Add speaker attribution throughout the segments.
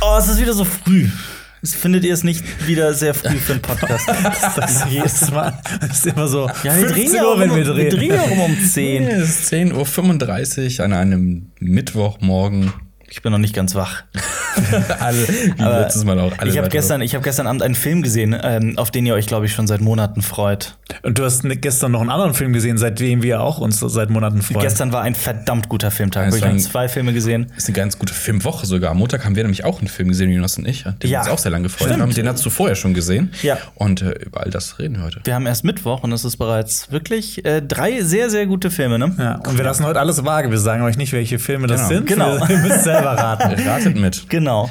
Speaker 1: Oh, es ist wieder so früh. Das findet ihr es nicht wieder sehr früh für einen Podcast?
Speaker 2: Das ist jedes Mal. Das ist immer so.
Speaker 1: Ja, wir drehen
Speaker 2: 15
Speaker 1: ja
Speaker 2: Uhr,
Speaker 1: auch
Speaker 2: wenn
Speaker 1: um,
Speaker 2: wir drehen.
Speaker 1: drehen ja auch um 10.
Speaker 3: Es ist 10.35 Uhr an einem Mittwochmorgen.
Speaker 1: Ich bin noch nicht ganz wach.
Speaker 2: Oh,
Speaker 3: Alle, wie letztes Mal auch. Alle
Speaker 1: ich habe
Speaker 3: weiter-
Speaker 1: gestern, ich hab gestern Abend einen Film gesehen, ähm, auf den ihr euch, glaube ich, schon seit Monaten freut.
Speaker 2: Und du hast ne- gestern noch einen anderen Film gesehen, seitdem wir auch uns so seit Monaten freuen.
Speaker 1: Gestern war ein verdammt guter Filmtag.
Speaker 3: Also
Speaker 1: Ich habe
Speaker 3: ein-
Speaker 1: zwei Filme gesehen.
Speaker 3: Das ist eine ganz gute Filmwoche sogar. Am Montag haben wir nämlich auch einen Film gesehen, Jonas und ich, den wir
Speaker 1: Ja.
Speaker 3: uns auch sehr lange gefreut
Speaker 1: Stimmt.
Speaker 3: haben. Den hast du vorher schon gesehen.
Speaker 1: Ja.
Speaker 3: Und äh, über all das reden wir heute.
Speaker 1: Wir haben erst Mittwoch und es ist bereits wirklich äh, drei sehr, sehr gute Filme, ne?
Speaker 2: Ja, und wir lassen heute alles vage. Wir sagen euch nicht, welche Filme
Speaker 3: Genau.
Speaker 2: das sind.
Speaker 1: Genau.
Speaker 2: Wir, ihr müsst selber raten.
Speaker 3: Ratet mit.
Speaker 1: Genau.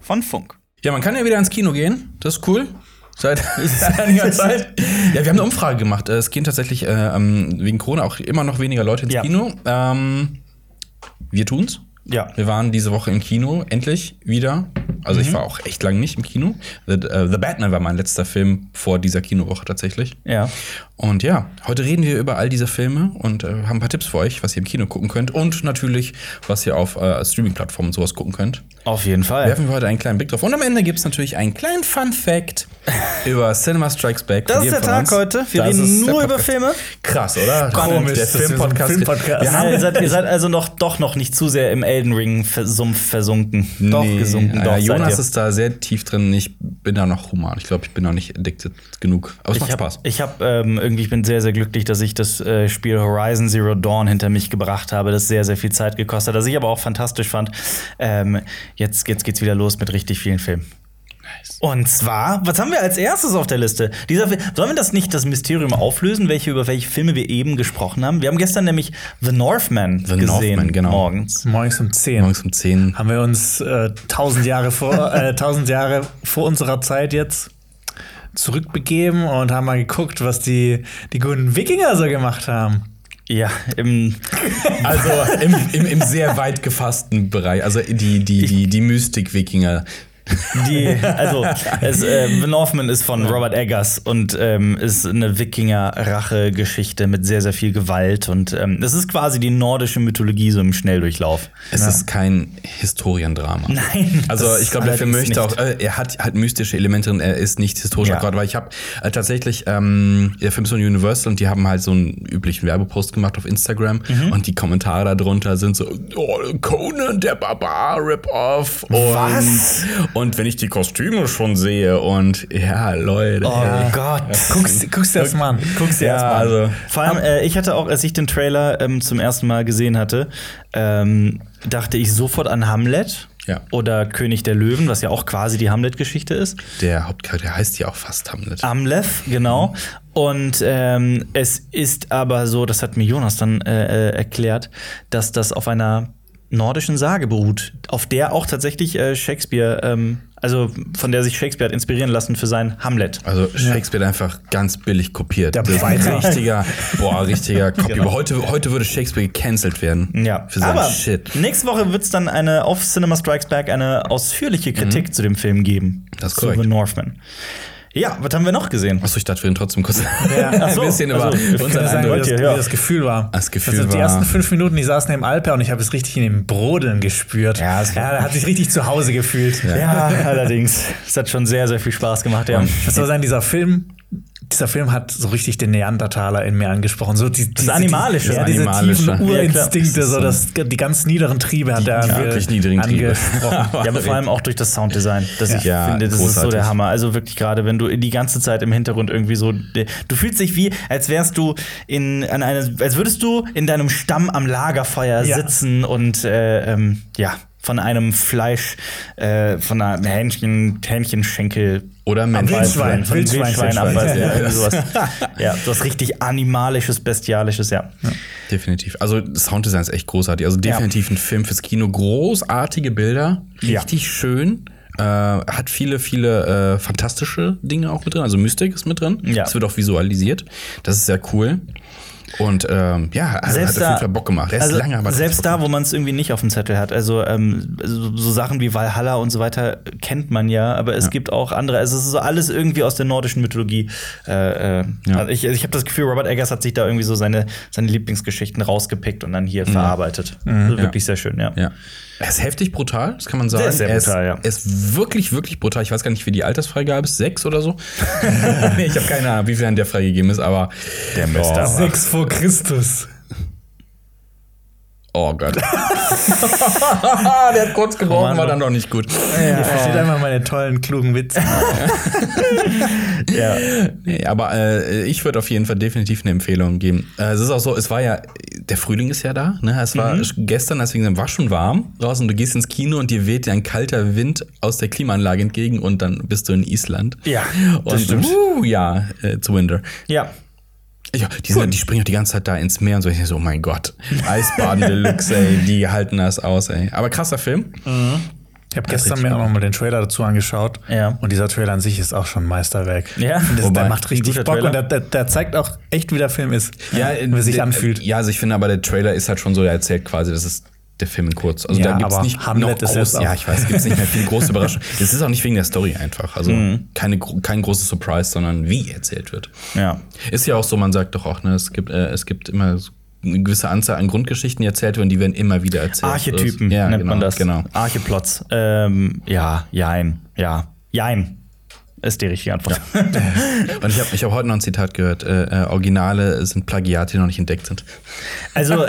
Speaker 1: von Funk.
Speaker 3: Ja, man kann ja wieder ins Kino gehen. Das ist cool. Seit einiger Zeit. Ja, wir haben eine Umfrage gemacht. Äh, Es gehen tatsächlich äh, ähm, wegen Corona auch immer noch weniger Leute ins
Speaker 1: Ja.
Speaker 3: Kino. Ähm, wir tun's.
Speaker 1: Ja.
Speaker 3: Wir waren diese Woche im Kino, endlich wieder. Also
Speaker 1: Mhm.
Speaker 3: ich war auch echt lange nicht im Kino. The, äh, The Batman war mein letzter Film vor dieser Kinowoche tatsächlich.
Speaker 1: Ja.
Speaker 3: Und ja, heute reden wir über all diese Filme und äh, haben ein paar Tipps für euch, was ihr im Kino gucken könnt und natürlich, was ihr auf äh, Streaming-Plattformen und sowas gucken könnt.
Speaker 1: Auf jeden Fall.
Speaker 3: Werfen wir heute einen kleinen Blick drauf. Und am Ende gibt es natürlich einen kleinen Fun-Fact über Cinema Strikes Back.
Speaker 1: Das
Speaker 3: von
Speaker 1: ist
Speaker 3: jedem
Speaker 1: der
Speaker 3: von
Speaker 1: Tag
Speaker 3: uns.
Speaker 1: heute. Wir reden
Speaker 3: ist der
Speaker 1: nur über
Speaker 3: Podcast.
Speaker 1: Filme.
Speaker 3: Krass, oder?
Speaker 2: Komisch,
Speaker 3: Der
Speaker 2: dass wir so einen
Speaker 3: Filmpodcast.
Speaker 2: Filmpodcast
Speaker 3: Wir
Speaker 2: sind.
Speaker 1: Ja,
Speaker 3: haben
Speaker 1: ihr, seid, ihr seid also noch, doch noch nicht zu sehr im Elden Ring-Sumpf versunken. Doch
Speaker 3: Nee,
Speaker 1: gesunken,
Speaker 3: Alter,
Speaker 1: doch.
Speaker 3: Jonas
Speaker 1: seid ihr.
Speaker 3: ist da sehr tief drin. Ich bin da noch human. Ich glaube, ich bin noch nicht addicted genug. Aber es
Speaker 1: Ich
Speaker 3: macht
Speaker 1: habe
Speaker 3: Spaß.
Speaker 1: ich hab, ähm, irgendwie, ich bin sehr, sehr glücklich, dass ich das äh, Spiel Horizon Zero Dawn hinter mich gebracht habe, das sehr, sehr viel Zeit gekostet hat, das ich aber auch fantastisch fand. Ähm, jetzt, jetzt geht's wieder los mit richtig vielen Filmen. Und zwar, was haben wir als erstes auf der Liste? Dieser Fi- Sollen wir das nicht das Mysterium auflösen, welche, über welche Filme wir eben gesprochen haben? Wir haben gestern nämlich The Northman
Speaker 3: The
Speaker 1: gesehen
Speaker 3: Northman, genau.
Speaker 1: morgens.
Speaker 2: Morgens um 10
Speaker 3: Morgens um 10.
Speaker 2: haben wir uns äh, tausend Jahre vor äh, 1000 Jahre vor unserer Zeit jetzt zurückbegeben und haben mal geguckt, was die, die guten Wikinger so gemacht haben.
Speaker 1: Ja, im,
Speaker 3: Also im, im, im sehr weit gefassten Bereich. Also die, die, die, die Mystik-Wikinger.
Speaker 1: die, also es, äh, The Northman ist von Robert Eggers und ähm, ist eine Wikinger-Rache-Geschichte mit sehr, sehr viel Gewalt und ähm, das ist quasi die nordische Mythologie so im Schnelldurchlauf.
Speaker 3: Es ist kein Historiendrama.
Speaker 1: Nein,
Speaker 3: Also
Speaker 1: das
Speaker 3: ich glaube, der Film
Speaker 1: allerdings
Speaker 3: möchte
Speaker 1: nicht.
Speaker 3: auch, äh, er hat halt mystische Elemente drin, er ist nicht historisch
Speaker 1: Ja.
Speaker 3: akkurat, weil ich habe äh, tatsächlich, ähm, der Film ist von Universal und die haben halt so einen üblichen Werbepost gemacht auf Instagram
Speaker 1: Mhm.
Speaker 3: und die Kommentare darunter sind so, oh, Conan der Barbar, Rip-Off. Und,
Speaker 1: Was?
Speaker 3: Und wenn ich die Kostüme schon sehe und ja, Leute.
Speaker 1: Oh
Speaker 3: ja.
Speaker 1: Gott.
Speaker 2: Guckst, guckst dir das mal an. Guckst dir
Speaker 3: Ja,
Speaker 2: das mal an.
Speaker 3: also
Speaker 1: Vor allem, äh, ich hatte auch, als ich den Trailer ähm, zum ersten Mal gesehen hatte, ähm, dachte ich sofort an Hamlet
Speaker 3: Ja.
Speaker 1: oder König der Löwen, was ja auch quasi die Hamlet-Geschichte ist.
Speaker 3: der Hauptcharakter heißt ja auch fast Hamlet.
Speaker 1: Amleth, genau. Und ähm, es ist aber so, das hat mir Jonas dann äh, äh, erklärt, dass das auf einer nordischen Sage beruht, auf der auch tatsächlich äh, Shakespeare, ähm, also von der sich Shakespeare hat inspirieren lassen für sein Hamlet.
Speaker 3: Also Shakespeare einfach ganz billig kopiert.
Speaker 2: Der
Speaker 3: das ist ein
Speaker 2: Pfeifer.
Speaker 3: richtiger, boah, richtiger Copy.
Speaker 1: Genau.
Speaker 3: Heute, heute würde Shakespeare gecancelt werden.
Speaker 1: Ja,
Speaker 3: Für seinen
Speaker 1: aber
Speaker 3: Shit.
Speaker 1: nächste Woche wird es dann eine auf Cinema Strikes Back eine ausführliche Kritik zu dem Film geben.
Speaker 3: Mhm. Das ist
Speaker 1: Zu
Speaker 3: korrekt.
Speaker 1: The Northman. Ja, was haben wir noch gesehen?
Speaker 3: Achso, ich dachte, wir reden trotzdem kurz
Speaker 2: ach
Speaker 3: ein
Speaker 1: so,
Speaker 3: bisschen über
Speaker 1: also, ich
Speaker 3: unseren
Speaker 2: Kann sagen, wie
Speaker 1: wollt
Speaker 3: Eindruck.
Speaker 2: das,
Speaker 1: ihr,
Speaker 2: wie
Speaker 1: ja.
Speaker 2: das Gefühl war.
Speaker 3: Das Gefühl
Speaker 2: also die
Speaker 3: war-
Speaker 2: ersten fünf Minuten, ich saß neben Alper und ich habe es richtig in den Brodeln gespürt.
Speaker 1: Ja, das-
Speaker 2: er hat sich richtig zu Hause gefühlt.
Speaker 1: Ja, allerdings. Es hat schon sehr, sehr viel Spaß gemacht, ja.
Speaker 2: Was soll sein, dieser Film, dieser Film hat so richtig den Neandertaler in mir angesprochen. So die, diese-
Speaker 1: Animalische.
Speaker 2: Die, ja, diese
Speaker 3: Animalische.
Speaker 2: tiefen
Speaker 1: Ja, klar.
Speaker 2: Urinstinkte, so das, die ganz niederen Triebe hat er
Speaker 3: die
Speaker 2: an-
Speaker 3: wirklich niedrigen Triebe.
Speaker 2: angesprochen.
Speaker 1: Ja, aber vor allem auch durch das Sounddesign, dass ich
Speaker 3: Ja,
Speaker 1: finde, das ist so
Speaker 3: großartig.
Speaker 1: der Hammer. Also wirklich gerade, wenn du die ganze Zeit im Hintergrund irgendwie so, du fühlst dich wie, als wärst du in an einer, als würdest du in deinem Stamm am Lagerfeuer
Speaker 2: Ja.
Speaker 1: sitzen und äh, ähm, ja, von einem Fleisch, äh, von einer Hähnchen, Hähnchenschenkel.
Speaker 3: Oder
Speaker 1: Abweis-
Speaker 2: Wildschwein,
Speaker 1: von
Speaker 2: Wildschwein,
Speaker 1: Wildschwein, Abweis-
Speaker 3: Wildschwein,
Speaker 1: ja,
Speaker 3: ja.
Speaker 1: irgendwie sowas. ja, sowas richtig animalisches, bestialisches, ja.
Speaker 3: Definitiv. Also das Sounddesign ist echt großartig. Also definitiv ein Film fürs Kino. Großartige Bilder,
Speaker 1: Ja.
Speaker 3: richtig schön. Äh, hat viele, viele äh, fantastische Dinge auch mit drin. Also Mystik ist mit drin.
Speaker 1: Ja.
Speaker 3: Das wird auch visualisiert. Das ist sehr cool. Und ähm, ja, also hat auf jeden Fall Bock gemacht. Er ist
Speaker 1: also
Speaker 3: lange, aber hat
Speaker 1: selbst
Speaker 3: Bock gemacht.
Speaker 1: da, wo man es irgendwie nicht auf dem Zettel hat. Also ähm, so, so Sachen wie Valhalla und so weiter kennt man ja, aber es gibt auch andere. Also es ist so alles irgendwie aus der nordischen Mythologie. Äh, äh,
Speaker 3: Ja.
Speaker 1: also ich ich habe das Gefühl, Robert Eggers hat sich da irgendwie so seine, seine Lieblingsgeschichten rausgepickt und dann hier verarbeitet. Also wirklich sehr schön, ja.
Speaker 3: Mhm. Ja. Er ist heftig brutal, das kann man sagen.
Speaker 1: Sehr, sehr
Speaker 3: er ist,
Speaker 1: brutal, ja.
Speaker 3: Er ist wirklich, wirklich brutal. Ich weiß gar nicht, wie die Altersfreigabe ist. Sechs oder so? nee, ich habe keine Ahnung, wie viel an der freigegeben ist, aber.
Speaker 1: Der müsste aber-
Speaker 2: Sechs vor Christus.
Speaker 3: Oh Gott. der hat kurz
Speaker 1: Mann.
Speaker 3: gebrochen, war dann doch nicht gut.
Speaker 2: Ihr versteht einfach meine tollen, klugen Witze.
Speaker 1: Ja.
Speaker 3: Nee, aber äh, ich würde auf jeden Fall definitiv eine Empfehlung geben. Äh, es ist auch so, es war ja, der Frühling ist ja da, ne? Es
Speaker 1: Mhm.
Speaker 3: war gestern, deswegen war schon warm draußen. Du gehst ins Kino und dir weht ein kalter Wind aus der Klimaanlage entgegen und dann bist du in Island.
Speaker 1: Ja, das
Speaker 3: und,
Speaker 1: stimmt.
Speaker 3: Uh, ja, äh, zu Winter.
Speaker 1: ja.
Speaker 3: Ja, die, sind, die springen auch die ganze Zeit da ins Meer und so. Ich denk so, oh mein Gott, Eisbaden Deluxe, ey, die halten das aus, ey. Aber krasser Film.
Speaker 2: Ich habe gestern mir auch noch mal den Trailer dazu angeschaut.
Speaker 1: Ja.
Speaker 2: Und dieser Trailer an sich ist auch schon ein Meisterwerk.
Speaker 1: Ja.
Speaker 2: Und das,
Speaker 3: Wobei,
Speaker 2: der macht richtig
Speaker 1: guter
Speaker 2: Bock
Speaker 1: Trailer.
Speaker 2: und der, der, der zeigt auch echt, wie der Film ist. und wie er sich
Speaker 3: der-
Speaker 2: anfühlt.
Speaker 3: Ja, also ich finde aber, der Trailer ist halt schon so, der erzählt quasi, das ist der Film in kurz. Also
Speaker 2: Ja,
Speaker 3: da gibt's
Speaker 2: aber
Speaker 3: nicht
Speaker 2: Hamlet
Speaker 3: noch
Speaker 2: ist
Speaker 3: groß,
Speaker 2: jetzt auch-
Speaker 3: Ja, ich weiß, gibt's nicht mehr viele große Überraschungen. Es ist auch nicht wegen der Story einfach. Also
Speaker 1: Mhm.
Speaker 3: keine, gro- kein großes Surprise, sondern wie erzählt wird.
Speaker 1: Ja.
Speaker 3: Ist ja auch so, man sagt doch auch, ne, es gibt, äh, es gibt immer so eine gewisse Anzahl an Grundgeschichten, die erzählt werden, die werden immer wieder erzählt.
Speaker 1: Archetypen
Speaker 3: ja,
Speaker 1: nennt
Speaker 3: genau,
Speaker 1: man das.
Speaker 3: Genau.
Speaker 1: Archeplots. Ähm, ja, jein. Ja. Jein. Ist die richtige Antwort.
Speaker 3: Und ich habe ich hab heute noch ein Zitat gehört: äh, äh, Originale sind Plagiate, die noch nicht entdeckt sind.
Speaker 1: Also.
Speaker 3: Aber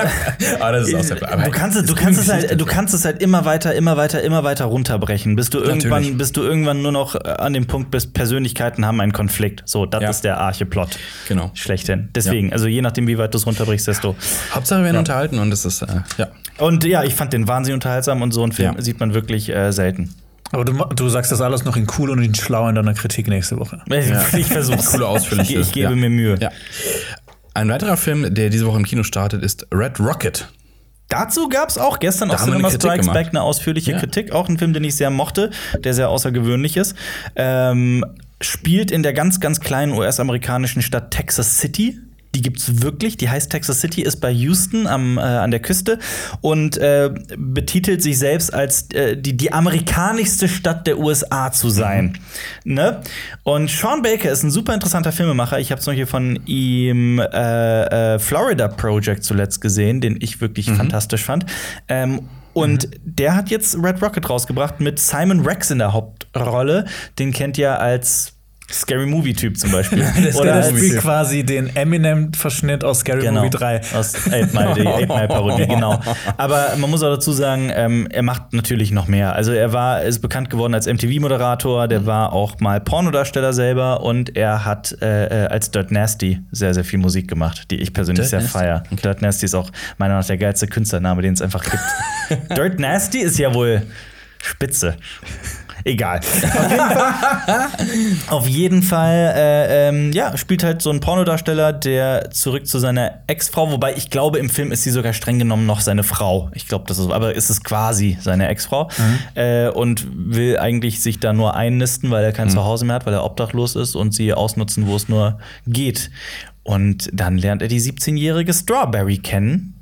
Speaker 3: das ist auch sehr aber halt
Speaker 1: du kannst, es- du,
Speaker 3: ist
Speaker 1: kannst es
Speaker 3: Geschichte.
Speaker 1: halt, du kannst es halt immer weiter, immer weiter, immer weiter runterbrechen, bis du irgendwann,
Speaker 3: Natürlich.
Speaker 1: bis du irgendwann nur noch äh, an dem Punkt bist, Persönlichkeiten haben einen Konflikt. So, das
Speaker 3: Ja.
Speaker 1: ist der Archeplot.
Speaker 3: Genau.
Speaker 1: Schlechthin. Deswegen, also je nachdem, wie weit du es runterbrichst, desto.
Speaker 3: Hauptsache, wir werden unterhalten und es ist, äh, ja.
Speaker 1: Und ja, ich fand den wahnsinnig unterhaltsam und so einen Film
Speaker 3: Ja.
Speaker 1: sieht man wirklich äh, selten.
Speaker 2: Aber du, ma- du sagst das alles noch in cool und in schlau in deiner Kritik nächste Woche.
Speaker 1: Ich, ich versuch's.
Speaker 3: Coole, ausführliche.
Speaker 1: Ich, ich gebe
Speaker 3: Ja.
Speaker 1: mir Mühe.
Speaker 3: Ja. Ein weiterer Film, der diese Woche im Kino startet, ist Red Rocket.
Speaker 1: Dazu gab es auch gestern auf
Speaker 3: haben wir
Speaker 1: Cinema
Speaker 3: eine Kritik
Speaker 1: Strikes
Speaker 3: gemacht.
Speaker 1: Back eine ausführliche
Speaker 3: Ja.
Speaker 1: Kritik. Auch ein Film, den ich sehr mochte, der sehr außergewöhnlich ist. Ähm, spielt in der ganz, ganz kleinen US-amerikanischen Stadt Texas City. Die gibt's wirklich. Die heißt Texas City, ist bei Houston am, äh, an der Küste und äh, betitelt sich selbst als äh, die, die amerikanischste Stadt der USA zu sein. Ne? Und Sean Baker ist ein super interessanter Filmemacher. Ich habe zum Beispiel von ihm äh, äh, Florida Project zuletzt gesehen, den ich wirklich fantastisch fand. Ähm, und der hat jetzt Red Rocket rausgebracht mit Simon Rex in der Hauptrolle. Den kennt ihr als Scary Movie-Typ zum Beispiel.
Speaker 2: Oder
Speaker 1: als-
Speaker 2: der spielt quasi den Eminem-Verschnitt aus Scary
Speaker 1: Genau.
Speaker 2: Movie 3.
Speaker 1: Aus 8 Mile, die 8 Mile Parodie, genau. Aber man muss auch dazu sagen, ähm, er macht natürlich noch mehr. Also er war, ist bekannt geworden als MTV-Moderator, der war auch mal Pornodarsteller selber und er hat äh, äh, als Dirt Nasty sehr, sehr viel Musik gemacht, die ich persönlich
Speaker 3: Dirt
Speaker 1: sehr
Speaker 3: Nasty?
Speaker 1: feier. Dirt Nasty ist auch meiner Meinung nach der geilste Künstlername, den es einfach gibt. Dirt Nasty ist ja wohl spitze. Egal. Auf jeden Fall, äh, ähm, ja, spielt halt so ein Pornodarsteller, der zurück zu seiner Ex-Frau, wobei ich glaube, im Film ist sie sogar streng genommen noch seine Frau. Ich glaube, das ist, aber ist es ist quasi seine Ex-Frau äh, und will eigentlich sich da nur einnisten, weil er kein Zuhause mehr hat, weil er obdachlos ist und sie ausnutzen, wo es nur geht. Und dann lernt er die 17-jährige Strawberry kennen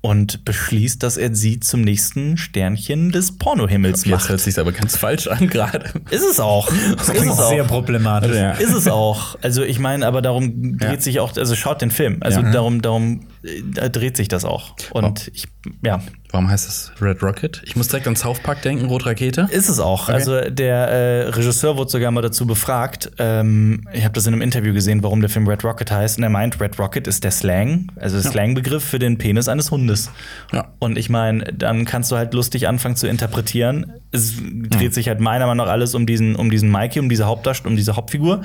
Speaker 1: und beschließt, dass er sie zum nächsten Sternchen des Pornohimmels
Speaker 3: Jetzt
Speaker 1: macht.
Speaker 3: hört sich aber ganz falsch an gerade.
Speaker 1: Ist es auch.
Speaker 2: Das klingt sehr problematisch.
Speaker 3: Ja.
Speaker 1: Ist es auch. Also ich meine, aber darum dreht
Speaker 3: Ja.
Speaker 1: sich auch, also schaut den Film. Also
Speaker 3: Ja.
Speaker 1: darum, darum äh, da dreht sich das auch. Und ich, ja,
Speaker 3: Warum heißt es Red Rocket? Ich muss direkt an South Park denken, Rot Rakete.
Speaker 1: ist es auch. Also der äh, Regisseur wurde sogar mal dazu befragt. Ähm, ich habe das in einem Interview gesehen, warum der Film Red Rocket heißt. Und er meint, Red Rocket ist der Slang, also der Slangbegriff für den Penis eines Hundes.
Speaker 3: Ja.
Speaker 1: Und ich meine, dann kannst du halt lustig anfangen zu interpretieren. Es dreht sich halt meiner Meinung nach alles um diesen, um diesen Mikey, um diese Hauptdarst, um diese Hauptfigur.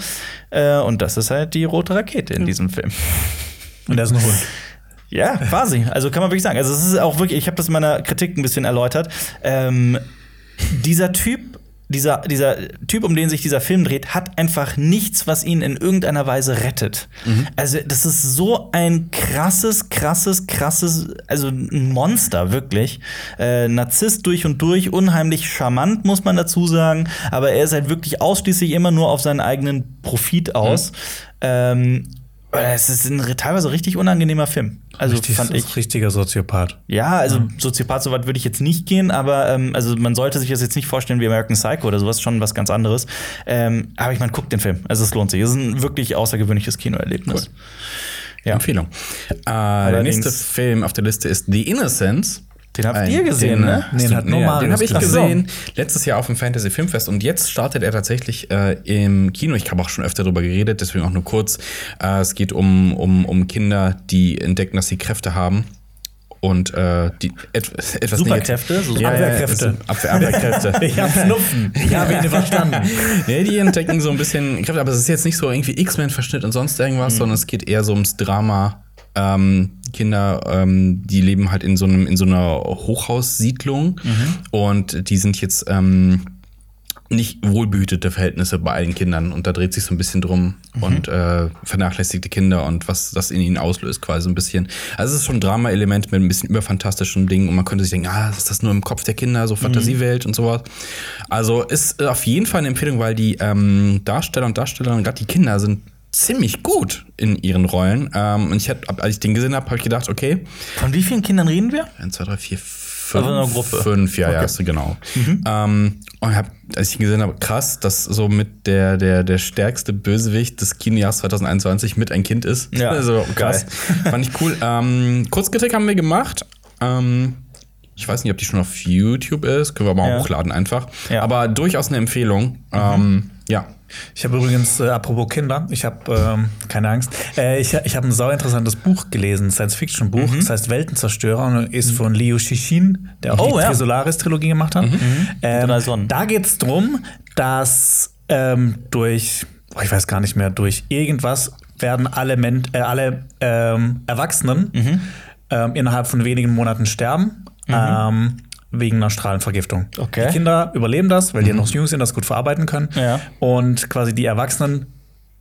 Speaker 1: Äh, und das ist halt die rote Rakete in diesem Film.
Speaker 2: Und der ist ein Hund.
Speaker 1: Ja, quasi. Also kann man wirklich sagen. Also es ist auch wirklich, ich habe das in meiner Kritik ein bisschen erläutert. Ähm, dieser Typ, dieser, dieser Typ, um den sich dieser Film dreht, hat einfach nichts, was ihn in irgendeiner Weise rettet. Also das ist so ein krasses, krasses, krasses, also ein Monster wirklich. Äh, Narzisst durch und durch, unheimlich charmant muss man dazu sagen, aber er ist halt wirklich ausschließlich immer nur auf seinen eigenen Profit aus. Ähm, es ist ein teilweise richtig unangenehmer Film. Also
Speaker 2: Richtig,
Speaker 1: fand ich.
Speaker 2: richtiger Soziopath.
Speaker 1: Ja, also Soziopath so weit würde ich jetzt nicht gehen, aber ähm, also man sollte sich das jetzt nicht vorstellen wie American Psycho oder sowas, schon was ganz anderes. Ähm, aber ich meine, guckt den Film. Also es lohnt sich. Es ist ein wirklich außergewöhnliches Kinoerlebnis. Ja.
Speaker 3: Empfehlung. Äh, der nächste Film auf der Liste ist The Innocence.
Speaker 1: Den habt
Speaker 3: Ein-
Speaker 1: ihr gesehen,
Speaker 3: den,
Speaker 1: ne?
Speaker 3: hast
Speaker 2: Nee,
Speaker 3: du-
Speaker 2: den hat nur
Speaker 3: ja,
Speaker 2: Marius
Speaker 3: den habe ich
Speaker 2: gesehen.
Speaker 3: gesehen. Letztes Jahr auf dem Fantasy Filmfest und jetzt startet er tatsächlich äh, im Kino. Ich habe auch schon öfter darüber geredet, deswegen auch nur kurz. Äh, es geht um, um, um Kinder, die entdecken, dass sie Kräfte haben und äh, die et etwas
Speaker 1: Superkräfte, so
Speaker 3: so ja,
Speaker 2: Abwehrkräfte.
Speaker 3: Abwehrkräfte. Abwehr, Abwehrkräfte.
Speaker 2: Ich hab Schnupfen. Ich habe ihn verstanden.
Speaker 3: Nee, die entdecken so ein bisschen Kräfte, aber es ist jetzt nicht so irgendwie X-Men-Verschnitt und sonst irgendwas, sondern es geht eher so ums Drama. Ähm, Kinder, ähm, die leben halt in so, einem, in so einer Hochhaussiedlung und die sind jetzt ähm, nicht wohlbehütete Verhältnisse bei allen Kindern und da dreht sich so ein bisschen drum und äh, vernachlässigte Kinder und was das in ihnen auslöst quasi so ein bisschen. Also es ist schon ein Drama-Element mit ein bisschen überfantastischen Dingen und man könnte sich denken, ah, ist das nur im Kopf der Kinder, so Fantasiewelt und sowas. Also ist äh, auf jeden Fall eine Empfehlung, weil die ähm, Darsteller und Darstellerinnen, gerade die Kinder, sind ziemlich gut in ihren Rollen. Ähm, und ich hab, ab- als ich den gesehen habe, habe ich gedacht, okay,
Speaker 1: Von wie vielen Kindern reden wir?
Speaker 3: 1, 2, 3, 4, 5.
Speaker 1: Also in einer Gruppe. Mhm.
Speaker 3: Fünf, ja, ja, hast du genau. Ähm, und hab, als ich ihn gesehen habe, krass, dass so mit der, der, der stärkste Bösewicht des Kinojahrs 2021 mit ein Kind ist.
Speaker 1: Ja,
Speaker 3: also krass. Fand ich cool. Ähm, Kurzkritik haben wir gemacht. Ähm, ich weiß nicht, ob die schon auf YouTube ist. Können wir aber
Speaker 1: Ja.
Speaker 3: auch hochladen einfach.
Speaker 1: Ja. Mhm.
Speaker 3: Aber durchaus eine Empfehlung. Ähm, ja.
Speaker 2: Ich habe übrigens, äh, apropos Kinder, ich habe, ähm, keine Angst, äh, ich, ich habe ein sau interessantes Buch gelesen, ein Science-Fiction-Buch,
Speaker 1: Mhm.
Speaker 2: das heißt Weltenzerstörer und ist von Leo Shishin, der auch
Speaker 1: Oh,
Speaker 2: die
Speaker 1: ja. Mhm.
Speaker 2: Solaris-Trilogie gemacht hat.
Speaker 1: Die drei
Speaker 2: Ähm,
Speaker 1: Sonnen.
Speaker 2: da geht es darum, dass ähm, durch, oh, ich weiß gar nicht mehr, durch irgendwas werden alle, Men äh, alle ähm, Erwachsenen
Speaker 1: Mhm.
Speaker 2: ähm, innerhalb von wenigen Monaten sterben. Ähm, Wegen einer Strahlenvergiftung.
Speaker 1: Okay.
Speaker 2: Die Kinder überleben das, weil die noch jung sind, das gut verarbeiten können.
Speaker 1: Mhm. Ja.
Speaker 2: Und quasi die Erwachsenen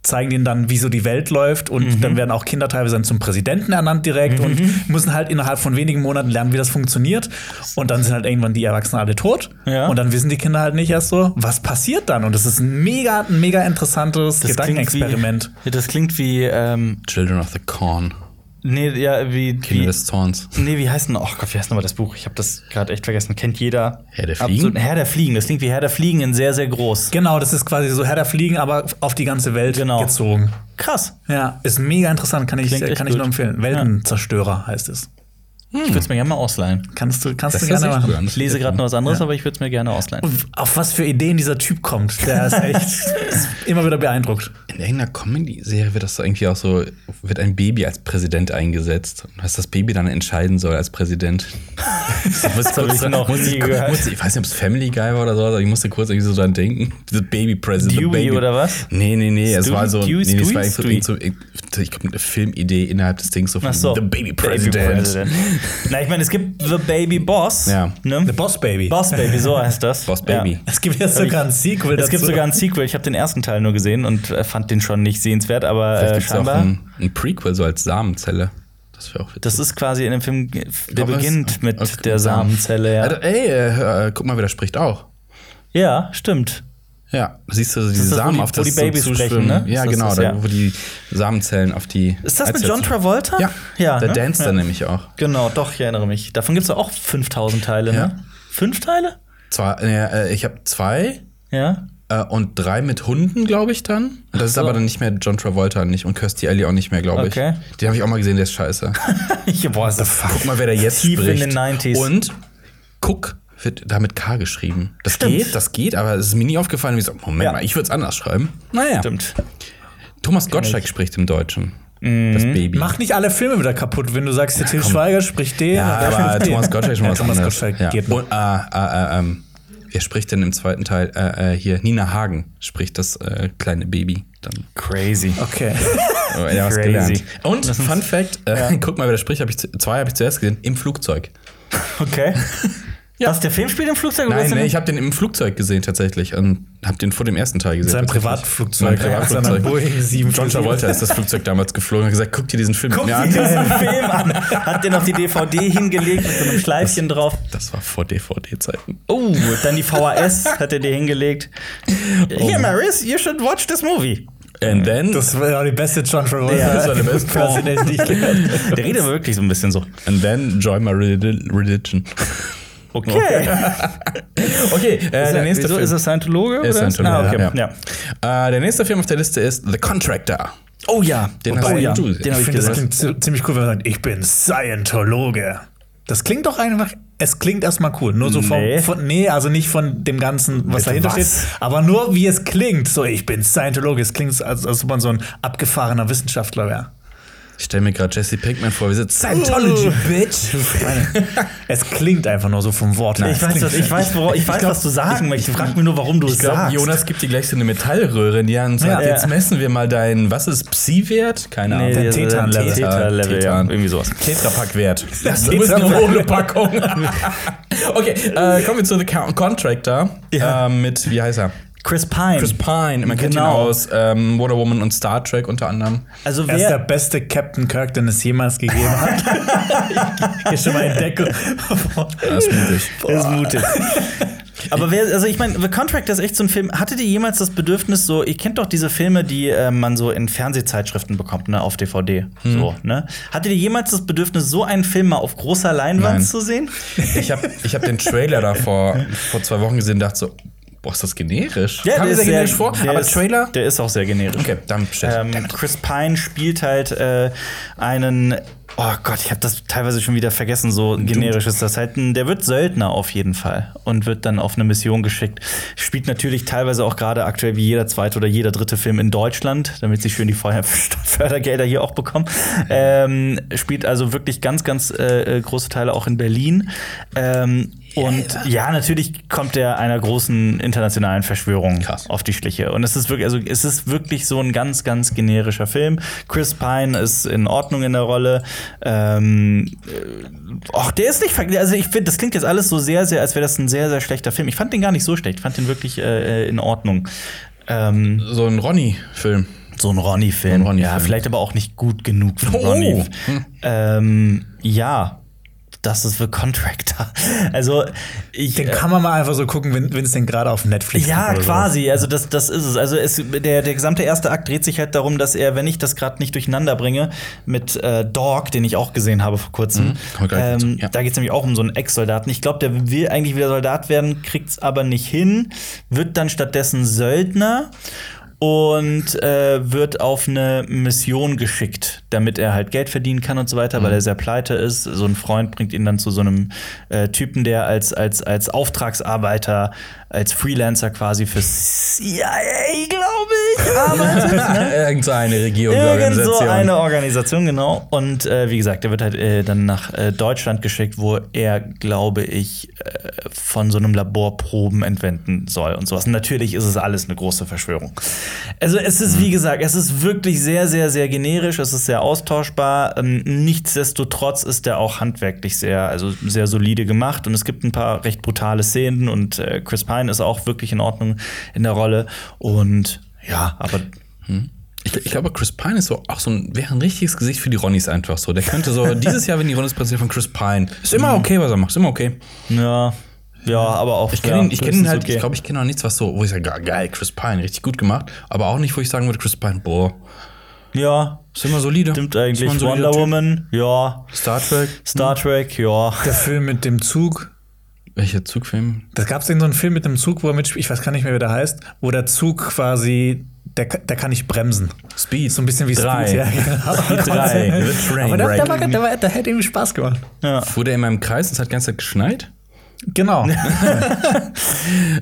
Speaker 2: zeigen denen dann, wie so die Welt läuft. Und
Speaker 1: Mhm.
Speaker 2: dann werden auch Kinder teilweise dann zum Präsidenten ernannt direkt und müssen halt innerhalb von wenigen Monaten lernen, wie das funktioniert. Und dann sind halt irgendwann die Erwachsenen alle tot.
Speaker 1: Ja.
Speaker 2: Und dann wissen die Kinder halt nicht erst so, was passiert dann. Und das ist ein mega, ein mega interessantes Gedankenexperiment.
Speaker 1: Klingt wie, das klingt wie, ähm,
Speaker 3: Children of the Corn.
Speaker 1: nee, ja, wie,
Speaker 3: Kinder
Speaker 1: wie
Speaker 3: des Zorns.
Speaker 1: Nee, wie heißt denn? Oh Gott, wie heißt nochmal das Buch? Ich habe das gerade echt vergessen. Kennt jeder.
Speaker 3: Herr der Fliegen?
Speaker 1: Absolut. Herr der Fliegen. Das klingt wie Herr der Fliegen in sehr, sehr groß.
Speaker 2: Genau, das ist quasi so Herr der Fliegen, aber auf die ganze Welt
Speaker 1: Genau.
Speaker 2: gezogen.
Speaker 1: Krass.
Speaker 2: Ja, ist mega interessant, kann ich,
Speaker 1: Klingt echt
Speaker 2: kann ich nur
Speaker 1: gut.
Speaker 2: empfehlen. Weltenzerstörer heißt es.
Speaker 1: Ich würde es mir gerne mal ausleihen.
Speaker 2: Kannst du, kannst
Speaker 3: Das
Speaker 2: du
Speaker 3: ist
Speaker 2: gerne
Speaker 3: echt
Speaker 2: machen.
Speaker 3: gut.
Speaker 1: Ich lese gerade noch was anderes, aber ich würde es mir gerne ausleihen.
Speaker 2: Auf was für Ideen dieser Typ kommt, der ist echt ist immer wieder beeindruckt.
Speaker 3: In irgendeiner Comedy-Serie wird das so irgendwie auch so, wird ein Baby als Präsident eingesetzt. Und was das Baby dann entscheiden soll als Präsident. Ich muss
Speaker 1: hab ich noch
Speaker 3: muss
Speaker 1: nie
Speaker 3: ich, kurz-
Speaker 1: gehört.
Speaker 3: Muss, ich weiß nicht, ob es Family Guy war oder so, aber ich musste kurz irgendwie so dran denken. Dieses Baby-Präsident.
Speaker 1: Dewey
Speaker 3: Baby.
Speaker 1: oder was?
Speaker 3: Nee, nee, nee. es
Speaker 1: Stewie?
Speaker 3: war so, nee,
Speaker 1: Dewey?
Speaker 3: nee, es war
Speaker 1: Stewie?
Speaker 3: irgendwie so, irgendwie so, ich glaube, eine Filmidee innerhalb des Dings so von
Speaker 1: Ach so.
Speaker 3: The Baby-Präsident.
Speaker 1: Baby Na, ich meine, es gibt The Baby Boss.
Speaker 3: Ja.
Speaker 1: Ne?
Speaker 2: The Boss Baby.
Speaker 1: Boss Baby, so heißt das.
Speaker 3: Boss Baby.
Speaker 1: Ja.
Speaker 2: Es gibt jetzt sogar ein Sequel
Speaker 1: Es gibt sogar ein Sequel. Ich habe den ersten Teil nur gesehen und äh, fand den schon nicht sehenswert, aber
Speaker 3: Vielleicht
Speaker 1: äh,
Speaker 3: gibt es auch
Speaker 1: scheinbar.
Speaker 3: ein, ein Prequel, so als Samenzelle. Das wäre auch witzig.
Speaker 1: Das ist quasi in dem Film, äh, der
Speaker 3: Aber es-
Speaker 1: beginnt mit
Speaker 3: Oh, okay,
Speaker 1: der
Speaker 3: Samen.
Speaker 1: Samenzelle. Ja,
Speaker 3: Alter, Ey, äh, äh, guck mal, wer da spricht auch.
Speaker 1: ja stimmt.
Speaker 3: Ja, siehst du so diese
Speaker 1: das, wo
Speaker 3: Samen,
Speaker 1: die-
Speaker 3: auf
Speaker 1: wo
Speaker 3: das
Speaker 1: die Babys
Speaker 3: so
Speaker 1: sprechen,
Speaker 3: zuschwimmen.
Speaker 1: ne?
Speaker 3: Ja,
Speaker 1: Ist das
Speaker 3: genau,
Speaker 1: das,
Speaker 3: da,
Speaker 1: ja.
Speaker 3: wo die Samenzellen auf die.
Speaker 1: Ist das mit
Speaker 3: Eizellen
Speaker 1: John
Speaker 3: zu-
Speaker 1: Travolta?
Speaker 3: Ja,
Speaker 1: ja
Speaker 3: der
Speaker 1: ne?
Speaker 3: Dance dann nämlich auch.
Speaker 1: Genau, doch, ich erinnere mich. Davon gibt es auch 5000 Teile,
Speaker 3: Ja.
Speaker 1: ne? Fünf Teile?
Speaker 3: Zwei, äh, äh, ich habe zwei
Speaker 1: Ja.
Speaker 3: äh, und drei mit Hunden, glaube ich dann. Und das ist
Speaker 1: so.
Speaker 3: aber dann nicht mehr John Travolta nicht und Kirstie Alley auch nicht mehr, glaube ich.
Speaker 1: Okay.
Speaker 3: Den habe ich auch mal gesehen, der ist scheiße.
Speaker 1: Ich, boah, ist das
Speaker 3: Guck mal, wer da jetzt
Speaker 1: Tief in
Speaker 3: spricht.
Speaker 1: den 90s.
Speaker 3: Und guck wird da mit K geschrieben. Das
Speaker 1: Stimmt.
Speaker 3: geht, das geht, aber es ist mir nie aufgefallen. Ich so, Moment
Speaker 1: Ja.
Speaker 3: mal, ich würde es anders schreiben. Naja.
Speaker 1: stimmt.
Speaker 3: Thomas Gottschalk spricht im Deutschen.
Speaker 1: Mhm.
Speaker 3: Das Baby.
Speaker 2: Mach nicht alle Filme wieder kaputt, wenn du sagst, der Till Schweiger spricht den.
Speaker 3: Ja,
Speaker 2: und der
Speaker 3: aber
Speaker 2: spricht den.
Speaker 3: Thomas Gottschalk ist schon
Speaker 2: Ja,
Speaker 3: was
Speaker 2: Thomas
Speaker 3: anderes.
Speaker 2: Gottschalk
Speaker 3: ja.
Speaker 2: geht noch.
Speaker 3: Und, äh, äh, äh, ähm, wer spricht denn im zweiten Teil? Äh, äh, hier, Nina Hagen spricht das äh, kleine Baby. Dann.
Speaker 1: Crazy.
Speaker 2: Okay.
Speaker 3: ja, was
Speaker 2: Crazy.
Speaker 3: gelernt. Und Fun Fact: äh, Guck mal, wer das spricht. Hab ich, zu- zwei habe ich zuerst gesehen. Im Flugzeug.
Speaker 2: Okay.
Speaker 3: Ja.
Speaker 1: Was, der Film spielt im Flugzeug? oder
Speaker 3: Nein,
Speaker 1: was denn?
Speaker 3: nee, ich habe den im Flugzeug gesehen tatsächlich und habe den vor dem ersten Teil gesehen.
Speaker 2: Sein
Speaker 3: tatsächlich.
Speaker 2: Privatflugzeug.
Speaker 3: Mein Privatflugzeug.
Speaker 2: Seiner Boeing 7
Speaker 3: John Travolta ist das Flugzeug damals geflogen und hat gesagt, guck dir diesen Film
Speaker 1: Guck
Speaker 3: mir
Speaker 1: dir
Speaker 3: an.
Speaker 1: diesen Film an. Hat der noch die DVD hingelegt mit so einem Schleifchen drauf?
Speaker 3: Das war vor DVD-Zeiten.
Speaker 1: Oh, dann die VHS hat er dir hingelegt.
Speaker 3: Oh.
Speaker 1: Here, Maris, you should watch this movie.
Speaker 3: And then,
Speaker 2: Das war ja die beste John Travolta.
Speaker 3: Das war der beste.
Speaker 2: Person, den ich nicht kenne.
Speaker 1: Der redet wirklich so ein bisschen so.
Speaker 3: and then join my reli- religion.
Speaker 1: Okay.
Speaker 3: Okay, äh, der nächste
Speaker 1: Wieso
Speaker 3: Film.
Speaker 1: ist er Scientologe?
Speaker 3: Er ist
Speaker 1: oder?
Speaker 3: Scientologe,
Speaker 1: Ah, okay.
Speaker 3: ja.
Speaker 1: ja.
Speaker 3: äh, der nächste Film auf der Liste ist The Contractor.
Speaker 1: Oh ja,
Speaker 3: Den
Speaker 1: oh,
Speaker 3: hast du
Speaker 1: ja.
Speaker 3: du gesehen.
Speaker 1: den habe
Speaker 2: Ich
Speaker 1: ich
Speaker 2: finde, das
Speaker 1: gesehen.
Speaker 2: klingt zi- ziemlich cool, wenn man sagt, ich bin Scientologe. Das klingt doch einfach, es klingt erstmal cool. Nur so
Speaker 1: Nee.
Speaker 2: Vom, von, nee, also nicht von dem Ganzen, was
Speaker 3: was?
Speaker 2: dahinter steht, aber nur wie es klingt. So, ich bin Scientologe. Es klingt, als, als ob man so ein abgefahrener Wissenschaftler wäre.
Speaker 3: Ich stelle mir gerade Jesse Pinkman vor, wie sitzt
Speaker 2: Scientology, bitch. es klingt einfach nur so vom Wort. her.
Speaker 1: Ich weiß,
Speaker 2: Es
Speaker 1: was,
Speaker 2: klingt-
Speaker 1: ich weiß, worauf, ich weiß was du sagen möchtest. Ich frage mich nur, warum du es
Speaker 3: Ich glaube,
Speaker 1: sagst.
Speaker 3: Jonas gibt dir gleich so eine Metallröhre in die Hand und sagt,
Speaker 2: Ja.
Speaker 3: jetzt messen wir mal deinen, was ist Psi-Wert? Keine
Speaker 1: Nee,
Speaker 3: Ahnung.
Speaker 1: der
Speaker 2: Tetan-Level.
Speaker 1: Tetan-Level, ja.
Speaker 3: Tetan.
Speaker 1: Irgendwie sowas.
Speaker 3: Tetrapack-Wert. Das
Speaker 2: Tetrapack.
Speaker 3: ist eine hohle Packung. okay, äh, kommen wir zu The Con- Contractor.
Speaker 1: Ja.
Speaker 3: Äh, mit, wie heißt er?
Speaker 1: Chris Pine.
Speaker 3: Chris Pine. Man kennt ihn
Speaker 1: Genau.
Speaker 3: aus ähm, Wonder Woman und Star Trek unter anderem.
Speaker 1: Also
Speaker 2: Er ist der
Speaker 1: wer,
Speaker 2: beste Captain Kirk, den es jemals gegeben hat. Hier schon mal in Deckung.
Speaker 3: Das ist mutig.
Speaker 1: Er ist mutig. Aber wer, also ich meine, The Contractor ist echt so ein Film. Hattet ihr jemals das Bedürfnis, so, ihr kennt doch diese Filme, die äh, man so in Fernsehzeitschriften bekommt, ne, auf DVD.
Speaker 3: Hm.
Speaker 1: So, ne? Hattet ihr jemals das Bedürfnis, so einen Film mal auf großer Leinwand
Speaker 3: Nein.
Speaker 1: zu sehen?
Speaker 3: Ich habe ich hab den Trailer da vor, vor zwei Wochen gesehen und dachte so, boah, ist das generisch? Kam mir sehr generisch vor,
Speaker 1: der
Speaker 3: aber
Speaker 1: ist-
Speaker 3: Trailer?
Speaker 1: Der ist auch sehr generisch.
Speaker 3: Okay, dann bestätigt.
Speaker 1: Ähm, Chris Pine spielt halt äh, einen. Oh Gott, ich habe das teilweise schon wieder vergessen, so generisch ist das halt. ein- Der wird Söldner auf jeden Fall und wird dann auf eine Mission geschickt. Spielt natürlich teilweise auch gerade aktuell wie jeder zweite oder jeder dritte Film in Deutschland, damit sie schön die Feuer- Fördergelder hier auch bekommen. Ähm, spielt also wirklich ganz, ganz äh, äh, große Teile auch in Berlin. Ähm, und ja, natürlich kommt er einer großen internationalen Verschwörung
Speaker 3: Krass.
Speaker 1: auf die Schliche. Und es ist wirklich, also es ist wirklich so ein ganz, ganz generischer Film. Chris Pine ist in Ordnung in der Rolle. Ähm, äh, och, der ist nicht ver- Also ich finde, das klingt jetzt alles so sehr, sehr, als wäre das ein sehr, sehr schlechter Film. Ich fand den gar nicht so schlecht. Ich fand den wirklich äh, äh, in Ordnung. Ähm,
Speaker 3: so ein Ronny-Film.
Speaker 1: so ein Ronny-Film.
Speaker 3: Ein Ronny-Film.
Speaker 1: ja, vielleicht aber auch nicht gut genug für
Speaker 3: Oh.
Speaker 1: Ronny. Ähm, ja. Das ist The Contractor. Also, ich.
Speaker 2: Den kann man mal einfach so gucken, wenn es den gerade auf Netflix gibt
Speaker 1: Ja,
Speaker 2: oder
Speaker 1: quasi. Also das, das ist es. Also es, der, der gesamte erste Akt dreht sich halt darum, dass er, wenn ich das gerade nicht durcheinander bringe, mit äh, Dog, den ich auch gesehen habe vor kurzem,
Speaker 3: kommen wir gleich
Speaker 1: ähm,
Speaker 3: dazu, ja.
Speaker 1: da geht es nämlich auch um so einen Ex-Soldaten. Ich glaube, der will eigentlich wieder Soldat werden, kriegt es aber nicht hin, wird dann stattdessen Söldner und äh, wird auf eine Mission geschickt, damit er halt Geld verdienen kann und so weiter, weil er sehr pleite ist. So ein Freund bringt ihn dann zu so einem äh, Typen, der als, als, als Auftragsarbeiter, als Freelancer quasi für CIA, glaube ich, arbeitet.
Speaker 3: Irgend so
Speaker 1: Irgend
Speaker 3: eine
Speaker 1: so
Speaker 3: Regierungsorganisation.
Speaker 1: eine Organisation, genau. Und äh, wie gesagt, der wird halt äh, dann nach äh, Deutschland geschickt, wo er, glaube ich, äh, von so einem Labor Proben entwenden soll und sowas. Natürlich ist es alles eine große Verschwörung. Also es ist, wie gesagt, es ist wirklich sehr, sehr, sehr generisch, es ist sehr austauschbar. Ähm, nichtsdestotrotz ist er auch handwerklich sehr, also sehr solide gemacht und es gibt ein paar recht brutale Szenen und äh, Chris Pine ist auch wirklich in Ordnung in der Rolle und ja, aber
Speaker 3: Ich, ich glaube, Chris Pine ist so auch so ein, wäre ein richtiges Gesicht für die Ronnys einfach so. Der könnte so, dieses Jahr, wenn die Ronnys passiert von Chris Pine, ist
Speaker 1: Mhm.
Speaker 3: immer okay, was er macht, ist immer okay.
Speaker 1: Ja, ja, aber auch.
Speaker 3: Ich kenne
Speaker 1: ja,
Speaker 3: ihn, ich kenn
Speaker 1: das
Speaker 3: ihn
Speaker 1: ist
Speaker 3: halt,
Speaker 1: okay.
Speaker 3: ich glaube, ich kenne auch nichts, was so, wo ich sage, ge- geil, Chris Pine, richtig gut gemacht, aber auch nicht, wo ich sagen würde, Chris Pine, boah,
Speaker 1: ja,
Speaker 3: ist immer solide.
Speaker 1: stimmt
Speaker 3: Ist
Speaker 1: eigentlich.
Speaker 3: immer ein
Speaker 1: Wonder
Speaker 3: solider Typ. Hm.
Speaker 1: Woman, ja.
Speaker 3: Star Trek.
Speaker 1: Star Trek, ja.
Speaker 2: so. Der Film mit dem Zug.
Speaker 3: Welcher Zugfilm?
Speaker 2: Das gab es so einen Film mit einem Zug, wo er mitspielt, ich weiß gar nicht mehr, wie der heißt, wo der Zug quasi, der, ka- der kann nicht bremsen.
Speaker 3: Speed.
Speaker 2: So ein bisschen wie
Speaker 3: Drei.
Speaker 2: Speed, ja. Genau.
Speaker 3: Drei. The Train
Speaker 2: Aber der, der, war,
Speaker 3: Wreck.
Speaker 2: der, war, der hätte irgendwie Spaß gemacht.
Speaker 3: Wurde er in meinem Kreis und es hat die ganze Zeit geschneit?
Speaker 2: Genau.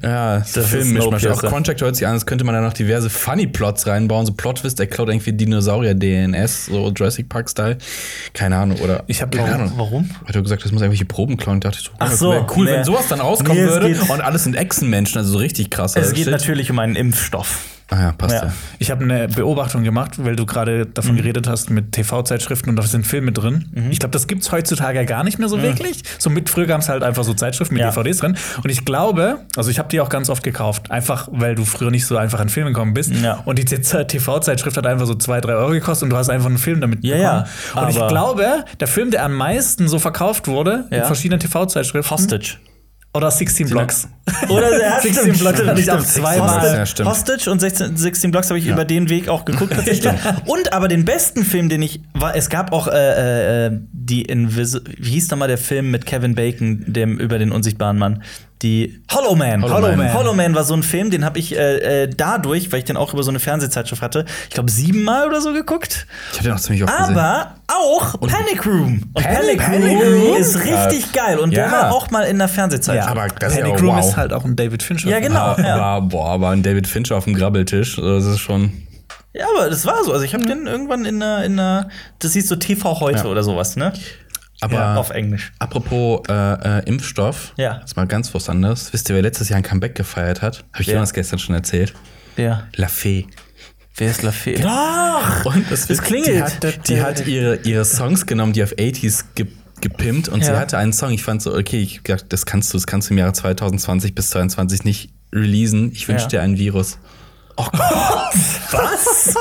Speaker 3: Ja, das
Speaker 1: Ah, ist
Speaker 3: Film Auch
Speaker 1: Snowpiercer.
Speaker 3: Contract hört sich an, das könnte man da noch diverse Funny-Plots reinbauen. So Plot-Twist, er klaut irgendwie Dinosaurier-DNS, so Jurassic Park-Style. Keine Ahnung, oder?
Speaker 2: Ich hab-
Speaker 3: keine
Speaker 2: warum-
Speaker 3: Ahnung.
Speaker 1: warum?
Speaker 3: Weil du gesagt hast, muss irgendwelche Proben klauen. Ich dachte so,
Speaker 1: Ach
Speaker 3: das
Speaker 1: so,
Speaker 3: wär cool,
Speaker 1: nee.
Speaker 3: wenn sowas dann rauskommen
Speaker 1: Nee, es
Speaker 3: würde.
Speaker 1: geht-
Speaker 3: Und alles sind Echsenmenschen, also so richtig krass.
Speaker 1: Es geht natürlich um einen Impfstoff.
Speaker 3: Ah ja, passt ja.
Speaker 2: Ich habe eine Beobachtung gemacht, weil du gerade
Speaker 1: Mhm.
Speaker 2: davon geredet hast mit TV-Zeitschriften und da sind Filme drin. Ich glaube, das gibt's heutzutage ja gar nicht mehr so wirklich. So mit früher gab's halt einfach so Zeitschriften mit
Speaker 1: Mhm. Ja.
Speaker 2: DVDs drin. Und ich glaube, also ich habe die auch ganz oft gekauft, einfach weil du früher nicht so einfach an Filme gekommen bist.
Speaker 1: Ja.
Speaker 2: Und die TV-Zeitschrift hat einfach so zwei, drei Euro gekostet und du hast einfach einen Film damit
Speaker 1: Ja,
Speaker 2: bekommen.
Speaker 1: ja,
Speaker 2: und ich
Speaker 1: aber-
Speaker 2: glaube, der Film, der am meisten so verkauft wurde in
Speaker 1: Ja.
Speaker 2: verschiedenen TV-Zeitschriften
Speaker 1: Hostage.
Speaker 2: oder 16 Blocks.
Speaker 1: Oder ja,
Speaker 2: 16
Speaker 1: stimmt,
Speaker 2: Blocks
Speaker 1: stimmt,
Speaker 2: hatte ich auch
Speaker 1: stimmt.
Speaker 2: zweimal.
Speaker 1: Hostage,
Speaker 3: Ja, stimmt.
Speaker 1: Hostage und 16, 16 Blocks habe ich über den Weg auch geguckt. tatsächlich. Und aber den besten Film, den ich war, es gab auch äh, äh, die Invis wie hieß nochmal der Film mit Kevin Bacon, dem über den unsichtbaren Mann. Die Hollow Man.
Speaker 3: Hollow Man.
Speaker 1: Hollow Man war so ein Film, den habe ich äh, äh, dadurch, weil ich den auch über so eine Fernsehzeitschrift hatte, ich glaube siebenmal oder so geguckt.
Speaker 3: Ich habe den auch ziemlich oft gesehen.
Speaker 1: Aber auch Panic Room. Und
Speaker 3: Panic Room?
Speaker 1: ist richtig geil. Und
Speaker 3: Ja.
Speaker 1: der war auch mal in der Fernsehzeitschrift.
Speaker 3: Aber das ist ja
Speaker 2: Panic
Speaker 3: auch
Speaker 2: Room
Speaker 3: wow.
Speaker 2: ist halt auch ein David Fincher.
Speaker 1: Ja, genau.
Speaker 3: Aber,
Speaker 1: ja.
Speaker 3: aber- boah, aber ein David Fincher auf dem Grabbeltisch, das ist schon.
Speaker 1: Ja, aber das war so. Also ich habe den irgendwann in einer, in einer, das hieß so TV heute
Speaker 3: Ja.
Speaker 1: oder sowas, ne?
Speaker 3: Aber
Speaker 1: Auf Englisch.
Speaker 3: apropos äh, äh, Impfstoff,
Speaker 1: Ja.
Speaker 3: ist mal ganz was anderes. Wisst ihr, wer letztes Jahr ein Comeback gefeiert hat? Habe ich
Speaker 1: Wer?
Speaker 3: Jonas gestern schon erzählt.
Speaker 1: Wer?
Speaker 3: La Fee.
Speaker 1: Wer ist Lafayette? Doch!
Speaker 3: Und das,
Speaker 1: Es klingelt.
Speaker 3: Die hat, die hat ihre, ihre Songs genommen, die auf 80s ge gepimpt und sie
Speaker 1: Ja.
Speaker 3: hatte einen Song. Ich fand so, okay, ich hab gedacht, das kannst du, das kannst du im Jahre 2020 bis 2022 nicht releasen. Ich wünsche
Speaker 1: Ja. Oh
Speaker 3: dir ein Virus.
Speaker 1: Was?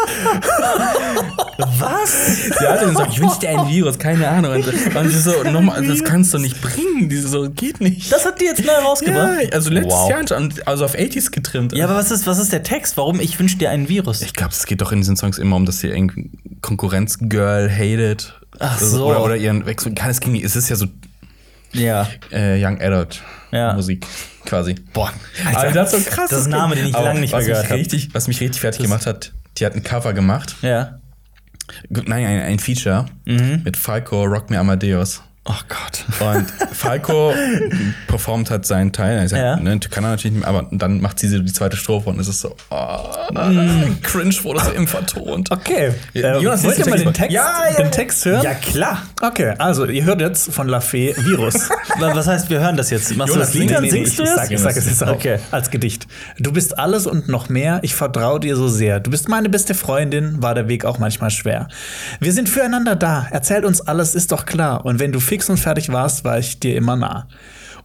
Speaker 1: Was?
Speaker 3: Sie hatte den Song, ich wünsche dir ein Virus, keine Ahnung. Und, und sie so, nochmal, das kannst du nicht bringen. Die so, geht nicht.
Speaker 1: Das hat die jetzt neu rausgebracht.
Speaker 3: ja, also letztes
Speaker 1: Wow.
Speaker 3: Jahr, anscheinend, also auf 80s getrimmt.
Speaker 1: Ja, aber was ist, was ist der Text? Warum ich wünsche dir einen Virus?
Speaker 3: Ich glaube, es geht doch in diesen Songs immer um, dass sie irgendwie Konkurrenzgirl hated.
Speaker 1: Ach
Speaker 3: Also,
Speaker 1: so.
Speaker 3: Oder, oder ihren Wechsel. Kann es ging nicht. Es ist ja so
Speaker 1: Ja.
Speaker 3: äh, Young Adult
Speaker 1: Ja.
Speaker 3: Musik quasi. Boah,
Speaker 1: Alter, das ist ein Name, den ich lange nicht
Speaker 3: was
Speaker 1: mehr gehört
Speaker 3: mich
Speaker 1: hab.
Speaker 3: richtig, Was mich richtig fertig gemacht hat, die hat ein Cover gemacht.
Speaker 1: Ja.
Speaker 3: Nein, ein, ein Feature mit Falco Rock Me Amadeus.
Speaker 1: Oh Gott.
Speaker 3: Und Falco performt hat seinen Teil. Also,
Speaker 1: Ja.
Speaker 3: ne, kann er natürlich nicht mehr, aber dann macht sie so die zweite Strophe und es ist so, oh, cringe wurde so im vertont.
Speaker 2: Okay. Äh,
Speaker 3: Jonas,
Speaker 2: wollt
Speaker 3: liest
Speaker 2: ihr mal
Speaker 3: den
Speaker 2: den
Speaker 3: Text
Speaker 2: Text,
Speaker 1: Ja, ja.
Speaker 2: den Text hören?
Speaker 1: Ja, klar.
Speaker 2: Okay, also ihr hört jetzt von La Fee Virus.
Speaker 1: Wa- Was heißt, wir hören das jetzt? Machst
Speaker 3: Jonas,
Speaker 1: du das Lied,
Speaker 3: nee,
Speaker 1: dann
Speaker 3: nee, nee,
Speaker 1: singst du
Speaker 2: ich
Speaker 1: das?
Speaker 2: sag, ich sag es jetzt auch
Speaker 1: Okay.
Speaker 2: als Gedicht. Du bist alles und noch mehr, ich vertraue dir so sehr. Du bist meine beste Freundin, war der Weg auch manchmal schwer. Wir sind füreinander da, erzähl uns alles, ist doch klar. Und wenn du fix und fertig warst, war ich dir immer nah.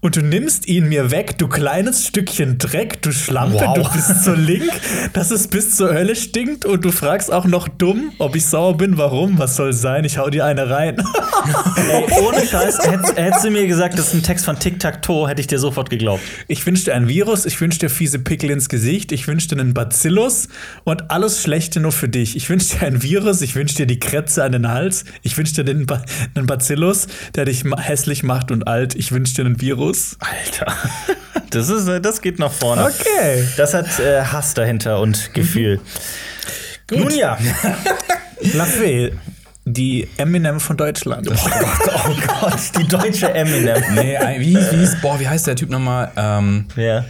Speaker 2: Und du nimmst ihn mir weg, du kleines Stückchen Dreck, du Schlampe,
Speaker 1: Wow.
Speaker 2: du bist so link, dass es bis zur Hölle stinkt und du fragst auch noch dumm, ob ich sauer bin, warum, was soll sein, ich hau dir eine rein.
Speaker 1: Ey, ohne Scheiß, hätt- hättest du mir gesagt, das ist ein Text von Tic Tac Toe, hätte ich dir sofort geglaubt.
Speaker 2: Ich wünsche dir ein Virus, ich wünsche dir fiese Pickel ins Gesicht, ich wünsche dir einen Bacillus und alles Schlechte nur für dich. Ich wünsche dir ein Virus, ich wünsche dir die Krätze an den Hals, ich wünsche dir den ba einen Bacillus, der dich ma- hässlich macht und alt. Ich wünsche dir einen Virus.
Speaker 1: Alter. Das, ist, äh, das geht nach vorne.
Speaker 2: Okay.
Speaker 1: Das hat äh, Hass dahinter und Gefühl. Nun ja.
Speaker 2: Lafay, die Eminem von Deutschland.
Speaker 1: Oh Gott, die deutsche Eminem.
Speaker 3: Nee, ein- wie, hieß- wie, hieß- boah, wie heißt der Typ nochmal? Ähm,
Speaker 1: Ja.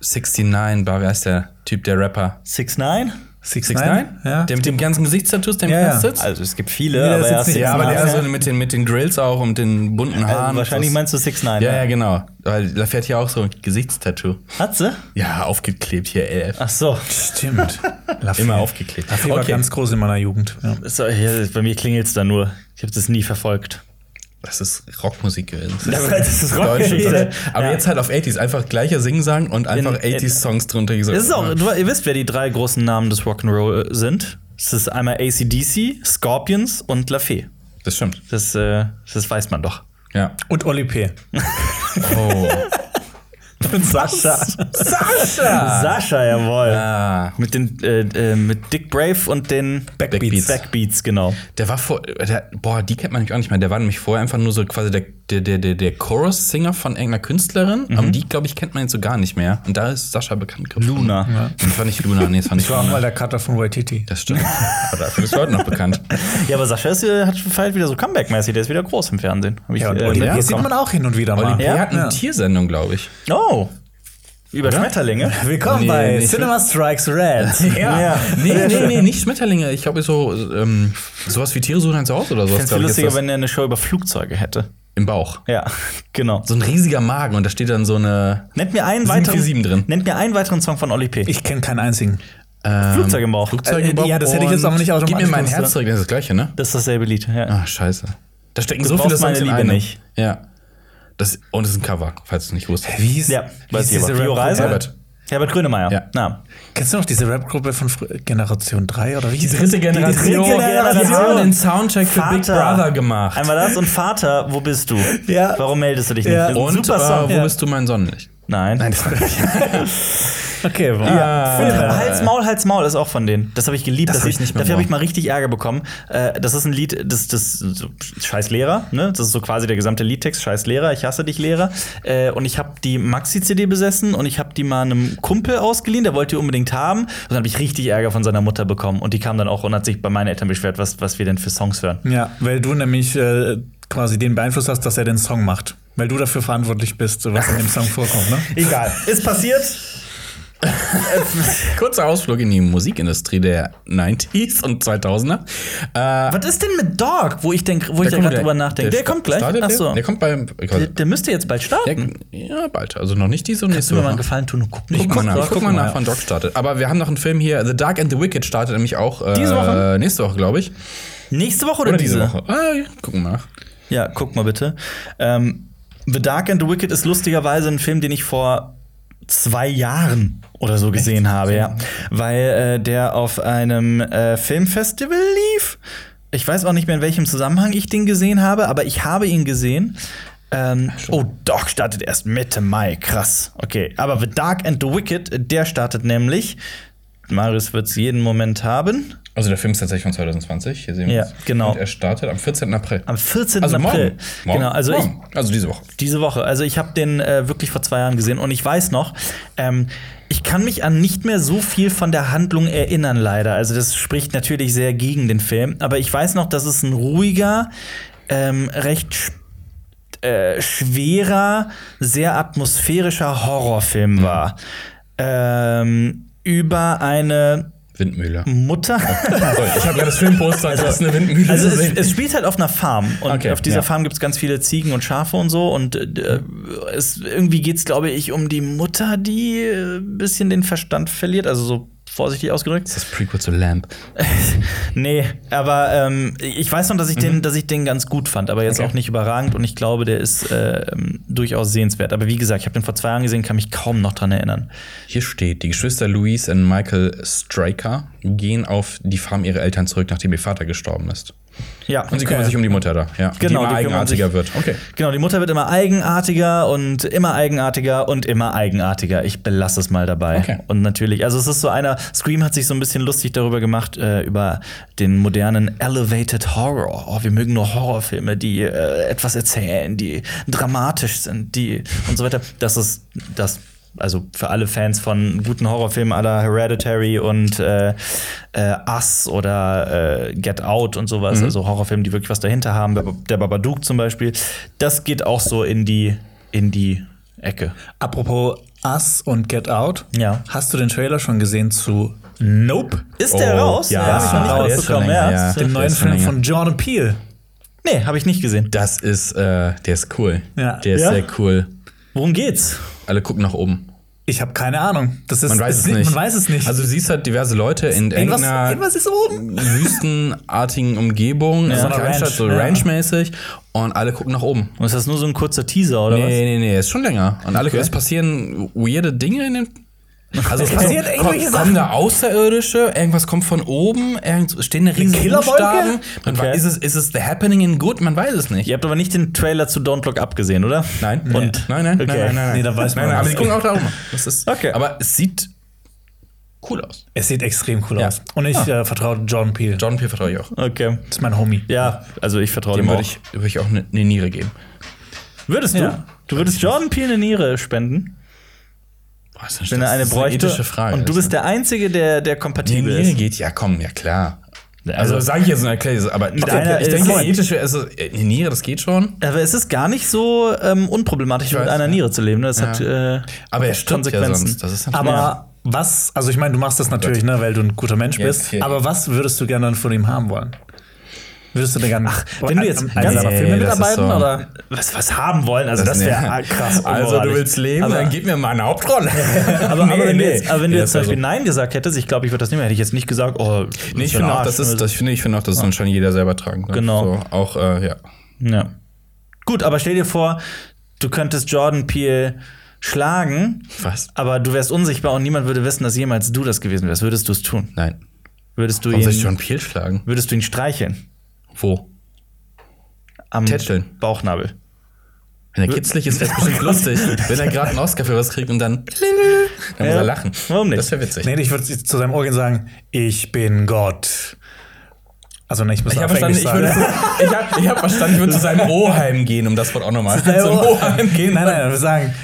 Speaker 3: 69, boah, wie heißt der Typ, der Rapper?
Speaker 1: 6 9
Speaker 2: Six
Speaker 3: 69?
Speaker 2: Ja.
Speaker 3: Der mit dem ganzen Gesichtstattoos, der im
Speaker 2: Ja, ja.
Speaker 3: Knast sitzt?
Speaker 1: Also es gibt viele,
Speaker 2: Nee, das
Speaker 1: aber
Speaker 2: ist
Speaker 1: ja,
Speaker 2: jetzt nicht-
Speaker 3: Ja, aber der
Speaker 2: Ja.
Speaker 3: so mit den, mit den Grills auch und den bunten Haaren.
Speaker 1: äh, wahrscheinlich ne? meinst
Speaker 3: Das-
Speaker 1: du 6 9
Speaker 3: Ja, ja, genau. Weil da fährt ja auch so ein Gesichtstattoo.
Speaker 1: Hat sie?
Speaker 3: Ja, aufgeklebt hier, LF.
Speaker 1: Ach so.
Speaker 2: Stimmt. Lafay.
Speaker 3: Immer aufgeklebt.
Speaker 2: Lafay war ganz groß in meiner Jugend. Ja.
Speaker 1: so hier, bei mir klingelt es da nur. Ich habe das nie verfolgt.
Speaker 3: Das ist Rockmusik gewesen. Das
Speaker 1: Das,
Speaker 3: ist
Speaker 1: ist
Speaker 3: Deutsche
Speaker 1: Rock'n'Roll.
Speaker 3: Sache. Aber
Speaker 1: Ja.
Speaker 3: jetzt halt auf 80s. Einfach gleicher Singsang und einfach
Speaker 1: In- in-
Speaker 3: 80s-Songs drunter gesagt.
Speaker 1: Es ist auch, du, ihr wisst, wer die drei großen Namen des Rock'n'Roll äh, sind. Es ist einmal ACDC, Scorpions und La Fee.
Speaker 3: Das stimmt.
Speaker 1: Das, äh, das weiß man doch.
Speaker 3: Ja.
Speaker 2: Und Oli P.
Speaker 3: Oh.
Speaker 2: Und Sascha.
Speaker 1: Sascha! Sascha, jawohl.
Speaker 3: ah.
Speaker 1: Mit, den, äh, äh, mit Dick Brave und den
Speaker 3: Backbeats.
Speaker 1: Backbeats, genau.
Speaker 3: Der war vor. Der, boah, die kennt man nämlich auch nicht mehr. Der war nämlich vorher einfach nur so quasi der, der, der, der, der Chorus-Singer von irgendeiner Künstlerin.
Speaker 1: Mhm.
Speaker 3: Aber die, glaube ich, kennt man jetzt so gar nicht mehr. Und da ist Sascha bekannt geworden.
Speaker 1: Luna.
Speaker 3: Ja. Das war nicht Luna, nee, das war nicht
Speaker 2: Ich war auch
Speaker 3: Luna.
Speaker 2: mal der Cutter von Waititi.
Speaker 3: Das stimmt. Aber dafür ist heute noch bekannt.
Speaker 1: Ja, aber Sascha ist, äh, hat feiert wieder so Comeback-mäßig. Der ist wieder groß im Fernsehen. Hab ich,
Speaker 2: Ja, und
Speaker 1: äh,
Speaker 2: Oli P.
Speaker 1: mitbekommen.
Speaker 2: sieht man auch hin und wieder mal.
Speaker 3: Olli P.
Speaker 1: Ja.
Speaker 3: hat eine
Speaker 2: Ja.
Speaker 3: Tiersendung, glaube ich.
Speaker 1: Oh! Über Schmetterlinge?
Speaker 2: Willkommen
Speaker 3: Nee,
Speaker 2: bei
Speaker 3: nicht
Speaker 2: Cinema Strikes Red.
Speaker 1: Ja.
Speaker 3: Nee, nee, nee, nicht Schmetterlinge. Ich glaube, so ähm, sowas wie Tiere suchen eins aus oder
Speaker 1: Ich
Speaker 3: sowas.
Speaker 1: fände es
Speaker 3: glaub ist
Speaker 1: lustiger,
Speaker 3: das.
Speaker 1: wenn er eine Show über Flugzeuge hätte.
Speaker 3: Im Bauch.
Speaker 1: Ja, genau.
Speaker 3: So ein riesiger Magen und da steht dann so eine.
Speaker 1: Nennt mir einen
Speaker 3: Sind
Speaker 1: weiteren.
Speaker 3: vier Sieben drin.
Speaker 1: Nennt mir einen weiteren Song von Oli P.
Speaker 2: Ich kenne keinen einzigen.
Speaker 1: Flugzeug im Bauch.
Speaker 3: ähm, Flugzeug
Speaker 2: Äh,
Speaker 3: im Bauch
Speaker 2: ja, das hätte ich jetzt
Speaker 3: und
Speaker 2: auch nicht automatisch
Speaker 3: Gib mir mein
Speaker 2: gewusst,
Speaker 3: Herz zurück, das ist das gleiche, ne?
Speaker 1: Das ist dasselbe Lied. Ja.
Speaker 3: Ah, scheiße. Da stecken
Speaker 1: Du
Speaker 3: so viele
Speaker 1: brauchst meine
Speaker 3: Songs in
Speaker 1: Liebe
Speaker 3: einem.
Speaker 1: nicht.
Speaker 3: Ja. Das, und es ist ein Cover, falls du es nicht wusstest.
Speaker 2: Wie hieß,
Speaker 1: Ja,
Speaker 2: wie
Speaker 1: weiß
Speaker 2: hieß
Speaker 1: ich aber.
Speaker 2: diese
Speaker 1: Rio
Speaker 2: Rap-Gruppe?
Speaker 1: Reiser?
Speaker 3: Herbert.
Speaker 1: Herbert Grönemeyer.
Speaker 3: Ja.
Speaker 1: Na.
Speaker 2: Kennst du noch diese Rap-Gruppe von frü- Generation 3 oder wie hieß
Speaker 3: dritte Generation.
Speaker 1: Die dritte Generation.
Speaker 3: Die haben den Soundtrack für Big
Speaker 1: Vater.
Speaker 3: Brother gemacht.
Speaker 1: Einmal das und Vater, wo bist du?
Speaker 2: Ja.
Speaker 1: Warum meldest du dich nicht?
Speaker 2: Ja.
Speaker 1: Das ist ein
Speaker 3: und
Speaker 1: super Song.
Speaker 3: Äh, wo
Speaker 2: Ja.
Speaker 3: bist du mein Sonnenlicht?
Speaker 1: Nein.
Speaker 3: das war nicht.
Speaker 2: Okay,
Speaker 3: Ah.
Speaker 1: Und
Speaker 3: Äh.
Speaker 1: Hals Maul, Hals Maul ist auch von denen. Das habe ich geliebt.
Speaker 3: Das
Speaker 1: dass
Speaker 3: hab
Speaker 1: ich,
Speaker 3: ich nicht mehr
Speaker 1: dafür habe
Speaker 3: im
Speaker 1: ich mal richtig Ärger bekommen. Äh, das ist ein Lied, das, das so, scheiß Lehrer, ne? Das ist so quasi der gesamte Liedtext, scheiß Lehrer, ich hasse dich, Lehrer. Äh, und ich habe die Maxi-CD besessen und ich habe die mal einem Kumpel ausgeliehen, der wollte die unbedingt haben. Und dann habe ich richtig Ärger von seiner Mutter bekommen. Und die kam dann auch und hat sich bei meinen Eltern beschwert, was, was wir denn für Songs hören.
Speaker 2: Ja, weil du nämlich äh, quasi den beeinflusst hast, dass er den Song macht. Weil du dafür verantwortlich bist, was in dem Song vorkommt, ne?
Speaker 1: Egal. Ist passiert.
Speaker 3: Kurzer Ausflug in die Musikindustrie der 90s und 2000er. Äh,
Speaker 1: Was ist denn mit Dog, wo ich, denk, wo ich da gerade drüber nachdenke? Der, kommt gleich.
Speaker 3: Startet der?
Speaker 1: Achso.
Speaker 3: Der kommt beim.
Speaker 1: Der, der müsste jetzt bald starten.
Speaker 3: der, ja, bald. Also noch nicht diese und
Speaker 1: Kannst du
Speaker 3: nächste
Speaker 1: mir mal einen
Speaker 3: Woche.
Speaker 1: Gefallen tun und gucken?
Speaker 3: Ich guck mal nach, ich guck mal nach,
Speaker 2: ja.
Speaker 3: wann Dog startet. Aber wir haben noch einen Film hier. The Dark and the Wicked startet nämlich auch äh,
Speaker 1: Diese Woche?
Speaker 3: nächste Woche, glaube ich.
Speaker 1: Nächste Woche oder,
Speaker 3: Oder
Speaker 1: diese?
Speaker 3: diese Woche. Ah, ja, gucken wir nach.
Speaker 1: Ja, guck mal bitte. Ähm, the Dark and the Wicked ist lustigerweise ein Film, den ich vor zwei Jahren oder so gesehen habe, ja. Weil äh, der auf einem äh, Filmfestival lief. Ich weiß auch nicht mehr, in welchem Zusammenhang ich den gesehen habe, aber ich habe ihn gesehen. Ähm, oh, Dog startet erst Mitte Mai. Krass. Okay. Aber The Dark and the Wicked, der startet nämlich. Marius wird es jeden Moment haben.
Speaker 3: Also der Film ist tatsächlich von 2020. Hier sehen wir
Speaker 1: Ja,
Speaker 3: es.
Speaker 1: genau.
Speaker 3: Und er startet am 14. April.
Speaker 1: Am 14.
Speaker 3: also
Speaker 1: April.
Speaker 3: morgen. morgen.
Speaker 1: Genau, also ich,
Speaker 3: morgen. also diese Woche.
Speaker 1: Diese Woche. Also ich habe den äh, wirklich vor zwei Jahren gesehen und ich weiß noch, ähm, ich kann mich an nicht mehr so viel von der Handlung erinnern, leider. Also das spricht natürlich sehr gegen den Film. Aber ich weiß noch, dass es ein ruhiger, ähm, recht sch- äh, schwerer, sehr atmosphärischer Horrorfilm war. Ähm, über eine
Speaker 3: Windmühle.
Speaker 1: Mutter.
Speaker 3: Sorry, ich habe gerade das Filmposter, also, ist eine Windmühle
Speaker 1: Also
Speaker 3: zu
Speaker 1: es,
Speaker 3: sehen.
Speaker 1: es spielt halt auf einer Farm und
Speaker 3: Okay,
Speaker 1: auf dieser
Speaker 3: ja.
Speaker 1: Farm gibt es ganz viele Ziegen und Schafe und so und äh, es, irgendwie geht es, glaube ich, um die Mutter, die äh, ein bisschen den Verstand verliert, also so vorsichtig ausgedrückt.
Speaker 3: das Prequel zu Lamp.
Speaker 1: Nee, aber ähm, ich weiß noch, dass ich, den, dass ich den ganz gut fand, aber jetzt
Speaker 3: Mhm. Okay.
Speaker 1: auch nicht überragend und ich glaube, der ist äh, ähm, durchaus sehenswert. Aber wie gesagt, ich habe den vor zwei Jahren gesehen, kann mich kaum noch dran erinnern.
Speaker 3: Hier steht, die Geschwister Louise und Michael Straker gehen auf die Farm ihrer Eltern zurück, nachdem ihr Vater gestorben ist.
Speaker 1: Ja,
Speaker 3: Und sie kümmern sich um die Mutter da, ja. die
Speaker 1: Genau,
Speaker 3: immer
Speaker 1: die kümmern
Speaker 3: eigenartiger
Speaker 1: sich-
Speaker 3: wird. Okay.
Speaker 1: Genau, die Mutter wird immer eigenartiger und immer eigenartiger und immer eigenartiger. Ich belasse es mal dabei.
Speaker 3: Okay.
Speaker 1: Und natürlich, also es ist so einer, Scream hat sich so ein bisschen lustig darüber gemacht, äh, über den modernen Elevated Horror. Oh, wir mögen nur Horrorfilme, die äh, etwas erzählen, die dramatisch sind, die und so weiter. Das ist das. Also für alle Fans von guten Horrorfilmen aller Hereditary und äh, äh, Us oder äh, Get Out und sowas,
Speaker 3: Mhm.
Speaker 1: also Horrorfilme, die wirklich was dahinter haben, der Bab- der Babadook zum Beispiel, das geht auch so in die in die Ecke.
Speaker 2: Apropos Us und Get Out.
Speaker 1: Ja.
Speaker 2: Hast du den Trailer schon gesehen zu Nope?
Speaker 1: Ist der
Speaker 3: Oh,
Speaker 1: raus?
Speaker 3: ja,
Speaker 1: hab ich noch nicht
Speaker 2: raus.
Speaker 1: rausbekommen.
Speaker 3: Der ist schon länger,
Speaker 1: Ja.
Speaker 3: ja.
Speaker 2: Dem
Speaker 3: der
Speaker 2: neuen
Speaker 3: ist schon
Speaker 2: Film
Speaker 3: länger.
Speaker 2: von Jordan Peele.
Speaker 1: Nee, habe ich nicht gesehen.
Speaker 3: Das ist, äh, der ist cool.
Speaker 2: Ja.
Speaker 3: Der ist
Speaker 1: Ja?
Speaker 3: sehr cool.
Speaker 1: Worum geht's?
Speaker 3: Alle gucken nach oben.
Speaker 2: Ich habe keine Ahnung. Das ist,
Speaker 3: Man weiß
Speaker 2: das
Speaker 3: es
Speaker 2: ist-
Speaker 3: nicht.
Speaker 2: Man weiß es nicht.
Speaker 3: Also du siehst halt diverse Leute in
Speaker 2: irgendwas,
Speaker 3: irgendeiner
Speaker 2: irgendwas ist oben.
Speaker 3: wüstenartigen Umgebung, ja.
Speaker 2: so
Speaker 3: so
Speaker 2: einer
Speaker 3: Kleinstadt,
Speaker 2: Ranch,
Speaker 3: so
Speaker 2: ja.
Speaker 3: ranchmäßig und alle gucken nach oben.
Speaker 1: Und ist das nur so ein kurzer Teaser oder
Speaker 3: Nee, nee, nee, ist schon länger. Und alle, es passieren weirde Dinge in dem. Also es
Speaker 2: passieren
Speaker 3: kommen-
Speaker 2: irgendwelche
Speaker 3: kommen
Speaker 2: Sachen.
Speaker 3: da Außerirdische, irgendwas kommt von oben, irgend, stehen eine riesige
Speaker 2: Killerwolke?
Speaker 3: Buchstaben. Man
Speaker 1: Okay.
Speaker 3: wei- Ist, es, ist es The Happening in Good? Man weiß es nicht.
Speaker 1: Ihr habt aber nicht den Trailer zu Don't Look Up gesehen, oder?
Speaker 3: Nein.
Speaker 1: Und-
Speaker 3: nein, nein,
Speaker 1: Okay.
Speaker 3: nein, nein, nein, nein.
Speaker 2: Nee, da weiß man
Speaker 3: nein, nein,
Speaker 2: was.
Speaker 3: aber die gucken auch da oben. Das ist,
Speaker 1: Okay.
Speaker 3: Aber es sieht cool aus.
Speaker 2: Es sieht extrem cool
Speaker 3: Ja.
Speaker 2: aus. Und ich äh, vertraue Jordan Peele.
Speaker 3: John P. vertraue ich auch.
Speaker 1: Okay.
Speaker 2: Das ist mein Homie.
Speaker 1: Ja, also ich vertraue
Speaker 3: Dem
Speaker 1: dem auch.
Speaker 3: würde ich, würde ich auch eine eine Niere geben.
Speaker 1: Würdest du?
Speaker 2: Ja.
Speaker 1: Du würdest Jordan Peele eine Niere spenden,
Speaker 3: Boah, ist das
Speaker 1: wenn er eine
Speaker 3: ist
Speaker 1: bräuchte.
Speaker 3: ethische Frage.
Speaker 1: und du
Speaker 3: ist,
Speaker 1: bist der Einzige, der, der
Speaker 3: ne?
Speaker 1: kompatibel
Speaker 3: Eine Niere
Speaker 1: ist.
Speaker 3: geht, ja komm, ja klar.
Speaker 1: Also-
Speaker 3: Also, sage ich jetzt nicht, klar, aber ich
Speaker 1: einer
Speaker 3: denke, ich
Speaker 1: ist-
Speaker 3: denke
Speaker 1: Moment.
Speaker 3: ethische, also, eine Niere, das geht schon.
Speaker 1: Aber es ist gar nicht so ähm, unproblematisch, mit
Speaker 3: weiß,
Speaker 1: einer
Speaker 3: ja.
Speaker 1: Niere zu leben. ne? Das hat äh,
Speaker 3: Aber er stirbt ja
Speaker 1: Konsequenzen.
Speaker 3: sonst. Das ist natürlich-
Speaker 2: Aber was, also ich meine, du machst das natürlich, ne, weil du ein guter Mensch
Speaker 3: Ja,
Speaker 2: bist.
Speaker 3: ja, ja.
Speaker 2: Aber was würdest du gerne dann von ihm haben wollen? Würdest du denn gerne.
Speaker 1: wenn wir jetzt
Speaker 2: am-
Speaker 1: ganz-
Speaker 2: einsamer
Speaker 3: Nee,
Speaker 2: Filme
Speaker 3: das ist
Speaker 2: mitarbeiten?
Speaker 3: so-
Speaker 2: Oder?
Speaker 1: was, was haben wollen, also das,
Speaker 3: Nee.
Speaker 1: wäre krass.
Speaker 3: Also du
Speaker 1: unmoralisch.
Speaker 3: willst leben,
Speaker 1: Aber-
Speaker 3: dann gib mir mal eine Hauptrolle.
Speaker 1: Aber, aber wenn du jetzt, aber wenn du
Speaker 3: Nee,
Speaker 1: jetzt zum
Speaker 3: das wär so.
Speaker 1: Beispiel Nein gesagt hättest, ich glaube, ich würde das nicht mehr, hätte ich jetzt nicht gesagt, oh,
Speaker 3: Nee, ich
Speaker 1: für ein
Speaker 3: finde auch,
Speaker 1: Arsch
Speaker 3: das
Speaker 1: oder
Speaker 3: ist,
Speaker 1: so.
Speaker 3: das finde ich finde auch, das soll schon jeder selber tragen. ne?
Speaker 1: Genau.
Speaker 3: So, auch äh, ja.
Speaker 1: Ja. Gut, aber stell dir vor, du könntest Jordan Peele schlagen,
Speaker 3: Was?
Speaker 1: aber du wärst unsichtbar und niemand würde wissen, dass jemals du das gewesen wärst. Würdest du es tun?
Speaker 3: Nein.
Speaker 1: Würdest du,
Speaker 3: Warum soll ich
Speaker 1: ihn,
Speaker 3: John Peel schlagen?
Speaker 1: würdest du ihn streicheln?
Speaker 3: Wo?
Speaker 1: Am
Speaker 3: Tätscheln.
Speaker 1: Bauchnabel.
Speaker 3: Wenn er kitzlig ist, wäre es bestimmt lustig. Wenn er gerade einen Oscar für was kriegt und dann, dann muss
Speaker 1: Ja.
Speaker 3: er lachen.
Speaker 1: Warum nicht?
Speaker 3: Das wäre witzig.
Speaker 2: Nee, ich würde zu seinem Ohr gehen und sagen, ich bin Gott. Also ne, ich muss
Speaker 3: Ich habe
Speaker 2: auf
Speaker 3: verstanden,
Speaker 2: Englisch
Speaker 3: ich, würde
Speaker 2: sagen.
Speaker 3: zu, ich, hab, ich hab verstanden, ich würde zu seinem Oheim gehen, um das Wort auch nochmal zu
Speaker 2: Nein,
Speaker 3: seinem Oheim gehen.
Speaker 2: nein, nein, wir sagen,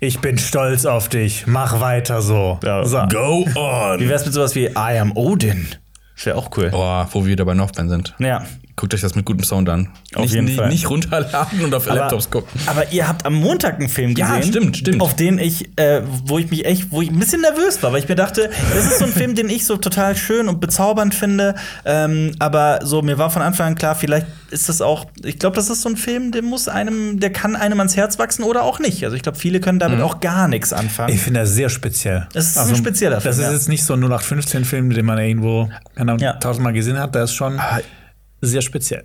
Speaker 2: ich bin stolz auf dich, mach weiter so.
Speaker 1: Ja.
Speaker 2: so.
Speaker 3: Go on!
Speaker 1: Wie wär's mit sowas wie I am Odin? Das wäre auch cool.
Speaker 3: Boah, Oh, wo wir wieder bei Northman sind.
Speaker 1: Ja.
Speaker 3: Guckt euch das mit gutem Sound an.
Speaker 1: Auf
Speaker 3: nicht,
Speaker 1: jeden
Speaker 3: nicht,
Speaker 1: Fall.
Speaker 3: nicht runterladen und auf
Speaker 1: Aber-
Speaker 3: Laptops gucken.
Speaker 1: Aber ihr habt am Montag einen Film gesehen.
Speaker 3: Ja, stimmt, stimmt.
Speaker 1: Auf den ich, äh, wo ich mich echt, wo ich ein bisschen nervös war, weil ich mir dachte, das ist so ein Film, den ich so total schön und bezaubernd finde. Ähm, aber so, mir war von Anfang an klar, vielleicht ist das auch, ich glaube, das ist so ein Film, der muss einem, der kann einem ans Herz wachsen oder auch nicht. Also ich glaube, viele können
Speaker 3: Mhm.
Speaker 1: damit auch gar nichts anfangen.
Speaker 2: Ich finde das sehr speziell. Also,
Speaker 1: Es ist ein spezieller
Speaker 2: Das
Speaker 1: Film,
Speaker 2: ist
Speaker 1: ja.
Speaker 2: jetzt nicht so ein 0815-Film, den man irgendwo keine Ahnung,
Speaker 1: Ja.
Speaker 2: tausendmal gesehen hat. Der ist schon
Speaker 3: Aber
Speaker 2: sehr speziell.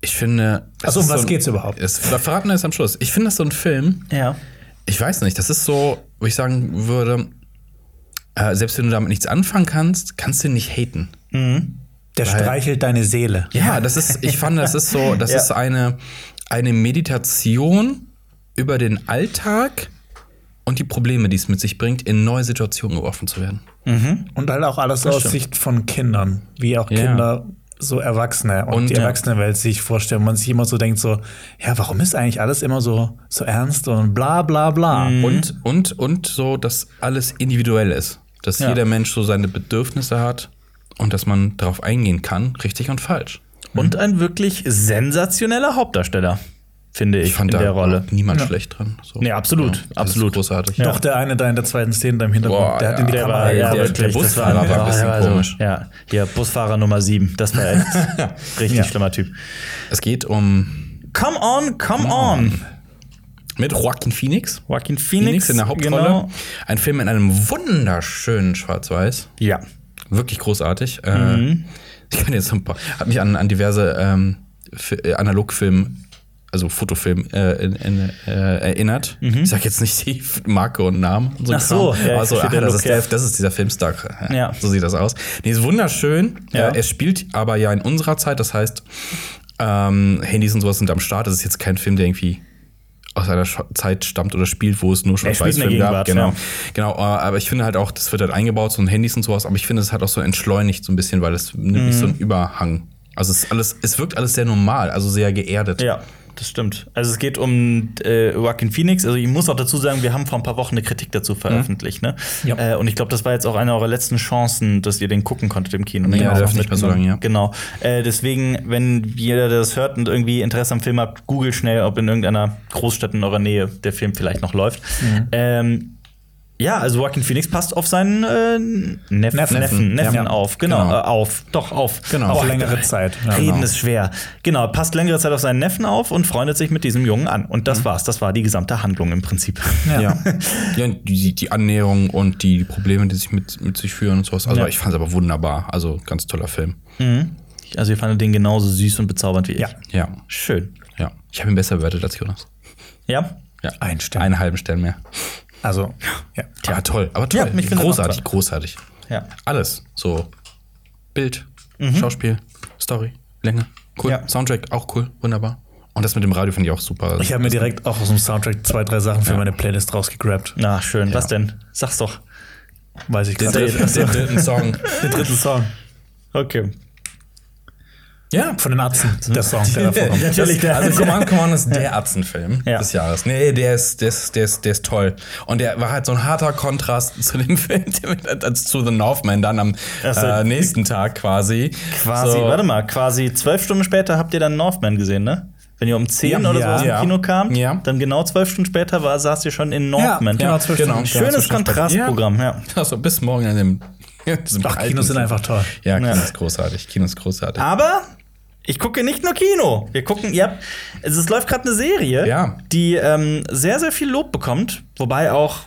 Speaker 3: Ich finde. das
Speaker 2: Ach so, um
Speaker 3: ist
Speaker 2: was
Speaker 3: ein-
Speaker 2: geht's überhaupt?
Speaker 3: Es, verraten wir es am Schluss. Ich finde das so ein Film,
Speaker 1: ja.
Speaker 3: ich weiß nicht, das ist so, wo ich sagen würde, äh, selbst wenn du damit nichts anfangen kannst, kannst du ihn nicht haten.
Speaker 2: Der streichelt deine Seele.
Speaker 3: Ja, das ist, ich fand, das ist so, das
Speaker 1: Ja.
Speaker 3: ist eine, eine Meditation über den Alltag und die Probleme, die es mit sich bringt, in neue Situationen geworfen zu werden.
Speaker 2: Und halt auch alles aus
Speaker 3: stimmt.
Speaker 2: Sicht von Kindern, wie auch
Speaker 3: Ja.
Speaker 2: Kinder so Erwachsene und,
Speaker 3: Und,
Speaker 2: die
Speaker 3: ja.
Speaker 2: Erwachsenenwelt sich vorstellen. Man sich immer so denkt so, ja, warum ist eigentlich alles immer so, so ernst und bla bla bla.
Speaker 1: Mhm.
Speaker 3: Und, und, und so, dass alles individuell ist. Dass
Speaker 1: Ja.
Speaker 3: jeder Mensch so seine Bedürfnisse hat und dass man darauf eingehen kann, richtig und falsch.
Speaker 1: Und ein wirklich sensationeller Hauptdarsteller, finde ich, in der Rolle.
Speaker 3: niemand schlecht dran. So.
Speaker 1: Nee, absolut,
Speaker 3: das ist
Speaker 1: absolut.
Speaker 3: Großartig.
Speaker 2: Doch der eine da in der zweiten Szene da im Hintergrund,
Speaker 3: Boah,
Speaker 2: der hat in die
Speaker 3: ja.
Speaker 2: Kamera
Speaker 3: Der
Speaker 2: geguckt.
Speaker 3: war-
Speaker 1: wirklich, das
Speaker 3: Busfahrer war ein
Speaker 1: oh,
Speaker 3: bisschen
Speaker 1: der so-
Speaker 3: komisch.
Speaker 1: Ja, hier, Busfahrer Nummer 7, das war echt richtig
Speaker 2: Ja.
Speaker 1: schlimmer Typ.
Speaker 3: Es geht um
Speaker 1: Come on, come on.
Speaker 3: mit Joaquin Phoenix.
Speaker 1: Joaquin
Speaker 3: Phoenix
Speaker 1: Phoenix
Speaker 3: in der Hauptrolle.
Speaker 1: Genau.
Speaker 3: Ein Film in einem wunderschönen Schwarz-Weiß.
Speaker 1: Ja.
Speaker 3: Wirklich großartig.
Speaker 1: Mhm.
Speaker 3: Äh, ich kann jetzt so ein paar. Hat mich an, an diverse ähm, F- äh, Analogfilm, also Fotofilm äh, in, in, äh, erinnert. Ich sag jetzt nicht die F- Marke und Namen. Und so
Speaker 1: Mhm. Ach so, ja, ich
Speaker 3: also, ah,
Speaker 1: verstehe den
Speaker 3: das,
Speaker 1: Look,
Speaker 3: ist der,
Speaker 1: ja.
Speaker 3: das ist dieser Filmstar.
Speaker 1: Ja.
Speaker 3: So sieht das aus. Nee, ist wunderschön.
Speaker 1: Ja.
Speaker 3: Äh, es spielt aber ja in unserer Zeit. Das heißt, ähm, Handys und sowas sind am Start. Das ist jetzt kein Film, der irgendwie aus einer Sch Zeit stammt oder spielt, wo es nur
Speaker 1: Er
Speaker 3: schon
Speaker 1: spielt in der
Speaker 3: Weißfilm gab. Genau.
Speaker 1: Gegenwart,
Speaker 3: genau, äh, aber ich finde halt auch, das wird halt eingebaut, so in Handys und sowas, aber ich finde, es hat auch so entschleunigt so ein bisschen, weil es nimmt nicht so
Speaker 1: Mhm.
Speaker 3: einen Überhang. Also es, ist alles, es wirkt alles sehr normal, also sehr geerdet.
Speaker 1: Ja, das stimmt. Also es geht um äh, Joaquin Phoenix. Also ich muss auch dazu sagen, wir haben vor ein paar Wochen eine Kritik
Speaker 3: Mhm.
Speaker 1: dazu veröffentlicht. Ne?
Speaker 2: Ja.
Speaker 1: Äh, und ich glaube, das war jetzt auch eine eurer letzten Chancen, dass ihr den gucken konntet im Kino.
Speaker 3: Nee,
Speaker 1: Den
Speaker 3: der
Speaker 1: auch
Speaker 3: darf
Speaker 1: noch
Speaker 3: nicht mehr so
Speaker 1: mitgenommen.
Speaker 3: lange, ja.
Speaker 1: Genau. Äh, deswegen, wenn jeder, der das hört und irgendwie Interesse am Film hat, googelt schnell, ob in irgendeiner Großstadt in eurer Nähe der Film vielleicht noch läuft.
Speaker 3: Mhm.
Speaker 1: Ähm, ja, also Joaquin Phoenix passt auf seinen äh, Neff Neffen, Neffen,
Speaker 2: Ja.
Speaker 1: auf, genau,
Speaker 3: Genau.
Speaker 1: äh, auf, doch auf,
Speaker 3: Genau.
Speaker 1: auf
Speaker 2: Auf längere Zeit. Ja.
Speaker 1: Reden
Speaker 3: Genau.
Speaker 1: ist schwer. Genau, passt längere Zeit auf seinen Neffen auf und freundet sich mit diesem Jungen an. Und das war's. Das war die gesamte Handlung im Prinzip.
Speaker 2: Ja.
Speaker 3: Ja, und die, die Annäherung und die Probleme, die sich mit, mit sich führen und sowas. Also
Speaker 1: Ja.
Speaker 3: ich fand es aber wunderbar. Also ganz toller Film.
Speaker 1: Also, ihr fandet den genauso süß und bezaubernd wie ich.
Speaker 2: Ja.
Speaker 3: Ja,
Speaker 1: Schön.
Speaker 3: ja. Ich habe ihn besser bewertet als Jonas.
Speaker 1: Ja?
Speaker 3: Ja.
Speaker 2: Ein Stern.
Speaker 3: Einen halben Stern mehr.
Speaker 2: Also, ja.
Speaker 3: Ja, aber toll. Aber toll.
Speaker 1: Ja, mich find's
Speaker 3: großartig,
Speaker 1: auch
Speaker 3: großartig.
Speaker 1: Ja.
Speaker 3: Alles. So Bild, Schauspiel, Story, Länge. Cool.
Speaker 1: Ja.
Speaker 3: Soundtrack auch cool, wunderbar. Und das mit dem Radio fand ich auch super.
Speaker 2: Ich habe mir direkt auch aus dem Soundtrack zwei, drei Sachen für meine Playlist rausgegrabt.
Speaker 1: Na, schön. Was denn? Sag's doch.
Speaker 2: Weiß ich
Speaker 3: den,
Speaker 2: gerade.
Speaker 3: dritten, den dritten Song.
Speaker 2: Den dritten Song.
Speaker 1: Okay.
Speaker 3: Ja.
Speaker 2: Von den Atzen. Der Song, der davor kommt.
Speaker 1: Natürlich,
Speaker 3: das,
Speaker 1: der-
Speaker 3: also Command Command ist der Atzenfilm
Speaker 1: Ja.
Speaker 3: des Jahres. Nee, der ist, der, ist, der, ist, der ist toll. Und der war halt so ein harter Kontrast zu dem Film, der mit- als zu The Northman dann am
Speaker 1: Ach so.
Speaker 3: äh, nächsten Tag quasi.
Speaker 1: Quasi,
Speaker 3: so,
Speaker 1: warte mal, quasi zwölf Stunden später habt ihr dann Northman gesehen, ne? Wenn ihr um 10
Speaker 2: Ja.
Speaker 1: oder so aus
Speaker 3: Ja.
Speaker 1: dem Kino kamt,
Speaker 3: Ja.
Speaker 1: dann genau zwölf Stunden später war, saß ihr schon in Northman.
Speaker 2: genau, zwölf Stunden.
Speaker 1: Schönes Kontrastprogramm, ja.
Speaker 3: Also bis morgen an dem. diesem
Speaker 2: Ach,
Speaker 3: alten
Speaker 2: Kinos sind
Speaker 3: Film.
Speaker 2: einfach toll.
Speaker 3: Ja, Kino
Speaker 1: Ja.
Speaker 3: ist großartig. Kino ist großartig.
Speaker 1: Aber Ich gucke nicht nur Kino. Wir gucken, ihr habt, es es läuft gerade eine Serie,
Speaker 3: Ja.
Speaker 1: die ähm, sehr, sehr viel Lob bekommt, wobei auch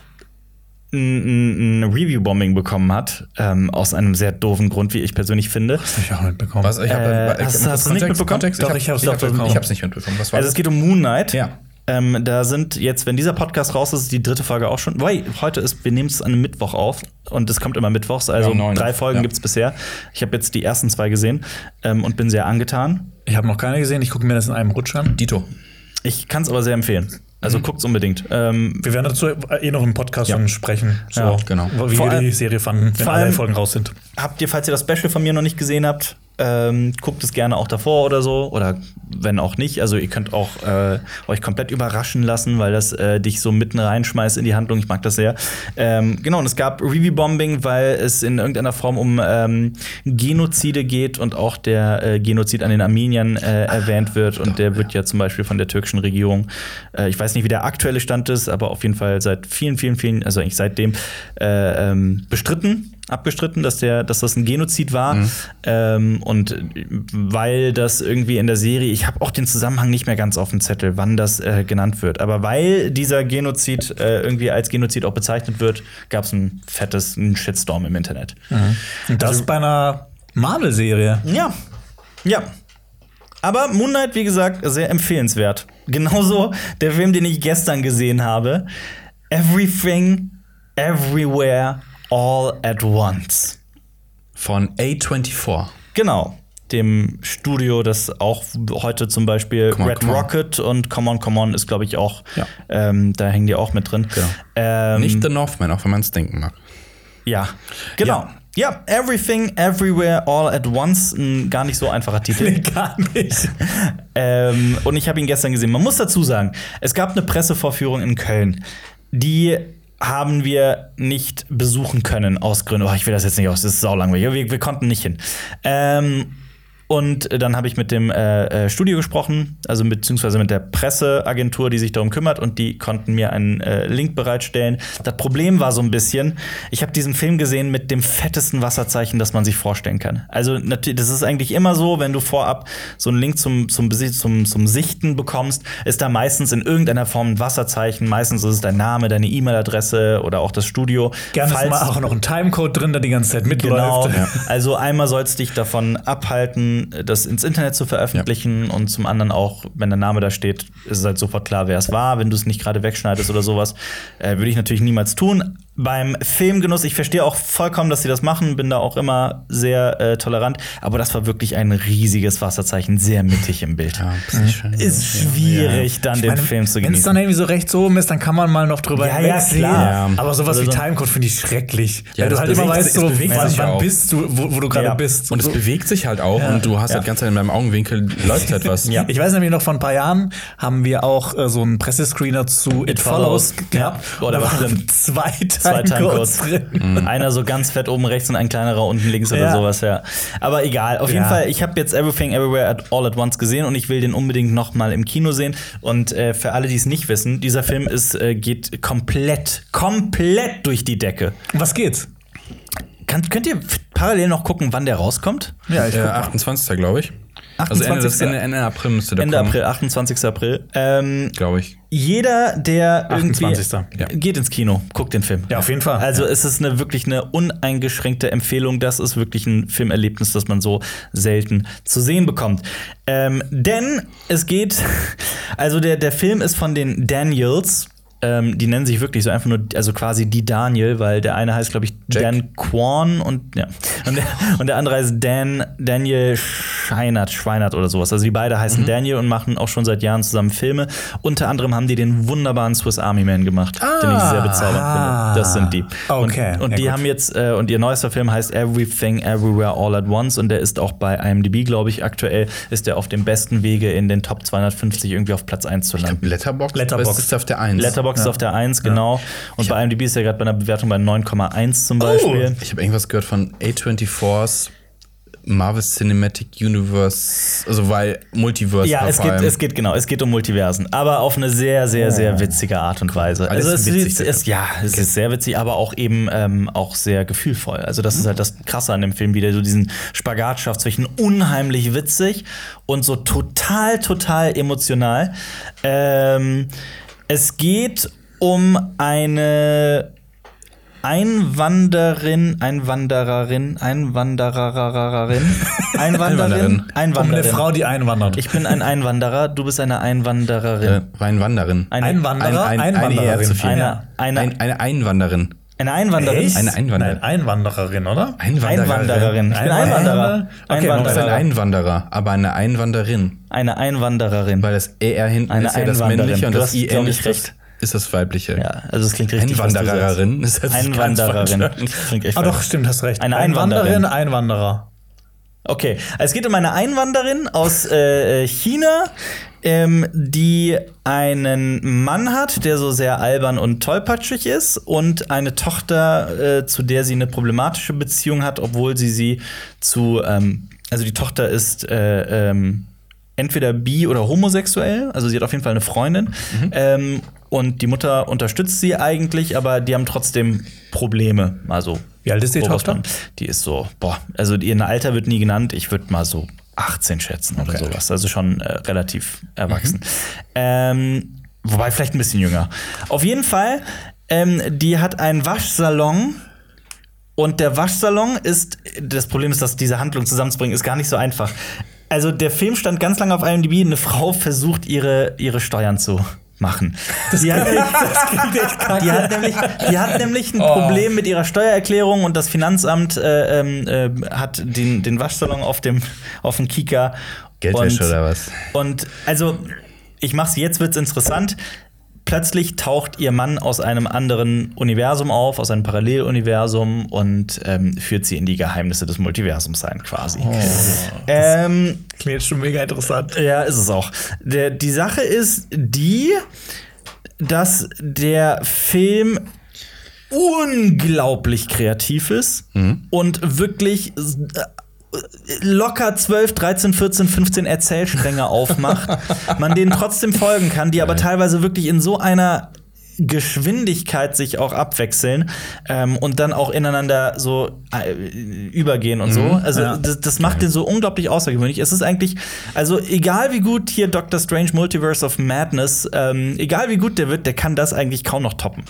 Speaker 1: ein, ein, ein Review-Bombing bekommen hat, ähm, aus einem sehr doofen Grund, wie ich persönlich finde.
Speaker 2: Hab ich auch mitbekommen.
Speaker 3: Was, ich hab,
Speaker 1: Äh, hast- hast du's nicht mitbekommen?
Speaker 3: Kontext?
Speaker 2: Doch,
Speaker 3: ich
Speaker 2: ich
Speaker 3: habe
Speaker 2: hab's
Speaker 3: ich hab,
Speaker 2: doch
Speaker 3: ich hab's nicht mitbekommen. Was war
Speaker 1: Also es
Speaker 3: das?
Speaker 1: geht um Moon Knight.
Speaker 3: Ja.
Speaker 1: Ähm, da sind jetzt, wenn dieser Podcast raus ist, die dritte Folge auch schon. Wait, heute ist, wir nehmen es an einem Mittwoch auf und es kommt immer mittwochs, also
Speaker 3: Ja, neun.
Speaker 1: drei Folgen
Speaker 3: Ja.
Speaker 1: gibt's bisher. Ich habe jetzt die ersten zwei gesehen ähm, und bin sehr angetan.
Speaker 2: Ich habe noch keine gesehen, ich gucke mir das in einem Rutsch an.
Speaker 3: Dito.
Speaker 1: Ich kann es aber sehr empfehlen. Also guckt's unbedingt. Ähm,
Speaker 2: Wir werden dazu eh noch im Podcast schon sprechen. So,
Speaker 1: Ja,
Speaker 3: genau.
Speaker 2: Wie
Speaker 1: Vor
Speaker 2: wir
Speaker 1: allem-
Speaker 2: die Serie fanden, wenn
Speaker 1: vor
Speaker 2: alle
Speaker 1: allem-
Speaker 2: Folgen raus sind.
Speaker 1: habt ihr, falls ihr das Special von mir noch nicht gesehen habt, ähm, guckt es gerne auch davor oder so. Oder wenn auch nicht. Also ihr könnt auch äh, euch komplett überraschen lassen, weil das äh, dich so mitten reinschmeißt in die Handlung. Ich mag das sehr. Ähm, genau, und es gab Review-Bombing, weil es in irgendeiner Form um ähm, Genozide geht und auch der äh, Genozid an den Armeniern äh, erwähnt wird. Und der wird ja zum Beispiel von der türkischen Regierung, äh, ich weiß nicht, wie der aktuelle Stand ist, aber auf jeden Fall seit vielen, vielen, vielen, also eigentlich seitdem äh, ähm, bestritten abgestritten, dass, der, dass das ein Genozid war. Ähm, und äh, weil das irgendwie in der Serie, ich habe auch den Zusammenhang nicht mehr ganz auf dem Zettel, wann das äh, genannt wird. Aber weil dieser Genozid äh, irgendwie als Genozid auch bezeichnet wird, gab es ein fettes einen Shitstorm im Internet.
Speaker 2: Und das bei einer Marvel-Serie.
Speaker 1: Ja, ja. Aber Moon Knight, wie gesagt, sehr empfehlenswert. Genauso der Film, den ich gestern gesehen habe. Everything, Everywhere, All at Once.
Speaker 3: Von A24.
Speaker 1: Genau. Dem Studio, das auch heute zum Beispiel
Speaker 3: Come on,
Speaker 1: Red
Speaker 3: come on.
Speaker 1: Rocket und Come On, Come On ist, glaube ich, auch.
Speaker 3: Ja.
Speaker 1: Ähm, da hängen die auch mit drin. Genau. Ähm,
Speaker 3: Nicht The Northman, auch wenn man es denken mag.
Speaker 1: Ja. Genau. Ja. Everything, Everywhere, All at Once. Ein gar nicht so einfacher Titel.
Speaker 2: Gar nicht.
Speaker 1: Ähm, und ich habe ihn gestern gesehen. Man muss dazu sagen, es gab eine Pressevorführung in Köln. Die haben wir nicht besuchen können aus Gründen. Oh, ich will das jetzt nicht aus, das ist saulangweilig. Wir, wir konnten nicht hin. Ähm, und äh, dann habe ich mit dem äh, äh, Studio gesprochen, also mit- beziehungsweise mit der Presseagentur, die sich darum kümmert, und die konnten mir einen äh, Link bereitstellen. Das Problem war so ein bisschen, ich habe diesen Film gesehen mit dem fettesten Wasserzeichen, das man sich vorstellen kann. Also natürlich, das ist eigentlich immer so, wenn du vorab so einen Link zum, zum, Besi- zum, zum Sichten bekommst, ist da meistens in irgendeiner Form ein Wasserzeichen. Meistens ist es dein Name, deine E-Mail-Adresse oder auch das Studio.
Speaker 2: Gerne ist
Speaker 1: Falls-
Speaker 2: mal auch noch ein Timecode drin, der die ganze Zeit mitläuft.
Speaker 1: Genau. Also einmal sollst dich davon abhalten, das ins Internet zu veröffentlichen und zum anderen auch, wenn der Name da steht, ist es halt sofort klar, wer es war. Wenn du es nicht gerade wegschneidest oder sowas, äh, würde ich natürlich niemals tun. Beim Filmgenuss, ich verstehe auch vollkommen, dass sie das machen, bin da auch immer sehr äh, tolerant, aber das war wirklich ein riesiges Wasserzeichen, sehr mittig im Bild.
Speaker 3: ist nicht Ah, schön.
Speaker 1: Ist schwierig, dann den Film zu
Speaker 2: Wenn es
Speaker 1: genießen.
Speaker 2: dann irgendwie so rechts oben ist, dann kann man mal noch drüber
Speaker 1: Ja, ja,
Speaker 2: hinwegsehen.
Speaker 1: klar.
Speaker 2: Aber sowas
Speaker 1: Also
Speaker 2: wie
Speaker 1: so-
Speaker 2: Timecode finde ich schrecklich.
Speaker 3: Ja,
Speaker 2: weil du
Speaker 3: das
Speaker 2: halt immer
Speaker 3: bewegt-
Speaker 2: weißt,
Speaker 3: es
Speaker 2: so,
Speaker 3: bewegt
Speaker 2: wann,
Speaker 3: sich ja
Speaker 2: wann
Speaker 3: auch.
Speaker 2: bist du, wo, wo du gerade
Speaker 1: Ja.
Speaker 2: bist.
Speaker 3: Und es
Speaker 2: so.
Speaker 3: bewegt sich halt auch und du hast halt ganz in deinem Augenwinkel läuft halt was.
Speaker 1: Ja.
Speaker 2: Ich weiß nämlich noch, vor ein paar Jahren haben wir auch äh, so einen Pressescreener zu It, Follows,
Speaker 1: Follows,
Speaker 2: gehabt.
Speaker 1: ja. Boah, da
Speaker 2: Und
Speaker 1: war
Speaker 2: da
Speaker 1: drin.
Speaker 2: waren zwei
Speaker 1: Zwei
Speaker 2: Timecodes
Speaker 1: Timecodes.
Speaker 2: drin.
Speaker 1: Einer so ganz fett oben rechts und ein kleinerer unten links oder
Speaker 2: Ja.
Speaker 1: sowas, ja. Aber egal. Auf jeden
Speaker 2: Ja.
Speaker 1: Fall, ich habe jetzt Everything Everywhere at All at Once gesehen und ich will den unbedingt nochmal im Kino sehen. Und äh, für alle, die es nicht wissen, dieser Film ist, äh, geht komplett, komplett durch die Decke.
Speaker 2: Was geht's?
Speaker 1: Kann, könnt ihr parallel noch gucken, wann der rauskommt?
Speaker 2: Ja,
Speaker 3: Äh, 28. glaube ich. Also Ende, des,
Speaker 2: 28..
Speaker 3: Ende, Ende April müsste der
Speaker 1: Ende
Speaker 3: kommen.
Speaker 1: April, 28. April. Ähm,
Speaker 3: Glaube ich.
Speaker 1: jeder, der irgendwie
Speaker 2: 28.,
Speaker 3: ja.
Speaker 1: geht ins Kino, guckt den Film.
Speaker 2: Ja, auf jeden Fall.
Speaker 1: Also es ist eine wirklich eine uneingeschränkte Empfehlung. Das ist wirklich ein Filmerlebnis, das man so selten zu sehen bekommt. Ähm, denn es geht, also der, der Film ist von den Daniels. Ähm, die nennen sich wirklich so einfach nur, also quasi die Daniel, weil der eine heißt, glaube ich,
Speaker 3: Jack.
Speaker 1: Dan Quan und, ja, und, der, und der andere heißt Dan, Daniel Scheinert, Schweinert oder sowas. Also die beide heißen Daniel und machen auch schon seit Jahren zusammen Filme. Unter anderem haben die den wunderbaren Swiss Army Man gemacht, den ich sehr bezaubernd finde. Das sind die.
Speaker 2: Okay,
Speaker 1: Und, und
Speaker 2: ja,
Speaker 1: die
Speaker 2: gut.
Speaker 1: haben jetzt, äh, und ihr neuester Film heißt Everything Everywhere All at Once und der ist auch bei IMDb, glaube ich, aktuell, ist der auf dem besten Wege in den Top 250 irgendwie auf Platz 1 zu landen.
Speaker 3: Letterbox? Das
Speaker 2: Letterboxd.
Speaker 3: ist auf der 1.
Speaker 1: Letterbox ist auf der 1, genau. Und bei IMDb ist er gerade bei einer Bewertung bei 9,1 zum Beispiel.
Speaker 3: Ich habe irgendwas gehört von A24s Marvel Cinematic Universe, also weil Multiverse.
Speaker 1: Ja,
Speaker 3: war
Speaker 1: es
Speaker 3: vor
Speaker 1: geht,
Speaker 3: allem.
Speaker 1: es geht genau, es geht um Multiversen, aber auf eine sehr, sehr, sehr witzige Art und Weise.
Speaker 3: Alles
Speaker 1: Also es
Speaker 3: witzig,
Speaker 1: ist,
Speaker 3: der
Speaker 1: es, ja, es ist sehr witzig, aber auch eben ähm, auch sehr gefühlvoll. Also das ist halt das Krasse an dem Film, wie der so diesen Spagat schafft zwischen unheimlich witzig und so total, total emotional. Ähm, es geht um eine Einwanderin, Einwandererin, Einwandererin, Einwanderin,
Speaker 3: Einwanderin.
Speaker 2: Um eine
Speaker 1: Einwanderin.
Speaker 2: Frau, die einwandert.
Speaker 1: Ich bin ein Einwanderer, du bist eine
Speaker 3: Äh,
Speaker 1: Einwandererin.
Speaker 3: Reinwanderin.
Speaker 1: Eine,
Speaker 2: Einwanderer,
Speaker 3: Ein- ein- eine eher
Speaker 2: Einwandererin.
Speaker 3: zu viel.
Speaker 1: Eine- eine-
Speaker 3: Ein, eine Einwanderin.
Speaker 1: eine Einwanderin.
Speaker 2: Echt?
Speaker 3: Eine Einwandererin.
Speaker 2: Nein, Einwandererin, oder?
Speaker 1: Einwanderin.
Speaker 3: Einwandererin.
Speaker 1: Ich bin Einwanderer.
Speaker 2: Okay,
Speaker 3: Du bist ein
Speaker 1: Einwanderer.
Speaker 3: Einwanderer, aber eine Einwanderin.
Speaker 1: Eine Einwandererin.
Speaker 3: Weil das ER hinten
Speaker 1: Eine
Speaker 3: ist ja das
Speaker 1: Einwanderin.
Speaker 3: männliche und
Speaker 1: Du
Speaker 3: das
Speaker 1: hast,
Speaker 3: IN
Speaker 1: glaub ich,
Speaker 3: ist das,
Speaker 1: recht.
Speaker 3: ist das weibliche.
Speaker 1: Ja, also es klingt richtig. was du sagst.
Speaker 3: Einwandererin ist das ganz
Speaker 1: Einwandererin.
Speaker 3: falsch.
Speaker 1: Das klingt echt
Speaker 2: Ah, doch,
Speaker 1: falsch.
Speaker 2: stimmt, hast recht.
Speaker 1: Eine Einwanderin.
Speaker 2: Einwanderer.
Speaker 1: Okay, es geht um eine Einwanderin aus äh, äh, China, ähm, die einen Mann hat, der so sehr albern und tollpatschig ist und eine Tochter, äh, zu der sie eine problematische Beziehung hat, obwohl sie sie zu, ähm, also die Tochter ist äh, ähm, entweder bi oder homosexuell, also sie hat auf jeden Fall eine Freundin.
Speaker 2: Mhm.
Speaker 1: Ähm, und die Mutter unterstützt sie eigentlich, aber die haben trotzdem Probleme. Also
Speaker 2: Wie alt ist die
Speaker 1: woraus
Speaker 2: Tochter?
Speaker 1: man- die ist so, boah, also ihr Alter wird nie genannt. Ich würde mal so 18 schätzen oder sowas. Also schon äh, relativ erwachsen. Ähm, wobei vielleicht ein bisschen jünger. Auf jeden Fall, ähm, die hat einen Waschsalon. Und der Waschsalon ist, das Problem ist, dass diese Handlung zusammenzubringen, ist gar nicht so einfach. Also der Film stand ganz lange auf IMDb, eine Frau versucht, ihre, ihre Steuern zu machen. Die hat, die, hat nämlich, die hat nämlich
Speaker 3: Oh.
Speaker 1: ein Problem mit ihrer Steuererklärung und das Finanzamt äh, ähm, äh, hat den, den Waschsalon auf dem, auf dem Kika.
Speaker 3: Geldwäsche
Speaker 1: Und-
Speaker 3: oder was?
Speaker 1: und also, ich mach's jetzt, wird's interessant. Plötzlich taucht ihr Mann aus einem anderen Universum auf, aus einem Paralleluniversum und ähm, führt sie in die Geheimnisse des Multiversums ein, quasi. Ähm,
Speaker 2: Oh. Klingt jetzt schon mega interessant.
Speaker 1: ja, ist es auch. Der, die Sache ist die, dass der Film unglaublich kreativ ist und wirklich äh, locker 12, 13, 14, 15 Erzählstränge aufmacht. Man denen trotzdem folgen kann, die aber teilweise wirklich in so einer Geschwindigkeit sich auch abwechseln ähm, und dann auch ineinander so äh, übergehen und
Speaker 3: Mhm.
Speaker 1: so. Also das, das macht den so unglaublich außergewöhnlich. Es ist eigentlich, also egal wie gut hier Doctor Strange Multiverse of Madness, ähm, egal wie gut der wird, der kann das eigentlich kaum noch toppen.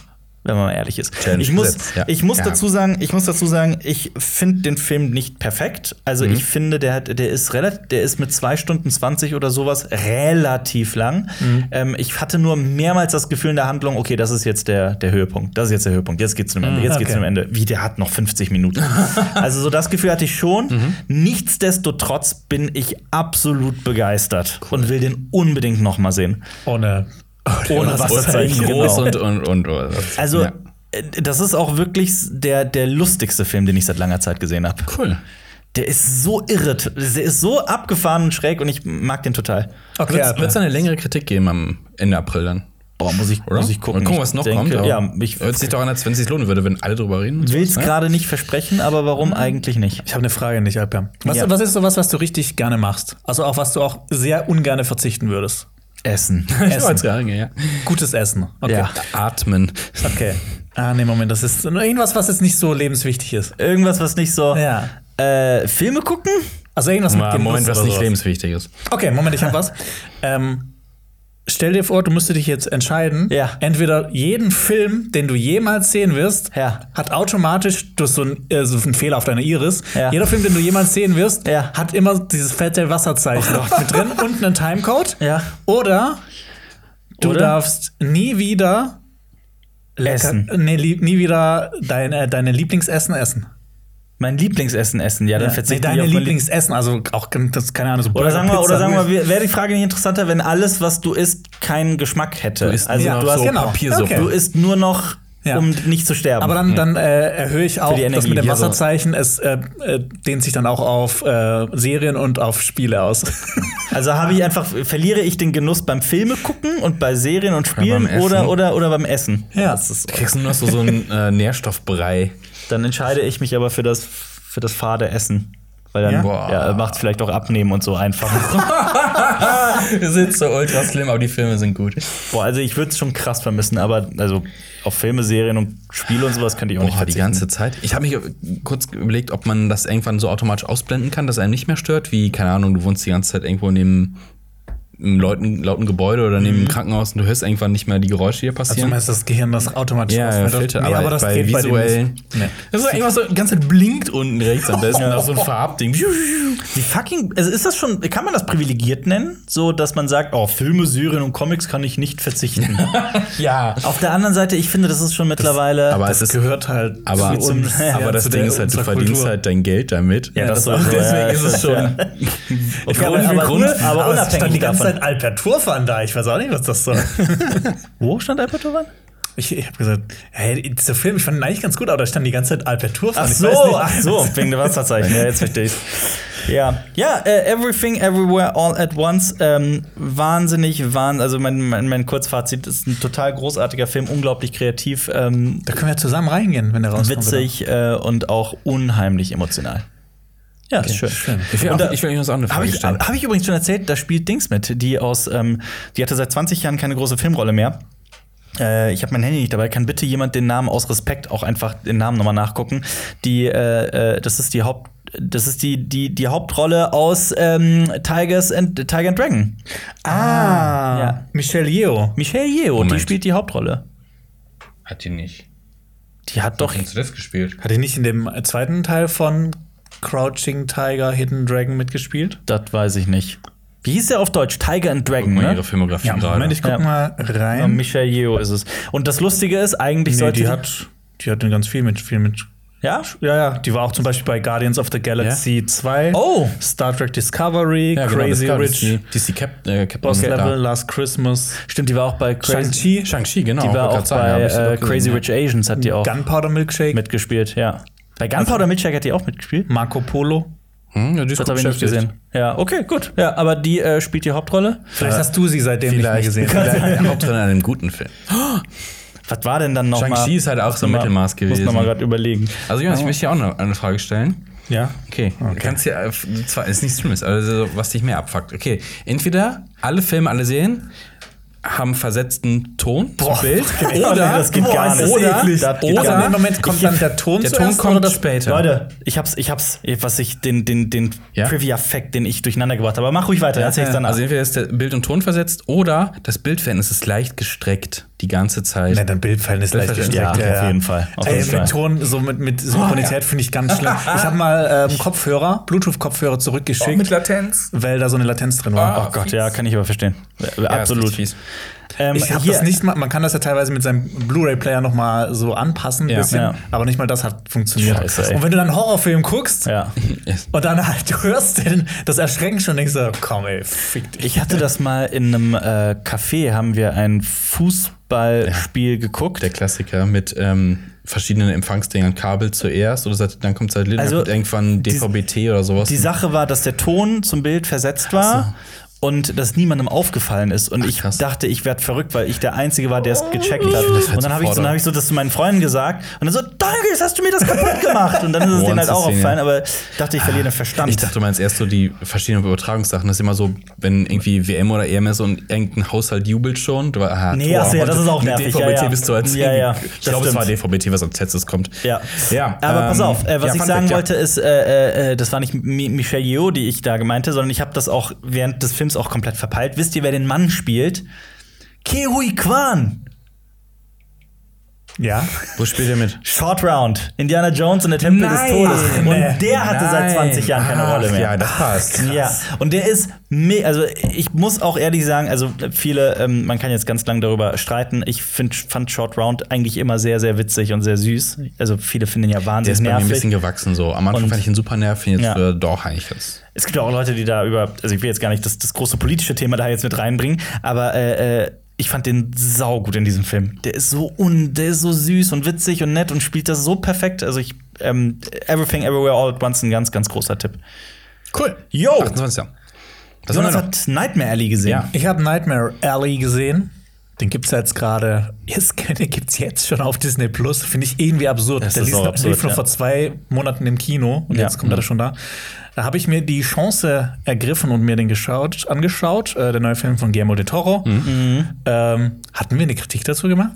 Speaker 1: Wenn man mal ehrlich ist.
Speaker 3: Challenge
Speaker 1: ich muss,
Speaker 3: gesetzt, ja.
Speaker 1: ich muss
Speaker 3: Ja.
Speaker 1: dazu sagen, ich muss dazu sagen, ich finde den Film nicht perfekt. Also ich finde, der hat, der ist relativ, der ist mit zwei Stunden 20 oder sowas relativ lang. Ähm, ich hatte nur mehrmals das Gefühl in der Handlung, okay, das ist jetzt der, der Höhepunkt, das ist jetzt der Höhepunkt, jetzt geht's zum Ende, jetzt geht's
Speaker 2: okay.
Speaker 1: zum Ende. Wie, der hat noch 50 Minuten. also so das Gefühl hatte ich schon. Nichtsdestotrotz bin ich absolut begeistert und will den unbedingt noch mal sehen.
Speaker 2: Ohne.
Speaker 1: Ohne Wasserzeichen,
Speaker 3: groß
Speaker 1: genau.
Speaker 3: und, und, und, und.
Speaker 1: Also,
Speaker 3: ja.
Speaker 1: äh, das ist auch wirklich s- der, der lustigste Film, den ich seit langer Zeit gesehen habe.
Speaker 3: cool.
Speaker 1: Der ist so irre, t- der ist so abgefahren und schräg und ich mag den total.
Speaker 2: Okay,
Speaker 3: Wird
Speaker 2: Alper.
Speaker 3: es eine längere Kritik geben am Ende April dann?
Speaker 1: Boah, muss ich,
Speaker 3: Oder?
Speaker 1: muss ich gucken.
Speaker 3: Mal gucken, was noch
Speaker 1: denke,
Speaker 3: kommt. aber
Speaker 1: Ja, ich
Speaker 3: Hört sich doch an, als wenn es sich lohnen würde, wenn alle drüber reden. ne?
Speaker 1: will es
Speaker 3: Ja?
Speaker 1: gerade nicht versprechen, aber warum eigentlich nicht?
Speaker 2: ich habe eine Frage an dich, Alper. Was,
Speaker 1: Ja.
Speaker 2: was ist sowas, was du richtig gerne machst? Also auch, was du auch sehr ungerne verzichten würdest?
Speaker 1: Essen.
Speaker 3: Ich wollte sagen, ja.
Speaker 2: Gutes Essen. Okay.
Speaker 1: Ja.
Speaker 3: Atmen.
Speaker 2: Okay. Ah, nee, Moment, das ist nur irgendwas, was jetzt nicht so lebenswichtig ist.
Speaker 1: Irgendwas, was nicht so.
Speaker 2: Ja.
Speaker 1: Äh, Filme gucken?
Speaker 2: Also irgendwas mit
Speaker 3: Mal
Speaker 2: Genuss
Speaker 3: Moment, was
Speaker 2: oder
Speaker 3: nicht
Speaker 2: sowas.
Speaker 3: lebenswichtig ist.
Speaker 2: Okay, Moment, ich habe was. ähm, stell dir vor, du müsstest dich jetzt entscheiden.
Speaker 1: Ja.
Speaker 2: Entweder jeden Film, den du jemals sehen wirst,
Speaker 1: Ja.
Speaker 2: hat automatisch durch so einen äh, so einen Fehler auf deiner Iris.
Speaker 1: Ja.
Speaker 2: Jeder Film, den du jemals sehen wirst,
Speaker 1: Ja. Oh.
Speaker 2: hat immer dieses fette Wasserzeichen noch mit drin und einen Timecode.
Speaker 1: Ja.
Speaker 2: Oder du
Speaker 1: Oder?
Speaker 2: darfst nie wieder
Speaker 1: Essen.
Speaker 2: Nee, lieb- nie wieder dein, äh, deine Lieblingsessen essen. Äh,
Speaker 1: Mein Lieblingsessen essen, ja, dann verzichte
Speaker 2: nee,
Speaker 1: ich
Speaker 2: deine
Speaker 1: auf mein Lieblings
Speaker 2: Lieblingsessen, also auch das, keine Ahnung, so
Speaker 1: Oder
Speaker 2: Burger,
Speaker 1: sagen wir,
Speaker 2: Pizza,
Speaker 1: oder sagen wir, wäre die Frage nicht interessanter, wenn alles, was du isst, keinen Geschmack hätte?
Speaker 3: isst
Speaker 1: also
Speaker 3: nur
Speaker 1: du
Speaker 3: noch
Speaker 1: hast
Speaker 3: so
Speaker 2: genau.
Speaker 3: Papiersuppe.
Speaker 2: Okay.
Speaker 1: Du isst nur noch,
Speaker 2: Ja.
Speaker 1: um nicht zu sterben.
Speaker 2: Aber dann, dann äh, erhöhe ich auch
Speaker 1: die
Speaker 2: das
Speaker 1: Energie.
Speaker 2: mit dem
Speaker 1: Ja, so.
Speaker 2: Wasserzeichen. Es äh, äh, dehnt sich dann auch auf äh, Serien und auf Spiele aus.
Speaker 1: also habe ich einfach verliere ich den Genuss beim Filme gucken und bei Serien und Spielen
Speaker 3: beim Essen.
Speaker 1: oder oder oder beim Essen.
Speaker 2: ja, das ist
Speaker 3: Du kriegst nur noch so, so einen äh, Nährstoffbrei.
Speaker 1: Dann entscheide ich mich aber für das für das fade Essen. Weil dann
Speaker 2: Ja?
Speaker 1: ja. macht vielleicht auch abnehmen und so einfach.
Speaker 3: Wir sind so ultra slim, aber die Filme sind gut.
Speaker 1: Boah, also ich würde es schon krass vermissen, aber also auf Filme, Serien und Spiele und sowas könnte ich auch nicht
Speaker 3: Boah, die
Speaker 1: verzichten.
Speaker 3: ganze Zeit. Ich habe mich kurz überlegt, ob man das irgendwann so automatisch ausblenden kann, dass einem nicht mehr stört. Wie, keine Ahnung, du wohnst die ganze Zeit irgendwo neben einem lauten, lauten Gebäude oder neben einem Krankenhaus und du hörst irgendwann nicht mehr die Geräusche, die hier
Speaker 2: Also
Speaker 3: passieren.
Speaker 2: meinst das Gehirn das automatisch
Speaker 3: ja, ja,
Speaker 2: rausfiltert?
Speaker 3: Filter,
Speaker 2: Nee,
Speaker 3: aber,
Speaker 2: das
Speaker 3: bei
Speaker 2: geht bei dem
Speaker 3: visuell.
Speaker 2: nicht. Nee.
Speaker 3: Das ist irgendwas so, die ganze Zeit blinkt unten rechts am besten. Das ist so ein Farbding.
Speaker 1: Die fucking, also ist das schon, kann man das privilegiert nennen? So, dass man sagt, oh, Filme, Serien und Comics kann ich nicht verzichten.
Speaker 3: Ja.
Speaker 1: auf der anderen Seite, ich finde, das ist schon mittlerweile.
Speaker 3: Aber es
Speaker 2: Das
Speaker 3: ist
Speaker 2: gehört halt
Speaker 3: Aber,
Speaker 2: zu uns.
Speaker 3: aber
Speaker 2: ja,
Speaker 3: das
Speaker 2: zu
Speaker 3: Ding
Speaker 2: der-
Speaker 3: ist halt, du
Speaker 2: unserer
Speaker 3: verdienst
Speaker 2: Kultur.
Speaker 3: halt dein Geld damit.
Speaker 1: ja, das,
Speaker 2: das-
Speaker 1: so,
Speaker 2: deswegen
Speaker 1: ja,
Speaker 3: ist es schon-
Speaker 1: Auf
Speaker 2: Ja, aber,
Speaker 1: Grund,
Speaker 2: aber,
Speaker 1: Grund,
Speaker 2: aber,
Speaker 1: aber
Speaker 2: es stand
Speaker 1: unabhängig
Speaker 2: die ganze
Speaker 1: davon.
Speaker 2: Zeit Alper Turfan da. Ich weiß auch nicht, was das soll.
Speaker 1: Wo stand Alper Turban?
Speaker 2: ich ich habe gesagt, hey, dieser Film, ich fand ihn eigentlich ganz gut, aber da stand die ganze Zeit Alper Turfan.
Speaker 1: Ach
Speaker 2: ich
Speaker 1: so,
Speaker 2: weiß nicht.
Speaker 1: ach so, wegen der Wasserzeichen. Ja, jetzt verstehe ich. Ja, ja, äh, Everything, Everywhere, All at Once. Ähm, wahnsinnig, wahnsinnig. Also mein, mein, mein Kurzfazit ist ein total großartiger Film, unglaublich kreativ, ähm,
Speaker 2: Da können wir zusammen reingehen, wenn der rauskommt.
Speaker 1: witzig äh, und auch unheimlich emotional. Ja, ist schön.
Speaker 3: Ich will,
Speaker 1: Und
Speaker 3: auch,
Speaker 1: da-
Speaker 3: ich will euch noch so eine
Speaker 1: Habe
Speaker 3: Frage
Speaker 1: ich,
Speaker 3: stellen.
Speaker 1: hab ich übrigens schon erzählt, da spielt Dings mit, die aus, ähm, die hatte seit 20 Jahren keine große Filmrolle mehr. Äh, ich habe mein Handy nicht dabei. Kann bitte jemand den Namen aus Respekt auch einfach den Namen nochmal nachgucken? Die, äh, äh, das ist die Haupt, das ist die die die Hauptrolle aus ähm, Tigers and Tiger and Dragon.
Speaker 2: Ah,
Speaker 1: Ja.
Speaker 2: Michelle Yeoh.
Speaker 1: Michelle Yeoh, die
Speaker 3: Moment.
Speaker 1: spielt die Hauptrolle.
Speaker 3: Hat die nicht.
Speaker 1: Die hat doch
Speaker 3: das gespielt?
Speaker 2: Hat die nicht in dem zweiten Teil von Crouching Tiger, Hidden Dragon mitgespielt?
Speaker 1: das weiß ich nicht. Wie hieß der auf Deutsch? Tiger and Dragon,
Speaker 3: Guck mal
Speaker 1: ne?
Speaker 3: ihre Filmografie gerade.
Speaker 2: Moment, ich guck
Speaker 1: Ja.
Speaker 2: mal
Speaker 1: Ja,
Speaker 2: rein.
Speaker 1: Michelle Yeoh ist es. Und das Lustige ist, eigentlich
Speaker 2: nee,
Speaker 1: Ähm, sollte
Speaker 2: die hat, die hat ganz viel mit, viel mit.
Speaker 1: ja?
Speaker 2: Ja, ja, die war auch zum Beispiel bei Guardians of the Galaxy 2,
Speaker 1: Oh!
Speaker 2: Star Trek Discovery,
Speaker 3: Ja, genau, das
Speaker 2: Crazy
Speaker 3: gab es.
Speaker 2: Rich,
Speaker 3: Die ist die Cap, äh, Captain
Speaker 2: Boss
Speaker 3: America.
Speaker 2: Level, Last Christmas,
Speaker 1: Stimmt, die war auch bei Crazy.
Speaker 2: Shang-Chi,
Speaker 3: Shang-Chi, genau.
Speaker 1: Die war
Speaker 3: wollte
Speaker 1: auch
Speaker 3: grad sagen,
Speaker 1: bei
Speaker 3: hab ich doch
Speaker 1: äh,
Speaker 3: gesehen,
Speaker 1: Crazy
Speaker 3: ja.
Speaker 1: Rich Asians hat die auch
Speaker 2: Gunpowder Milkshake,
Speaker 1: mitgespielt, ja. Bei Gunpowder Milkshake hat die auch mitgespielt.
Speaker 2: Marco Polo.
Speaker 3: Hm, ja, die ist
Speaker 1: Das habe
Speaker 3: gut
Speaker 1: ich nicht
Speaker 3: beschäftigt.
Speaker 1: gesehen. Ja, okay, gut. Ja, aber die äh, spielt die Hauptrolle.
Speaker 2: Vielleicht hast du sie seitdem
Speaker 3: Vielleicht,
Speaker 2: nicht mehr gesehen.
Speaker 3: vielleicht Hauptrolle in einem guten Film.
Speaker 1: Was war denn dann nochmal?
Speaker 3: Shang-Chi ist halt auch so ein Mittelmaß
Speaker 1: Muss
Speaker 3: gewesen.
Speaker 1: nochmal gerade überlegen.
Speaker 3: Also Jonas, ich möchte dir auch noch eine Frage stellen.
Speaker 2: Ja.
Speaker 3: Okay, du kannst dir äh, zwar ist nichts Schlimmes, also was dich mehr abfuckt. Okay, entweder alle Filme, alle Serien haben versetzten Ton zum Bild oder
Speaker 1: das geht gar
Speaker 2: ist das
Speaker 1: nicht.
Speaker 3: oder,
Speaker 2: eklig.
Speaker 1: Das geht
Speaker 2: Also
Speaker 3: gar
Speaker 2: in
Speaker 3: nicht.
Speaker 2: dem Moment kommt dann der Ton
Speaker 3: der Ton
Speaker 2: zuerst, oder
Speaker 3: kommt
Speaker 2: das-
Speaker 3: später.
Speaker 1: Leute, ich hab's, ich hab's, was ich, den, den, den
Speaker 3: Ja?
Speaker 1: Trivia-Fact, den ich durcheinander gebracht habe. Aber mach ruhig weiter,
Speaker 3: Ja,
Speaker 1: erzähl's danach.
Speaker 3: Also entweder ist der Bild und Ton versetzt oder das Bildverhältnis ist leicht gestreckt die ganze Zeit.
Speaker 2: Nein, dein Bildverhältnis ist leicht
Speaker 3: Bildverhältnis,
Speaker 2: gestreckt.
Speaker 1: ja, auf jeden Fall, auf
Speaker 2: Ey,
Speaker 1: jeden Fall.
Speaker 2: mit Ton, so mit, mit Synchronität finde ich ganz schlimm. Ich habe mal ähm, Kopfhörer, Bluetooth-Kopfhörer zurückgeschickt,
Speaker 3: Latenz.
Speaker 2: weil da so eine Latenz drin war.
Speaker 1: oh Gott, ja, kann ich aber verstehen. Absolut.
Speaker 3: fies.
Speaker 1: Ähm,
Speaker 2: Ich habe
Speaker 1: hier-
Speaker 2: das nicht mal, man kann das ja teilweise mit seinem Blu-ray-Player noch mal so anpassen, ein
Speaker 3: Ja.
Speaker 2: bisschen,
Speaker 1: Ja.
Speaker 2: aber nicht mal das hat funktioniert.
Speaker 1: Scheiße, ey.
Speaker 2: und wenn du dann einen Horrorfilm guckst
Speaker 1: Ja.
Speaker 3: Yes.
Speaker 2: und dann halt du hörst den, das erschreckt schon, denkst du, komm ey, fick dich.
Speaker 1: Ich hatte das mal in einem äh, Café, haben wir ein Fußballspiel geguckt.
Speaker 3: Der Klassiker mit ähm, verschiedenen Empfangsdingern, Kabel zuerst oder seit- dann kommt Satellit,
Speaker 1: Also,
Speaker 3: dann kommt irgendwann
Speaker 1: die-
Speaker 3: DVB-T oder sowas.
Speaker 1: Die Sache war, dass der Ton zum Bild versetzt war und das niemandem aufgefallen ist. Und ich
Speaker 3: krass.
Speaker 1: dachte, ich werde verrückt, weil ich der Einzige war, der es gecheckt hat. Und dann habe ich, so, dann hab ich so das zu meinen Freunden gesagt. Und dann so, danke, jetzt hast du mir das kaputt gemacht. Und dann ist es
Speaker 3: Once
Speaker 1: denen halt auch
Speaker 3: a senior.
Speaker 1: aufgefallen. Aber dachte, ich verliere den Verstand.
Speaker 3: Ich dachte mal erst so die verschiedenen Übertragungssachen. Das ist immer so, wenn irgendwie WM oder EMS und irgendein Haushalt jubelt schon. Du, ah,
Speaker 1: Nee,
Speaker 3: Tor.
Speaker 1: achso, ja, das ist auch
Speaker 3: Mit
Speaker 1: nervig.
Speaker 3: DVB-T
Speaker 1: Ja, ja.
Speaker 3: bist du als
Speaker 1: Ja, ja,
Speaker 3: Ich
Speaker 1: das
Speaker 3: glaube, es war
Speaker 1: stimmt.
Speaker 3: DVB-T, was als letztes kommt.
Speaker 1: Ja.
Speaker 3: ja
Speaker 1: Aber pass
Speaker 3: ähm,
Speaker 1: auf, äh, was
Speaker 3: ja,
Speaker 1: ich
Speaker 3: Fun
Speaker 1: sagen
Speaker 3: Fact, ja.
Speaker 1: wollte, ist, äh, äh, das war nicht Mi Michelle Yeoh, die ich da gemeinte, sondern ich habe das auch während des Films auch komplett verpeilt. Wisst ihr, wer den Mann spielt? Kehui Kwan.
Speaker 2: Ja.
Speaker 3: Wo spielt er mit?
Speaker 1: Short Round. Indiana Jones und der Tempel des
Speaker 2: Nein.
Speaker 1: Todes. Und
Speaker 2: Nee.
Speaker 1: der hatte seit 20 Jahren keine
Speaker 3: Ach,
Speaker 1: Rolle mehr.
Speaker 3: Ja, das passt.
Speaker 1: Ja, und der ist me also ich muss auch ehrlich sagen, also viele, ähm, man kann jetzt ganz lang darüber streiten. Ich find, fand Short Round eigentlich immer sehr, sehr witzig und sehr süß. Also viele finden ihn ja
Speaker 3: Der
Speaker 1: wahnsinnig
Speaker 3: ist bei mir ein
Speaker 1: nervig.
Speaker 3: bisschen gewachsen so. Am Anfang
Speaker 1: Und-
Speaker 3: fand ich ihn super nervig, jetzt
Speaker 1: Ja.
Speaker 3: äh, doch eigentlich ganz.
Speaker 1: Es gibt ja auch Leute, die da über, also ich will jetzt gar nicht das, das große politische Thema da jetzt mit reinbringen, aber äh, äh, ich fand den saugut in diesem Film. Der ist so un, der ist so süß und witzig und nett und spielt das so perfekt. Also ich, ähm, Everything Everywhere All at Once ein ganz, ganz großer Tipp.
Speaker 3: Cool.
Speaker 1: Yo!
Speaker 3: 28 Jahre. Das haben wir
Speaker 1: Jonas
Speaker 3: noch.
Speaker 1: hat Nightmare Alley gesehen.
Speaker 3: Ja.
Speaker 2: Ich habe Nightmare Alley gesehen. Den gibt's ja jetzt gerade. Jetzt den gibt's jetzt schon auf Disney Plus. Finde ich irgendwie absurd.
Speaker 1: Das
Speaker 2: Der
Speaker 1: ist
Speaker 2: lief,
Speaker 1: auch absurd,
Speaker 2: lief noch
Speaker 1: ja.
Speaker 2: vor zwei Monaten im Kino und
Speaker 1: Ja. Mhm.
Speaker 2: jetzt kommt er schon da. Da habe ich mir die Chance ergriffen und mir den geschaut, angeschaut, äh, der neue Film von Guillermo del Toro.
Speaker 1: Mhm.
Speaker 2: Ähm, hatten wir eine Kritik dazu gemacht?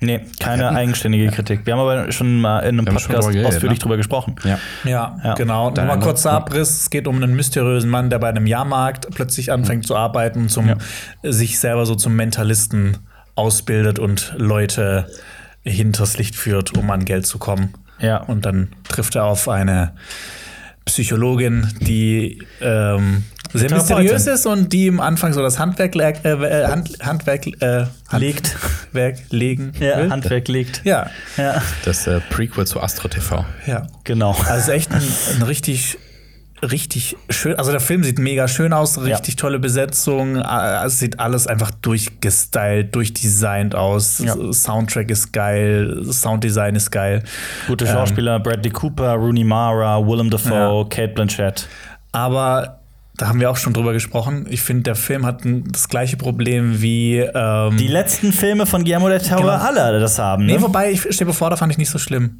Speaker 1: Nee, keine eigenständige Kritik. Wir haben aber schon mal in einem
Speaker 3: Wir haben schon
Speaker 1: Podcast
Speaker 3: drüber geredet,
Speaker 1: ausführlich
Speaker 3: ne?
Speaker 1: drüber gesprochen.
Speaker 3: Ja.
Speaker 2: Ja, genau. Nur mal
Speaker 3: Eindruck,
Speaker 2: kurzer Abriss. Es geht um einen mysteriösen Mann, der bei einem Jahrmarkt plötzlich
Speaker 1: Mhm.
Speaker 2: anfängt zu arbeiten und zum, sich selber so zum Mentalisten ausbildet und Leute hinters Licht führt, um an Geld zu kommen.
Speaker 1: Ja.
Speaker 2: Und dann trifft er auf eine Psychologin, die ähm, sehr
Speaker 1: Therapeutin.
Speaker 2: mysteriös ist und die am Anfang so das Handwerk, leg- äh, äh, Hand, Handwerk äh,
Speaker 1: Legt.
Speaker 2: Handwerk legen
Speaker 1: Ja,
Speaker 2: will.
Speaker 1: Handwerk liegt.
Speaker 2: Ja,
Speaker 1: Ja,
Speaker 3: Das äh, Prequel zu Astro TV.
Speaker 2: ja.
Speaker 1: genau.
Speaker 2: Also es ist echt ein, ein richtig, richtig schön. Also der Film sieht mega schön aus, richtig tolle Besetzung. äh, Es sieht alles einfach durchgestylt, durchdesignt aus.
Speaker 1: Ja.
Speaker 2: Soundtrack ist geil, Sounddesign ist geil.
Speaker 1: Gute Schauspieler, Bradley Cooper, Rooney Mara, Willem Dafoe, Kate Blanchett.
Speaker 2: Aber da haben wir auch schon drüber gesprochen. Ich finde, der Film hat ein, das gleiche Problem wie. Ähm,
Speaker 1: Die ne? letzten Filme von Guillermo del Toro,
Speaker 2: Genau.
Speaker 1: alle das haben. Ne?
Speaker 2: nee, wobei, ich stehe bevor, da fand ich nicht so schlimm.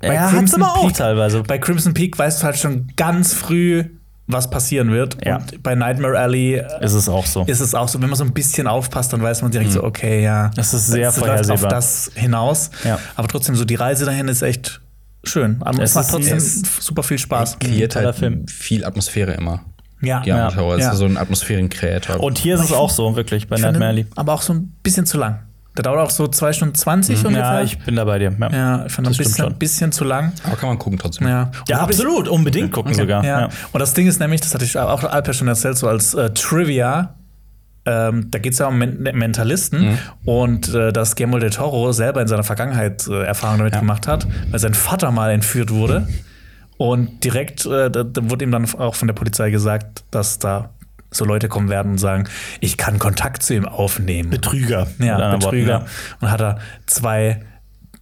Speaker 2: Bei
Speaker 1: er hat's
Speaker 2: Crimson
Speaker 1: aber auch
Speaker 2: Peak-
Speaker 1: teilweise.
Speaker 2: Bei Crimson Peak weißt du halt schon ganz früh, was passieren wird.
Speaker 1: Ja.
Speaker 2: Und bei Nightmare Alley äh,
Speaker 1: Ist es auch so.
Speaker 2: ist es auch so, wenn man so ein bisschen aufpasst, dann weiß man direkt so, okay, ja.
Speaker 1: Mhm. Das ist sehr
Speaker 2: es läuft auf
Speaker 1: vorhersehbar.
Speaker 2: das hinaus.
Speaker 1: Ja.
Speaker 2: Aber trotzdem, so die Reise dahin ist echt schön. Aber
Speaker 1: Es
Speaker 2: es macht
Speaker 1: ist-
Speaker 2: trotzdem
Speaker 3: es-
Speaker 2: super viel Spaß.
Speaker 3: Kreiert
Speaker 1: toller
Speaker 3: halt
Speaker 1: Film.
Speaker 3: viel Atmosphäre immer.
Speaker 2: Ja,
Speaker 3: Ja, ja.
Speaker 2: Ja.
Speaker 3: ist so ein Atmosphärenkreator.
Speaker 1: Und hier ist es auch so, wirklich, bei
Speaker 2: Ich finde
Speaker 1: Nightmare
Speaker 2: ihn
Speaker 1: Alley.
Speaker 2: Aber auch so ein bisschen zu lang. Der dauert auch so 2 Stunden 20 ungefähr.
Speaker 1: Mhm. Ja, ich bin da bei dir. Ja,
Speaker 2: ja, ich fand ein
Speaker 1: das stimmt
Speaker 2: bisschen,
Speaker 1: schon.
Speaker 2: ein bisschen zu lang.
Speaker 3: aber kann man gucken trotzdem.
Speaker 2: Ja, Und
Speaker 1: ja
Speaker 2: hab ich-
Speaker 1: absolut, unbedingt gucken sogar.
Speaker 2: Also Ja.
Speaker 1: Ja.
Speaker 2: Und das Ding ist nämlich, das hatte ich auch Alper schon erzählt, so als äh, Trivia. Ähm, da geht es ja um Men Mentalisten
Speaker 1: Mhm.
Speaker 2: und äh, dass Guillermo del Toro selber in seiner Vergangenheit äh, Erfahrungen damit gemacht hat, weil sein Vater mal entführt wurde und direkt äh, da, da wurde ihm dann auch von der Polizei gesagt, dass da so Leute kommen werden und sagen, ich kann Kontakt zu ihm aufnehmen.
Speaker 1: Betrüger. mit
Speaker 2: Ja,
Speaker 1: anderen
Speaker 2: Betrüger.
Speaker 1: Worten,
Speaker 2: Und hat er zwei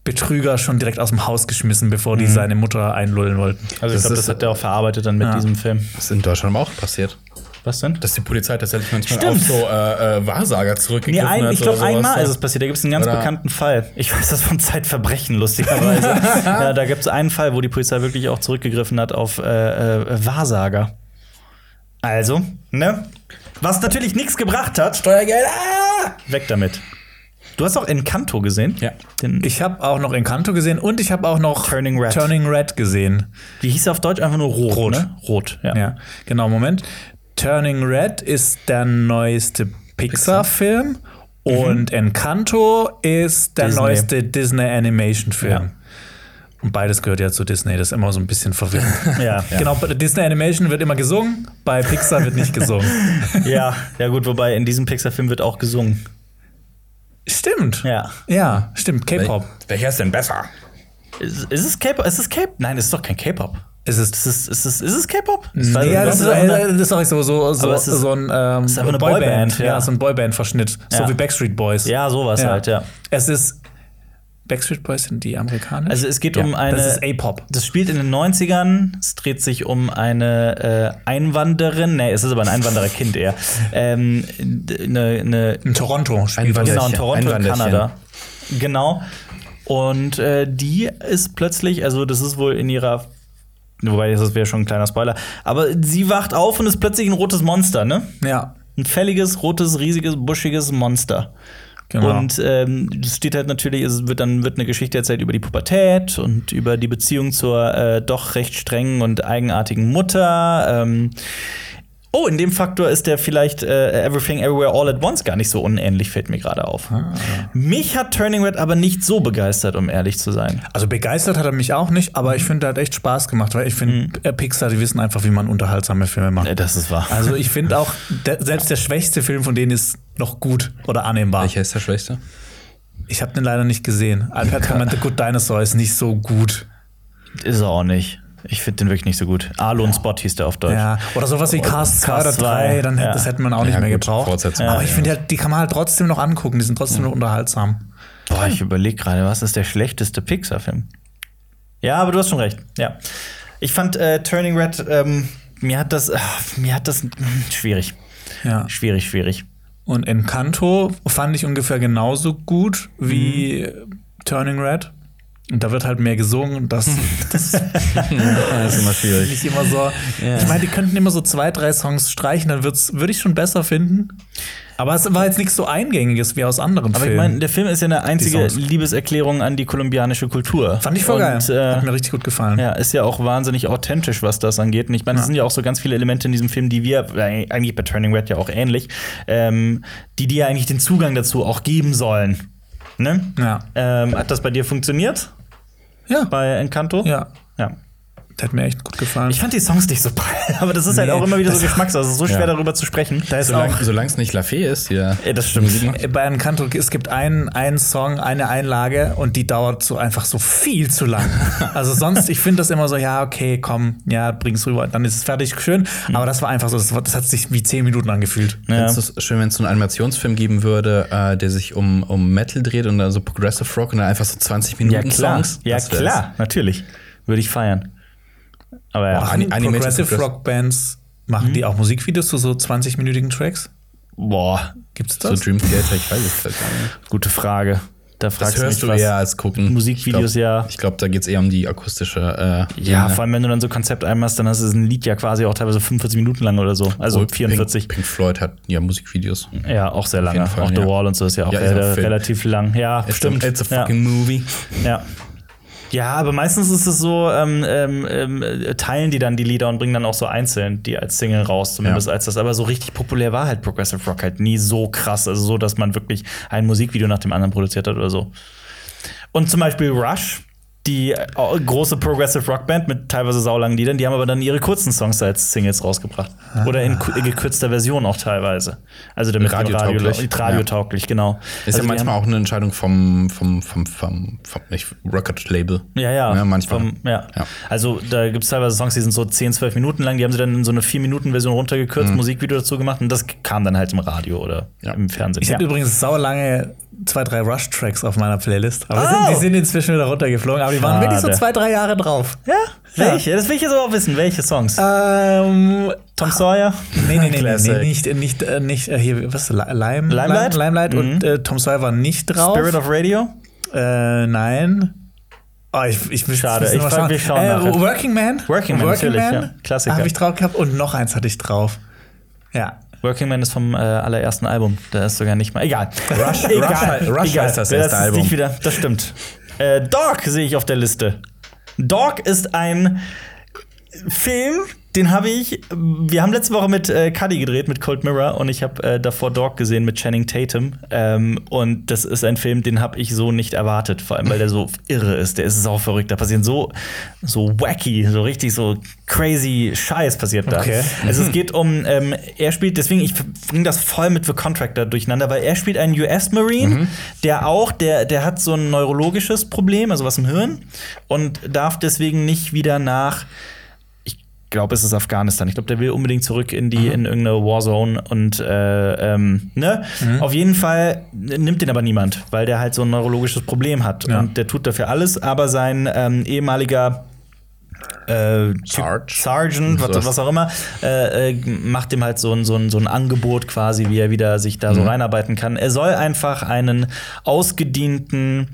Speaker 2: Betrüger schon direkt aus dem Haus geschmissen, bevor
Speaker 1: Mhm.
Speaker 2: die seine Mutter einlullen wollten.
Speaker 1: ja. Also ich
Speaker 3: Das
Speaker 1: glaube,
Speaker 3: ist-
Speaker 1: das hat er auch verarbeitet dann mit diesem Film.
Speaker 3: Das ist in Deutschland aber auch passiert.
Speaker 1: Was denn?
Speaker 3: Dass die Polizei tatsächlich manchmal
Speaker 1: Stimmt.
Speaker 3: auf so äh, äh, Wahrsager
Speaker 1: Nee,
Speaker 3: zurückgegriffen
Speaker 1: ein,
Speaker 3: hat.
Speaker 1: ich glaube,
Speaker 3: oder sowas.
Speaker 1: einmal also, ist es passiert. Da gibt es einen ganz
Speaker 3: Oder-
Speaker 1: bekannten Fall. Ich weiß das von Zeitverbrechen, lustigerweise. ja, da gibt es einen Fall, wo die Polizei wirklich auch zurückgegriffen hat auf äh, äh, Wahrsager. Also, ne? Was natürlich nichts gebracht hat,
Speaker 3: Steuergeld. Ah!
Speaker 1: weg damit. Du hast auch Encanto gesehen?
Speaker 3: Ja.
Speaker 1: Den,
Speaker 2: Ich habe auch noch Encanto gesehen und ich habe auch noch
Speaker 1: Turning Red.
Speaker 2: Turning Red gesehen.
Speaker 1: wie hieß er auf Deutsch? Einfach nur Rot. Rot, ne? Rot ja.
Speaker 2: Ja, genau, Moment. Turning Red ist der neueste Pixar-Film und Encanto ist der
Speaker 1: Mhm. Disney.
Speaker 2: neueste Disney-Animation-Film.
Speaker 1: Ja.
Speaker 2: Und beides gehört ja zu Disney, das ist immer so ein bisschen verwirrend.
Speaker 1: Ja.
Speaker 2: Genau, bei Disney Animation wird immer gesungen, bei Pixar wird nicht gesungen.
Speaker 1: ja. Ja, gut, wobei in diesem Pixar-Film wird auch gesungen.
Speaker 2: stimmt.
Speaker 1: Ja.
Speaker 2: Ja, stimmt, K-Pop.
Speaker 3: Wel- Welcher ist denn besser?
Speaker 1: Ah. Ist, ist es K-Pop? Ist es K-Pop? Nein, es ist doch kein K-Pop.
Speaker 2: Es ist
Speaker 1: Ist es, ist es, ist es K-Pop?
Speaker 2: Ja, das ist,
Speaker 1: doch Also, eine-
Speaker 2: äh, das ist auch so, so, so,
Speaker 1: Aber es ist-
Speaker 2: so ein ähm,
Speaker 1: ist einfach eine Boyband,
Speaker 2: ja.
Speaker 1: ja.
Speaker 2: so ein Boyband-Verschnitt. So
Speaker 1: Ja.
Speaker 2: wie Backstreet Boys.
Speaker 1: Ja, sowas halt, ja.
Speaker 2: Es ist. Backstreet Boys sind die Amerikaner.
Speaker 1: Also es geht um eine.
Speaker 2: das ist A-Pop.
Speaker 1: das spielt in den 90ern. Es dreht sich um eine äh, Einwanderin. Nee, es ist aber ein Einwandererkind eher. Ähm, d- eine, eine,
Speaker 2: In Toronto spielt
Speaker 3: Ein
Speaker 2: das.
Speaker 1: genau, in
Speaker 3: Wanderchen,
Speaker 1: Toronto, in
Speaker 3: Einwanderchen.
Speaker 1: Kanada. Genau. Und äh, die ist plötzlich, also das ist wohl in ihrer. Wobei, das wäre schon ein kleiner Spoiler. Aber sie wacht auf und ist plötzlich ein rotes Monster, ne?
Speaker 2: Ja,
Speaker 1: Ein fälliges, rotes, riesiges, buschiges Monster.
Speaker 2: genau.
Speaker 1: Und ähm, es steht halt natürlich, es wird dann wird eine Geschichte erzählt über die Pubertät und über die Beziehung zur äh, doch recht strengen und eigenartigen Mutter. Ähm, oh, in dem Faktor ist der vielleicht äh, Everything Everywhere All at Once gar nicht so unähnlich, fällt mir gerade auf. Mich hat Turning Red aber nicht so begeistert, um ehrlich zu sein.
Speaker 2: also begeistert hat er mich auch nicht, aber ich finde, er hat echt Spaß gemacht, weil ich
Speaker 1: Mhm.
Speaker 2: finde, äh, Pixar, die wissen einfach, wie man unterhaltsame Filme macht.
Speaker 1: Äh, Das ist wahr.
Speaker 2: Also ich finde auch, der, selbst der schwächste Film von denen ist noch gut oder annehmbar.
Speaker 3: Welcher ist der schlechteste?
Speaker 2: Ich habe den leider nicht gesehen. Alper meinte, Good Dinosaur ist nicht so gut.
Speaker 1: Ist er auch nicht. Ich finde den wirklich nicht so gut. Alon Spot hieß der auf Deutsch.
Speaker 2: Ja, oder sowas wie Cast 2 oder
Speaker 1: Cast
Speaker 2: 3, dann hätte,
Speaker 1: ja.
Speaker 2: das hätte man auch nicht
Speaker 3: Ja,
Speaker 2: mehr
Speaker 3: gut,
Speaker 2: gebraucht.
Speaker 3: Fortsetzung.
Speaker 2: Aber ich
Speaker 3: Ja.
Speaker 2: finde, halt, die kann man halt trotzdem noch angucken, die sind trotzdem noch unterhaltsam.
Speaker 1: Boah,
Speaker 2: Hm.
Speaker 1: ich überlege gerade, was ist der schlechteste Pixar-Film? Ja, aber du hast schon recht. Ja. Ich fand äh, Turning Red, ähm, mir hat das, ach, mir hat das hm, schwierig.
Speaker 2: Ja.
Speaker 1: Schwierig, schwierig.
Speaker 2: Und
Speaker 1: Mhm.
Speaker 2: Encanto fand ich ungefähr genauso gut wie Turning Red. Und da wird halt mehr gesungen. Das, das
Speaker 3: Das ist immer
Speaker 2: finde
Speaker 3: schwierig.
Speaker 2: ich immer so. Ich meine, die könnten immer so zwei, drei Songs streichen, dann wird's, würde ich schon besser finden. Aber es war jetzt nichts so Eingängiges wie aus anderen
Speaker 1: Aber ich
Speaker 2: Filmen.
Speaker 1: meine, der Film ist ja eine einzige
Speaker 2: Songs.
Speaker 1: Liebeserklärung an die kolumbianische Kultur.
Speaker 2: Fand ich voll geil.
Speaker 1: Und,
Speaker 2: Hat
Speaker 1: äh,
Speaker 2: mir richtig gut gefallen.
Speaker 1: ja, ist ja auch wahnsinnig authentisch, was das angeht. Und ich meine, es sind ja auch so ganz viele Elemente in diesem Film, die wir, äh, eigentlich bei Turning Red ja auch ähnlich, ähm, die dir eigentlich den Zugang dazu auch geben sollen. Ne?
Speaker 2: Ja.
Speaker 1: Ähm, hat das bei dir funktioniert?
Speaker 2: Ja.
Speaker 1: Bei Encanto?
Speaker 2: ja.
Speaker 1: ja.
Speaker 2: Das hat mir echt gut gefallen.
Speaker 1: Ich fand die Songs nicht so prall, aber das ist halt
Speaker 2: Nee,
Speaker 1: auch immer wieder so
Speaker 2: das-
Speaker 1: Geschmackssache. Es ist so schwer
Speaker 3: Ja.
Speaker 1: darüber zu sprechen. Da ist
Speaker 3: Solange es nicht Lafayette ist, ja.
Speaker 1: Äh, das stimmt.
Speaker 3: Musik macht.
Speaker 2: bei Encanto, es gibt einen, einen Song, eine Einlage und die dauert so einfach so viel zu lang. Also sonst, ich finde das immer so, ja, okay, komm, ja, bring's rüber, dann ist es fertig, schön.
Speaker 3: Mhm.
Speaker 2: Aber das war einfach so, das, war- das hat sich wie zehn Minuten angefühlt.
Speaker 1: Ja.
Speaker 3: Fändest du's schön, wenn es so einen Animationsfilm geben würde, äh, der sich um, um Metal dreht und dann so Progressive Rock und dann einfach so 20
Speaker 1: Ja,
Speaker 3: Minuten
Speaker 1: klar.
Speaker 3: Songs.
Speaker 1: Ja,
Speaker 3: Das wär's.
Speaker 1: klar. Natürlich. Würde ich feiern. Aber ja.
Speaker 2: Machen
Speaker 3: Ani- Animated
Speaker 2: Progressive
Speaker 3: Progress- Mhm.
Speaker 2: Rock Bands, machen die auch Musikvideos zu so 20-minütigen Tracks?
Speaker 1: Boah,
Speaker 2: Gibt's
Speaker 3: So
Speaker 2: das?
Speaker 3: Dream Theater, ich weiß es halt gar nicht.
Speaker 1: gute Frage. Da
Speaker 3: Das
Speaker 1: fragst
Speaker 3: hörst
Speaker 1: du
Speaker 3: du
Speaker 1: mich
Speaker 3: eher
Speaker 1: was.
Speaker 3: als gucken.
Speaker 1: Musikvideos
Speaker 3: ich glaub,
Speaker 1: ja.
Speaker 3: Ich glaube, da geht es eher um die akustische. Äh,
Speaker 1: Ja,
Speaker 3: Ebene.
Speaker 1: vor allem, wenn du dann so Konzept einmachst, dann ist ein Lied ja quasi auch teilweise 45 Minuten lang oder so. Also
Speaker 3: Obwohl
Speaker 1: 44.
Speaker 3: Pink, Pink Floyd hat ja Musikvideos.
Speaker 1: Ja, auch sehr lange.
Speaker 3: jeden Fall,
Speaker 1: auch The
Speaker 3: ja.
Speaker 1: Wall und so ist ja auch
Speaker 3: Ja, ist
Speaker 1: rel-
Speaker 3: auch Film.
Speaker 1: relativ lang. Ja, stimmt.
Speaker 3: A, it's a
Speaker 1: ja.
Speaker 3: fucking movie.
Speaker 1: Ja. Ja, aber meistens ist es so, ähm, ähm, ähm, äh, teilen die dann die Lieder und bringen dann auch so einzeln die als Single raus, zumindest
Speaker 3: Ja.
Speaker 1: als das. Aber so richtig populär war halt Progressive Rock halt nie so krass. Also so, dass man wirklich ein Musikvideo nach dem anderen produziert hat oder so. Und zum Beispiel Rush, die äh, große Progressive Rock Band mit teilweise saulangen Liedern, die haben aber dann ihre kurzen Songs als Singles rausgebracht.
Speaker 3: Ah.
Speaker 1: Oder in ku- gekürzter Version auch teilweise. Also damit
Speaker 3: Radiotauglich.
Speaker 1: radiotauglich, genau.
Speaker 3: Ist
Speaker 1: Also die
Speaker 3: ja
Speaker 1: haben-
Speaker 3: manchmal auch eine Entscheidung vom, vom, vom, vom, vom nicht, Record-Label.
Speaker 1: Ja, ja.
Speaker 3: Ne, manchmal.
Speaker 1: Vom, ja.
Speaker 3: Ja.
Speaker 1: Also da gibt es teilweise Songs, die sind so 10, 12 Minuten lang, die haben sie dann in so eine 4-Minuten-Version runtergekürzt, Musikvideo dazu gemacht und das kam dann halt im Radio oder
Speaker 3: Mhm. Ja.
Speaker 1: im Fernsehen.
Speaker 2: Ich
Speaker 1: Ja.
Speaker 2: habe übrigens saulange zwei, drei Rush-Tracks auf meiner Playlist. Aber die, sind,
Speaker 3: Oh!
Speaker 2: die sind inzwischen wieder runtergeflogen, aber die waren wirklich so
Speaker 1: Schade.
Speaker 2: zwei, drei Jahre drauf.
Speaker 1: ja, Äh, welche? Das will ich jetzt aber auch wissen. Welche Songs?
Speaker 2: Ähm,
Speaker 1: Tom Sawyer?
Speaker 2: Nee, nee, nee, nee,
Speaker 3: Classic.
Speaker 2: nee nicht, nicht, äh, nicht äh, hier, was, Li- Lime,
Speaker 1: Limelight? Mhm.
Speaker 2: Lime- Limelight und äh, Tom Sawyer waren nicht drauf.
Speaker 1: Spirit of Radio?
Speaker 2: äh, nein. Oh, ich, ich will
Speaker 1: Schade,
Speaker 2: müssen
Speaker 1: ich
Speaker 2: mal
Speaker 1: fand, wir schauen
Speaker 2: äh,
Speaker 1: nachher.
Speaker 2: Working Man.
Speaker 1: Working Man, Ah, natürlich, ja. Klassiker.
Speaker 2: Habe ich drauf gehabt und noch eins hatte ich drauf. Ja.
Speaker 1: Working Man ist vom äh, allerersten Album. Da ist sogar nicht mal. Egal. Rush,
Speaker 3: Rush- Rush heißt das
Speaker 1: ist
Speaker 3: erste Album.
Speaker 1: Nicht wieder, das stimmt. Äh, Dog sehe ich auf der Liste. Dog ist ein Film, den habe ich. Wir haben letzte Woche mit äh, Cuddy gedreht, mit Cold Mirror, und ich habe äh, davor Dog gesehen mit Channing Tatum. Ähm, und das ist ein Film, den habe ich so nicht erwartet, vor allem weil der so irre ist. Der ist sau verrückt. Da passieren so, so wacky, so richtig so crazy Scheiß passiert da.
Speaker 2: Okay.
Speaker 1: Also es geht um, ähm, er spielt, deswegen, ich bringe das voll mit The Contractor durcheinander, weil er spielt einen US-Marine, der auch, der, der hat so ein neurologisches Problem, also was im Hirn, und darf deswegen nicht wieder nach glaube, es ist Afghanistan. Ich glaube, der will unbedingt zurück in
Speaker 3: Mhm.
Speaker 1: die in irgendeine Warzone und äh, ähm, ne?
Speaker 3: Mhm.
Speaker 1: Auf jeden Fall nimmt den aber niemand, weil der halt so ein neurologisches Problem hat
Speaker 2: Ja.
Speaker 1: und der tut dafür alles. Aber sein ähm, ehemaliger äh, Typ-
Speaker 3: Sarge. Hm,
Speaker 1: Sergeant, was,
Speaker 3: Sowas.
Speaker 1: was auch immer, äh, äh, macht ihm halt so ein, so, ein, so ein Angebot quasi, wie er wieder sich da so reinarbeiten kann. Er soll einfach einen ausgedienten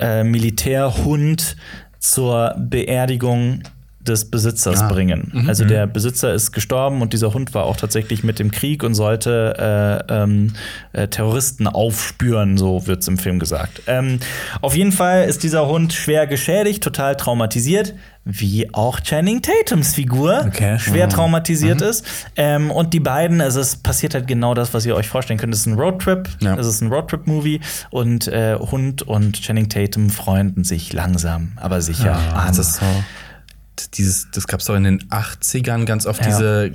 Speaker 1: äh, Militärhund zur Beerdigung des Besitzers bringen. Also der Besitzer ist gestorben und dieser Hund war auch tatsächlich mit im Krieg und sollte äh, ähm, äh, Terroristen aufspüren, so wird es im Film gesagt. Ähm, auf jeden Fall ist dieser Hund schwer geschädigt, total traumatisiert, wie auch Channing Tatums Figur
Speaker 2: Okay.
Speaker 1: schwer
Speaker 3: Mhm.
Speaker 1: traumatisiert ist. Ähm, und die beiden, also es passiert halt genau das, was ihr euch vorstellen könnt. Es ist ein Roadtrip,
Speaker 3: Ja.
Speaker 1: es ist ein Roadtrip-Movie und äh, Hund und Channing Tatum freunden sich langsam, aber sicher an.
Speaker 3: Ah, Das ist so. Dieses, das gab es doch in den 80ern ganz oft,
Speaker 1: Ja.
Speaker 3: diese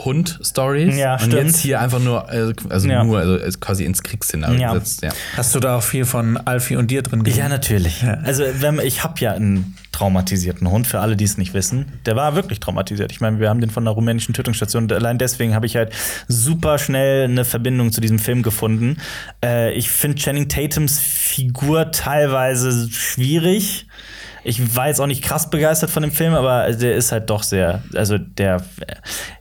Speaker 3: Cop-Hund-Stories.
Speaker 1: Ja,
Speaker 3: Und
Speaker 1: stimmt.
Speaker 3: jetzt hier einfach nur, äh, also
Speaker 1: Ja.
Speaker 3: nur, also ist quasi ins Kriegsszenario
Speaker 1: Ja.
Speaker 3: gesetzt. Ja.
Speaker 2: Hast du da auch viel von Alfie und dir drin gesehen?
Speaker 1: Ja, natürlich. Also, wenn, ich habe ja einen traumatisierten Hund, für alle, die es nicht wissen. Der war wirklich traumatisiert. Ich meine, wir haben den von der rumänischen Tötungsstation. Und allein deswegen habe ich halt super schnell eine Verbindung zu diesem Film gefunden. Äh, ich finde Channing Tatums Figur teilweise schwierig. Ich war jetzt auch nicht krass begeistert von dem Film, aber der ist halt doch sehr, also der,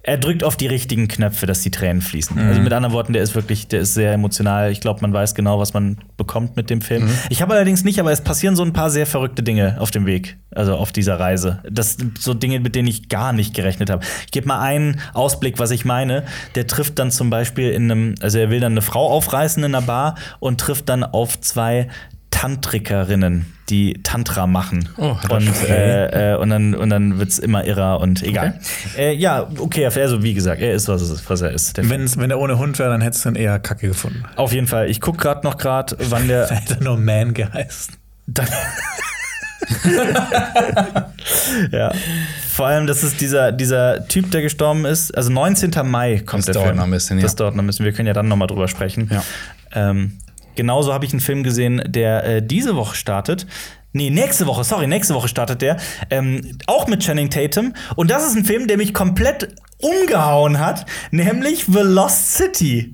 Speaker 1: er drückt auf die richtigen Knöpfe, dass die Tränen fließen. Also mit anderen Worten, der ist wirklich, der ist sehr emotional. Ich glaube, man weiß genau, was man bekommt mit dem Film. Ich habe allerdings nicht, aber es passieren so ein paar sehr verrückte Dinge auf dem Weg, also auf dieser Reise. Das sind so Dinge, mit denen ich gar nicht gerechnet habe. Ich gebe mal einen Ausblick, was ich meine. Der trifft dann zum Beispiel in einem, also er will dann eine Frau aufreißen in einer Bar und trifft dann auf zwei Tantrikerinnen, die Tantra machen.
Speaker 3: Oh, hat er
Speaker 1: und,
Speaker 3: schon-
Speaker 1: äh, äh, und dann, und dann wird es immer irrer und egal. Äh, ja, okay, also wie gesagt, er ist, was, es ist, was er ist. Der Film.
Speaker 2: Wenn's, wenn er ohne Hund wäre, dann hättest du ihn eher kacke gefunden.
Speaker 1: Auf jeden Fall, ich gucke gerade noch gerade, wann der.
Speaker 2: Da hätte er nur Man geheißen.
Speaker 1: Dann ja. Vor allem, das ist dieser, dieser Typ, der gestorben ist. Also 19. Mai kommt
Speaker 3: Das
Speaker 1: der
Speaker 3: dauert
Speaker 1: Film.
Speaker 3: noch ein bisschen, ja.
Speaker 1: Das dauert noch ein bisschen. Wir können ja dann noch mal drüber sprechen.
Speaker 3: Ja.
Speaker 1: Ähm, genauso habe ich einen Film gesehen, der äh, diese Woche startet. Nee, nächste Woche, sorry, nächste Woche startet der. Ähm, auch mit Channing Tatum. Und das ist ein Film, der mich komplett umgehauen hat, nämlich The Lost City.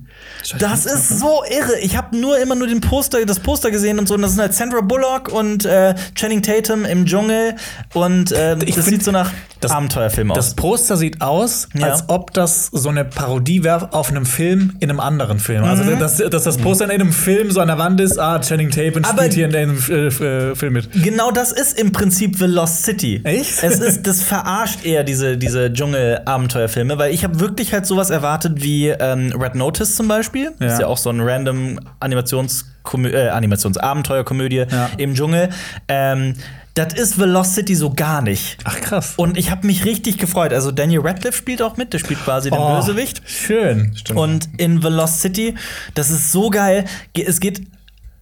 Speaker 1: Das ist so irre. Ich habe nur immer nur den Poster, das Poster gesehen und so. Und das sind halt Sandra Bullock und äh, Channing Tatum im Dschungel. Und äh,
Speaker 2: Ich
Speaker 1: das
Speaker 2: find,
Speaker 1: sieht so nach
Speaker 2: das-
Speaker 1: Abenteuerfilm aus.
Speaker 2: Das Poster sieht aus,
Speaker 1: Ja.
Speaker 2: als ob das so eine Parodie wäre auf einem Film in einem anderen Film. Also, dass, dass das Poster in einem Film so an der Wand ist, ah, Channing Tatum
Speaker 1: Aber-
Speaker 2: spielt hier in einem äh, äh, Film mit.
Speaker 1: Genau das ist im Prinzip The Lost City.
Speaker 2: Echt?
Speaker 1: Es ist, das verarscht eher diese, diese Dschungel-Abenteuerfilme, weil ich habe wirklich halt sowas erwartet wie ähm, Red Notice zum Beispiel.
Speaker 2: Ja.
Speaker 1: Ist ja auch so ein random Animations- äh, Animationsabenteuerkomödie
Speaker 2: Ja.
Speaker 1: im Dschungel. Ähm, das ist The Lost City so gar nicht.
Speaker 2: Ach, krass.
Speaker 1: Und ich habe mich richtig gefreut. Also Daniel Radcliffe spielt auch mit, der spielt quasi den
Speaker 2: Oh,
Speaker 1: Bösewicht.
Speaker 2: Schön.
Speaker 1: Und in The Lost City, das ist so geil. Ge- Es geht.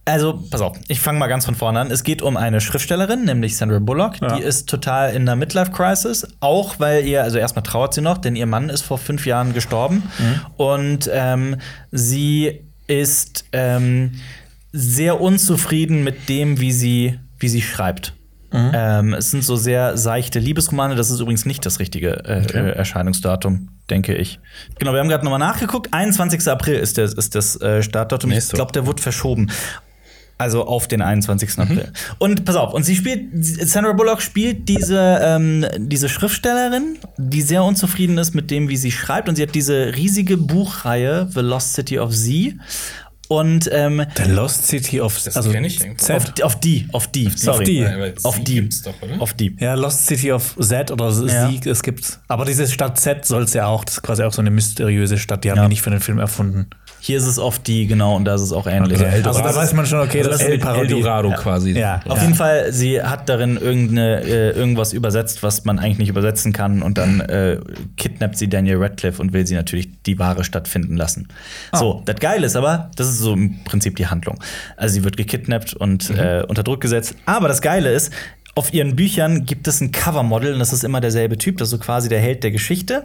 Speaker 1: Also, pass auf, ich fange mal ganz von vorne an. Es geht um eine Schriftstellerin, nämlich Sandra Bullock.
Speaker 2: Ja.
Speaker 1: Die ist total in einer Midlife-Crisis. Auch weil ihr, also erstmal trauert sie noch, denn ihr Mann ist vor fünf Jahren gestorben. Und ähm, sie ist ähm, sehr unzufrieden mit dem, wie sie, wie sie schreibt. Ähm, es sind so sehr seichte Liebesromane. Das ist übrigens nicht das richtige äh, äh, Erscheinungsdatum, denke ich. Genau, wir haben gerade nochmal nachgeguckt. 21. April ist, der, ist das äh, Startdatum. Ich
Speaker 3: Nächste
Speaker 1: glaube, der wurde verschoben. Also auf den 21.
Speaker 2: Mhm.
Speaker 1: April. Und pass auf, und sie spielt, Sandra Bullock spielt diese, ähm, diese Schriftstellerin, die sehr unzufrieden ist mit dem, wie sie schreibt. Und sie hat diese riesige Buchreihe, The Lost City of Z. Und ähm,
Speaker 2: The Lost City of das
Speaker 3: kenn ich irgendwo.
Speaker 2: Z.
Speaker 1: auf, auf die, auf die, sorry.
Speaker 2: die.
Speaker 3: Nein, weil
Speaker 1: Auf
Speaker 3: sie
Speaker 1: die.
Speaker 3: gibt's doch, oder?
Speaker 1: Auf die.
Speaker 2: Ja, Lost City of Z oder Z,
Speaker 1: Ja.
Speaker 2: es gibt. Aber diese Stadt Z soll es ja auch, das ist quasi auch so eine mysteriöse Stadt, die haben die nicht für den Film erfunden.
Speaker 1: Hier ist es auf die, genau, und da ist es auch ähnlich.
Speaker 3: Also Eldorado.
Speaker 2: Also da weiß man schon, okay,
Speaker 3: Also
Speaker 2: das
Speaker 3: das
Speaker 2: ist eine
Speaker 3: El
Speaker 2: Parodie.
Speaker 3: Eldorado quasi.
Speaker 2: Ja.
Speaker 1: Auf jeden Fall, sie hat darin irgendeine, äh, irgendwas übersetzt, was man eigentlich nicht übersetzen kann. Und dann äh, kidnappt sie Daniel Radcliffe und will sie natürlich die wahre Stadt finden lassen. So, das Geile ist aber, das ist so im Prinzip die Handlung. Also sie wird gekidnappt und äh, unter Druck gesetzt. Aber das Geile ist, auf ihren Büchern gibt es ein Covermodel und das ist immer derselbe Typ, das ist so quasi der Held der Geschichte.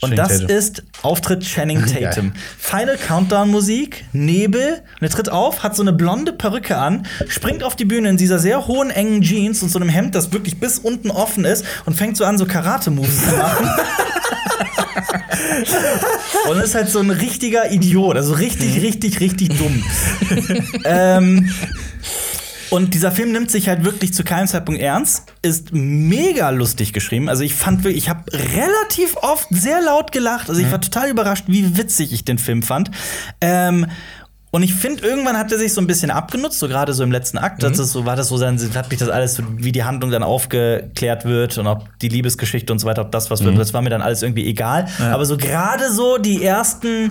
Speaker 1: Und
Speaker 3: Channing
Speaker 1: das
Speaker 3: Tatum.
Speaker 1: ist Auftritt Channing Tatum.
Speaker 3: Geil.
Speaker 1: Final Countdown Musik, Nebel und er tritt auf, hat so eine blonde Perücke an, springt auf die Bühne in dieser sehr hohen engen Jeans und so einem Hemd, das wirklich bis unten offen ist und fängt so an so Karate Moves zu machen. und ist halt so ein richtiger Idiot, also richtig richtig richtig dumm. ähm und dieser Film nimmt sich halt wirklich zu keinem Zeitpunkt ernst, ist mega lustig geschrieben. Also ich fand wirklich, ich habe relativ oft sehr laut gelacht. Also ich war total überrascht, wie witzig ich den Film fand. Ähm, und ich finde, irgendwann hat er sich so ein bisschen abgenutzt, so gerade so im letzten Akt. Das ist so, war das so sein, hat mich das alles, so, wie die Handlung dann aufgeklärt wird und ob die Liebesgeschichte und so weiter, ob das was wird, das war mir dann alles irgendwie egal. Aber so gerade so die ersten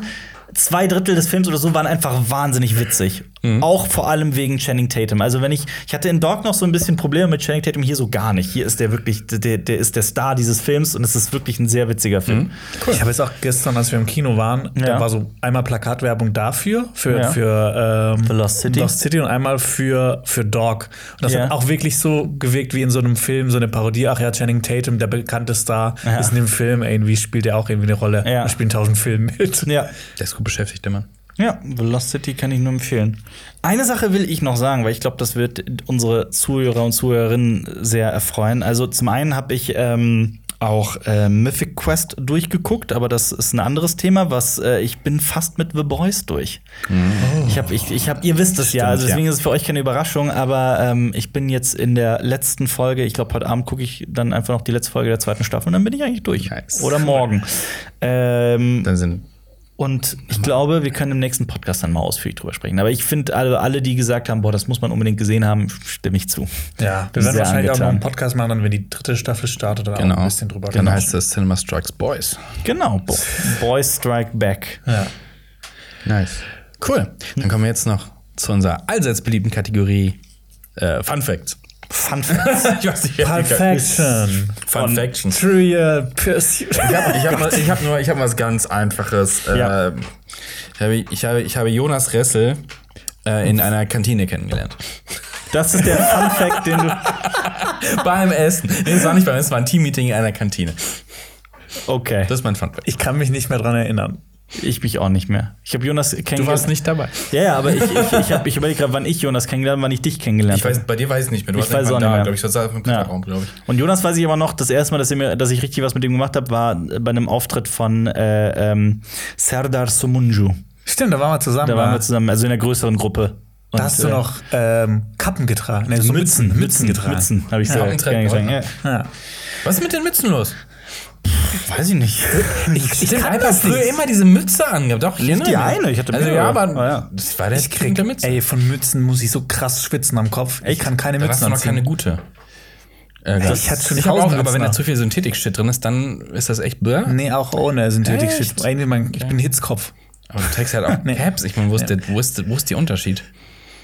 Speaker 1: zwei Drittel des Films oder so waren einfach wahnsinnig witzig. Auch vor allem wegen Channing Tatum. Also wenn ich, ich hatte in Dog noch so ein bisschen Probleme mit Channing Tatum, hier so gar nicht. Hier ist der wirklich, der, der ist der Star dieses Films und es ist wirklich ein sehr witziger Film.
Speaker 2: Ich habe jetzt auch gestern, als wir im Kino waren, da
Speaker 1: Ja.
Speaker 2: war so einmal Plakatwerbung dafür, für,
Speaker 1: Ja.
Speaker 2: für ähm,
Speaker 1: The Lost City.
Speaker 2: Lost City und einmal für, für Dog. Und das
Speaker 1: Ja.
Speaker 2: hat auch wirklich so gewirkt wie in so einem Film, so eine Parodie. Ach ja, Channing Tatum, der bekannte Star,
Speaker 1: Ja.
Speaker 2: ist in dem Film irgendwie, spielt er auch irgendwie eine Rolle.
Speaker 1: Ja.
Speaker 2: Er spielt in tausend Filmen mit.
Speaker 1: Ja.
Speaker 3: Der ist gut beschäftigt, der Mann.
Speaker 1: Ja, Velocity kann ich nur empfehlen. Eine Sache will ich noch sagen, weil ich glaube, das wird unsere Zuhörer und Zuhörerinnen sehr erfreuen. Also zum einen habe ich ähm, auch äh, Mythic Quest durchgeguckt, aber das ist ein anderes Thema, was äh, ich bin fast mit The Boys durch. Ich habe, ich, ich hab, ihr wisst es ja,
Speaker 3: Mhm. Stimmt,
Speaker 1: also deswegen
Speaker 3: ja.
Speaker 1: ist es für euch keine Überraschung, aber ähm, ich bin jetzt in der letzten Folge, ich glaube, heute Abend gucke ich dann einfach noch die letzte Folge der zweiten Staffel und dann bin ich eigentlich durch.
Speaker 3: Nice.
Speaker 1: Oder morgen. Ähm,
Speaker 3: Dann sind
Speaker 1: und ich glaube, wir können im nächsten Podcast dann mal ausführlich drüber sprechen. Aber ich finde, alle, alle, die gesagt haben, boah, das muss man unbedingt gesehen haben, stimme ich zu.
Speaker 2: Ja, wir
Speaker 1: Sehr
Speaker 2: werden wahrscheinlich auch noch
Speaker 1: angetan.
Speaker 2: einen Podcast machen, dann, wenn die dritte Staffel startet, dann
Speaker 3: genau.
Speaker 2: auch ein bisschen drüber
Speaker 3: Dann heißt
Speaker 2: quatschen.
Speaker 3: das Cinema Strikes Boys.
Speaker 1: Genau, Bo Boys Strike Back.
Speaker 2: Ja.
Speaker 3: Nice. Cool. Dann kommen wir jetzt noch zu unserer allseits beliebten Kategorie äh, Fun Facts.
Speaker 1: Fun Facts.
Speaker 3: Ich weiß nicht, wer-
Speaker 2: Perfection.
Speaker 3: Fun Faction.
Speaker 2: Trivial Pursuit.
Speaker 3: Ich habe ich hab, was- ich hab nur ich hab was ganz Einfaches.
Speaker 1: Ja.
Speaker 3: Ähm, ich, habe, ich, habe, ich habe Jonas Ressel äh, in einer Kantine kennengelernt.
Speaker 1: Das ist der Fun Fact, den du.
Speaker 3: beim Essen. Nee, es war nicht beim Essen, es war ein Teammeeting in einer Kantine.
Speaker 1: Okay.
Speaker 3: Das ist mein Fun Fact.
Speaker 2: Ich kann mich nicht mehr dran erinnern.
Speaker 1: ich mich auch nicht mehr. Ich habe Jonas kennengelernt.
Speaker 3: nicht dabei.
Speaker 1: Ja, ja, aber ich, ich, ich, hab- ich überlege gerade, wann ich Jonas kennengelernt wann ich dich kennengelernt
Speaker 3: Ich weiß, bei dir weiß ich nicht mehr. Du
Speaker 1: Ich
Speaker 3: warst nicht
Speaker 1: weiß
Speaker 3: mal
Speaker 1: auch
Speaker 3: da,
Speaker 1: nicht mehr.
Speaker 3: glaube ich. Das war im
Speaker 1: Ja.
Speaker 3: Raum, glaube ich.
Speaker 1: Und Jonas weiß ich aber noch, das erste Mal, dass, er mir, dass ich richtig was mit ihm gemacht habe, war bei einem Auftritt von äh, ähm, Serdar Somunju.
Speaker 2: Stimmt, da waren wir zusammen.
Speaker 1: Da
Speaker 2: wa?
Speaker 1: waren wir zusammen, also in der größeren Gruppe. Und,
Speaker 2: da hast du
Speaker 1: äh,
Speaker 2: noch ähm, Kappen getragen. Nee, so
Speaker 1: Mützen, Mützen, Mützen
Speaker 2: getragen.
Speaker 1: Mützen, habe ich so
Speaker 3: Ja,
Speaker 1: gerne gesagt. Ja.
Speaker 2: Ja.
Speaker 3: Was ist mit den Mützen los?
Speaker 1: Weiß ich nicht.
Speaker 3: Ich, ich
Speaker 2: kann
Speaker 3: habe
Speaker 2: das
Speaker 3: früher
Speaker 2: nicht.
Speaker 3: immer diese Mütze angehabt. Doch, ich
Speaker 1: Nicht die
Speaker 3: erinnere mich.
Speaker 1: eine, ich hatte
Speaker 3: Also,
Speaker 1: mehrere.
Speaker 3: ja, aber
Speaker 1: Ah, ja.
Speaker 3: das war der
Speaker 2: Ich krieg,
Speaker 3: der Mütze.
Speaker 2: ey, von Mützen muss ich so krass schwitzen am Kopf. Ich kann keine
Speaker 3: da hast
Speaker 2: Mützen
Speaker 3: du noch keine
Speaker 2: anziehen.
Speaker 3: gute. Äh,
Speaker 2: ich hatte schon
Speaker 3: ich hab auch,
Speaker 2: tausend
Speaker 3: aber wenn da
Speaker 2: Mützen.
Speaker 3: zu viel Synthetik-Shit drin ist, dann ist das echt böh.
Speaker 2: Nee, auch ohne synthetik
Speaker 3: Echt?
Speaker 2: Shit. Irgendwie mein, Ich bin Hitzkopf.
Speaker 3: Aber du trägst halt auch
Speaker 2: Nee.
Speaker 3: Caps. Ich meine, wo, ist der- wo, ist, wo ist die Unterschied?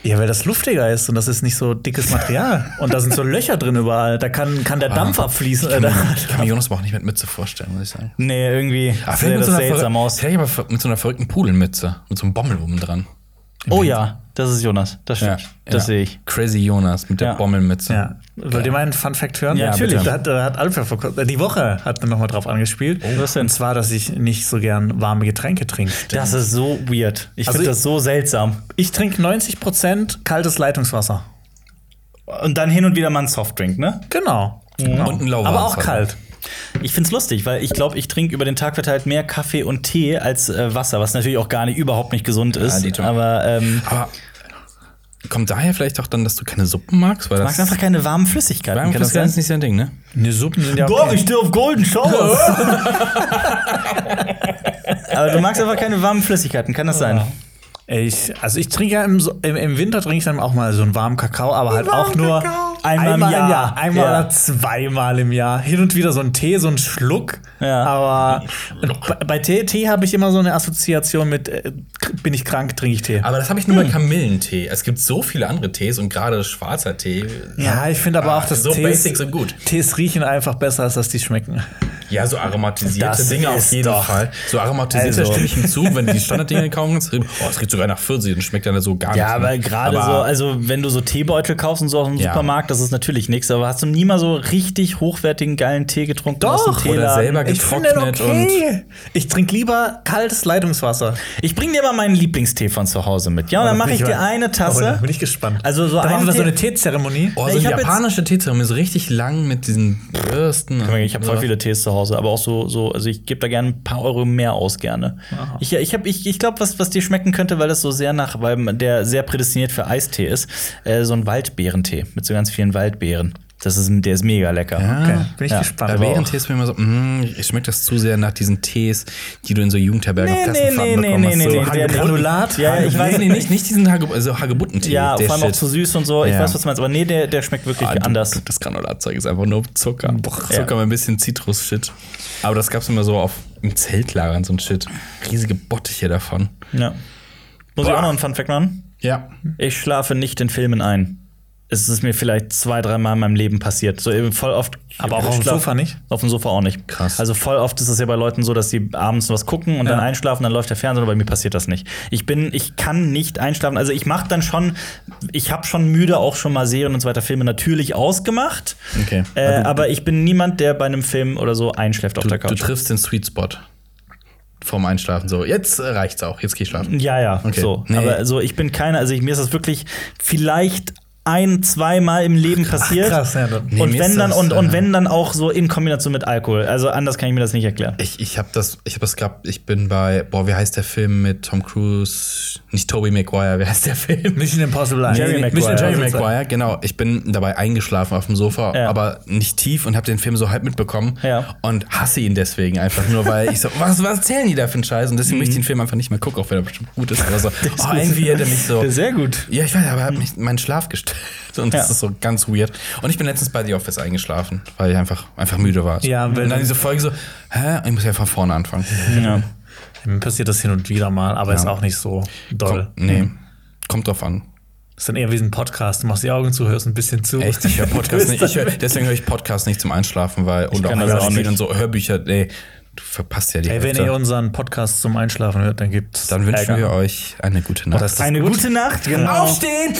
Speaker 2: Ja, weil das luftiger ist und das ist nicht so dickes Material. und da sind so Löcher drin überall. Da kann, kann der Dampf abfließen.
Speaker 3: Ich kann,
Speaker 2: Äh,
Speaker 3: mir,
Speaker 2: da-
Speaker 3: ich kann mir Jonas aber auch nicht mit Mütze vorstellen, muss ich sagen.
Speaker 1: Nee, irgendwie
Speaker 3: Ah,
Speaker 1: sieht
Speaker 3: vielleicht, mit
Speaker 1: das
Speaker 3: so einer
Speaker 1: seltsam
Speaker 3: verrück-
Speaker 1: aus.
Speaker 3: vielleicht aber ver- mit so einer verrückten Pudelmütze. Mit so einem Bommel oben dran.
Speaker 1: Oh ja, das ist Jonas. Das stimmt. Das sehe ich.
Speaker 3: Crazy Jonas mit der
Speaker 1: Ja.
Speaker 3: Bommelmütze.
Speaker 2: ja. Wollt ihr meinen Fun Fact hören?
Speaker 1: Ja, Natürlich. bitte.
Speaker 2: Da hat, da hat Alfred vor kurzem, äh, die Woche hat er nochmal drauf angespielt.
Speaker 1: Was denn?
Speaker 2: Und zwar, dass ich nicht so gern warme Getränke trinke.
Speaker 1: Das ist so weird. Ich
Speaker 2: Also
Speaker 1: finde
Speaker 2: ich-
Speaker 1: das so seltsam.
Speaker 2: Ich trinke 90% kaltes Leitungswasser.
Speaker 1: Und dann hin und wieder mal einen Softdrink, ne?
Speaker 2: Genau.
Speaker 3: Und ein lauwarmes
Speaker 2: Aber auch
Speaker 3: Wasser.
Speaker 2: kalt.
Speaker 1: Ich find's lustig, weil ich glaube, ich trinke über den Tag verteilt mehr Kaffee und Tee als äh, Wasser, was natürlich auch gar nicht überhaupt nicht gesund ist.
Speaker 3: Dito.
Speaker 1: aber ähm,
Speaker 3: Aber kommt daher vielleicht auch dann, dass du keine Suppen magst? Weil
Speaker 1: du magst einfach keine warmen Flüssigkeiten.
Speaker 3: Beim
Speaker 1: kann das
Speaker 3: das
Speaker 1: sein?
Speaker 3: ist nicht sein Ding, ne?
Speaker 2: Ne, Suppen sind ja
Speaker 1: Doch, ich stehe auf Golden Showers. aber du magst einfach keine warmen Flüssigkeiten, kann das sein?
Speaker 2: Ich, also ich trinke ja im, So- im, im Winter trinke ich dann auch mal so einen warmen Kakao, aber halt auch nur
Speaker 1: Einmal im Jahr.
Speaker 2: Einmal
Speaker 1: Ja.
Speaker 2: oder zweimal im Jahr. Hin und wieder so einen Tee, so einen Schluck.
Speaker 1: Ja.
Speaker 2: Aber bei, bei Tee, Tee habe ich immer so eine Assoziation mit, äh, bin ich krank, trinke ich Tee.
Speaker 3: Aber das habe ich nur bei Kamillentee. Es gibt so viele andere Tees und gerade schwarzer Tee.
Speaker 2: ja, ich finde aber auch, dass
Speaker 3: so
Speaker 2: Tees,
Speaker 3: basic, so gut.
Speaker 2: Tees riechen einfach besser, als dass die schmecken.
Speaker 3: Ja, so aromatisierte
Speaker 2: Das
Speaker 3: Dinge auf
Speaker 2: ist
Speaker 3: jeden
Speaker 2: doch-
Speaker 3: Fall. So aromatisierte
Speaker 2: Also-
Speaker 3: stimme ich ihm zu, wenn die Standarddinge kaum Oh, es riecht sogar nach Pfirsich und schmeckt dann so gar
Speaker 1: Ja,
Speaker 3: nicht. ne?
Speaker 1: aber gerade so, also wenn du so Teebeutel kaufst und so aus dem
Speaker 3: Ja.
Speaker 1: Supermarkt, das ist natürlich nichts, aber hast du nie mal so richtig hochwertigen, geilen Tee getrunken? aus dem
Speaker 3: oder
Speaker 1: Teeladen?
Speaker 3: selber
Speaker 2: Ich finde den
Speaker 3: getrocknet und.
Speaker 2: okay. Ich trinke lieber kaltes Leitungswasser.
Speaker 1: Ich bring dir mal meinen Lieblingstee von zu Hause mit. Ja, und dann mache ich dir eine
Speaker 2: Oh, da
Speaker 1: Tasse.
Speaker 2: bin ich gespannt.
Speaker 1: Also so
Speaker 2: da machen
Speaker 1: einen
Speaker 2: wir so
Speaker 1: Tee-
Speaker 2: eine Teezeremonie.
Speaker 3: Oh,
Speaker 1: Nee,
Speaker 3: so
Speaker 1: ich
Speaker 3: eine
Speaker 1: hab jetzt-
Speaker 3: japanische Teezeremonie, so richtig lang mit diesen Bürsten.
Speaker 1: Ich habe voll viele Tees zu Hause, aber auch so, so also ich gebe da gerne ein paar Euro mehr aus gerne. Ich, ich, hab- ich, ich glaube, was, was dir schmecken könnte, weil das so sehr nach, weil der sehr prädestiniert für Eistee ist, äh, so ein Waldbeerentee mit so ganz vielen Waldbeeren. Das ist, der ist mega lecker.
Speaker 2: Okay, bin ich
Speaker 1: Ja.
Speaker 2: gespannt.
Speaker 3: Bei
Speaker 2: aber auch.
Speaker 3: Bärentee ist mir immer so, mm, schmeckt das zu sehr nach diesen Tees, die du in so Jugendherbergen auf Klassenfahrten bekommen hast. so
Speaker 1: der
Speaker 3: Hagebutten-
Speaker 1: Granulat. Ja, ich weiß nicht.
Speaker 3: nee, nee, nicht, nicht diesen Hage, also Hagebuttentee.
Speaker 1: Ja, vor allem auch
Speaker 3: Shit.
Speaker 1: zu süß und so. Ich
Speaker 3: Ja.
Speaker 1: weiß, was du meinst, aber nee, der, der schmeckt wirklich
Speaker 3: Ah, du-
Speaker 1: anders.
Speaker 3: Das Granulatzeug ist einfach nur Zucker. Zucker
Speaker 1: Ja.
Speaker 3: mit ein bisschen Zitrus-Shit. Aber das gab's immer so auf, im Zeltlager und so ein Shit. Riesige Bottiche davon.
Speaker 1: Ja. Muss ich
Speaker 3: Boah.
Speaker 1: auch noch einen Funfact machen?
Speaker 3: Ja.
Speaker 1: Ich schlafe nicht in Filmen ein. Es ist mir vielleicht zwei, dreimal in meinem Leben passiert. So eben voll oft.
Speaker 2: Aber auch auf dem
Speaker 1: Schlaf-
Speaker 2: Sofa nicht?
Speaker 1: Auf dem Sofa auch nicht.
Speaker 3: Krass.
Speaker 1: Also voll oft ist es ja bei Leuten so, dass sie abends was gucken und dann einschlafen, dann läuft der Fernseher, aber bei mir passiert das nicht. Ich bin, ich kann nicht einschlafen. Also ich mache dann schon, ich habe schon müde auch schon mal Serien und so weiter Filme natürlich ausgemacht.
Speaker 3: Okay.
Speaker 1: Äh, aber ich bin niemand, der bei einem Film oder so einschläft auf
Speaker 3: Du,
Speaker 1: der
Speaker 3: du
Speaker 1: Couch.
Speaker 3: triffst den Sweet Spot. Vorm Einschlafen. So, jetzt äh, reicht's auch. Jetzt geh ich schlafen.
Speaker 1: Ja, ja,
Speaker 3: Okay.
Speaker 1: so.
Speaker 3: Nee.
Speaker 1: Aber so, ich bin keiner, also ich, mir ist das wirklich vielleicht ein, zweimal im Leben passiert.
Speaker 2: krass, ja, dann-
Speaker 1: und
Speaker 3: mir
Speaker 1: wenn
Speaker 3: ist
Speaker 1: dann
Speaker 3: das,
Speaker 1: und, und
Speaker 3: äh,
Speaker 1: wenn dann auch so in Kombination mit Alkohol. Also anders kann ich mir das nicht erklären.
Speaker 3: Ich, ich habe das, ich habe das gehabt, ich bin bei, boah, wie heißt der Film mit Tom Cruise? Nicht Tobey Maguire, wie heißt der Film?
Speaker 2: Mission Impossible 1.
Speaker 1: Jerry
Speaker 2: Mission
Speaker 1: Maguire. Also,
Speaker 2: Jerry
Speaker 3: Jerry
Speaker 2: Maguire.
Speaker 3: Maguire, genau. Ich bin dabei eingeschlafen auf dem Sofa,
Speaker 1: Ja.
Speaker 3: aber nicht tief und habe den Film so halb mitbekommen
Speaker 1: Ja.
Speaker 3: und hasse ihn deswegen einfach nur, weil ich so, was, was erzählen die da für einen Scheiß? Und deswegen möchte
Speaker 1: Mhm.
Speaker 3: ich den Film einfach nicht mehr gucken, auch wenn er bestimmt gut ist. Aber so, oh, irgendwie hätte mich so.
Speaker 1: Sehr gut. Mhm.
Speaker 3: Ja, ich weiß, aber er hat mich meinen Schlaf gestört. Und das
Speaker 1: Ja.
Speaker 3: ist so ganz weird. Und ich bin letztens bei The Office eingeschlafen, weil ich einfach, einfach müde war.
Speaker 2: Ja,
Speaker 3: und
Speaker 2: wenn-
Speaker 3: dann diese Folge so, hä? Ich muss ja von vorne anfangen.
Speaker 1: Ja.
Speaker 2: Mir passiert das hin und wieder mal, aber ist auch nicht so doll.
Speaker 3: Kommt, nee,
Speaker 1: Mhm.
Speaker 3: kommt drauf an.
Speaker 2: Ist dann eher wie so ein Podcast. Du machst die Augen zu, hörst ein bisschen zu.
Speaker 3: Echt, ich höre Podcasts nicht. Ich hör, deswegen höre ich Podcasts nicht zum Einschlafen, weil und
Speaker 1: kann
Speaker 3: auch
Speaker 1: das auch
Speaker 3: Hörspiele
Speaker 1: nicht.
Speaker 3: und so Hörbücher, ey, du verpasst ja die
Speaker 2: Ey, wenn
Speaker 3: Hälfte.
Speaker 2: ihr unseren Podcast zum Einschlafen hört, dann gibt's.
Speaker 3: Dann wünschen
Speaker 2: Ärger.
Speaker 3: wir euch eine gute Nacht.
Speaker 1: Eine gute Nacht, genau.
Speaker 3: Aufstehen!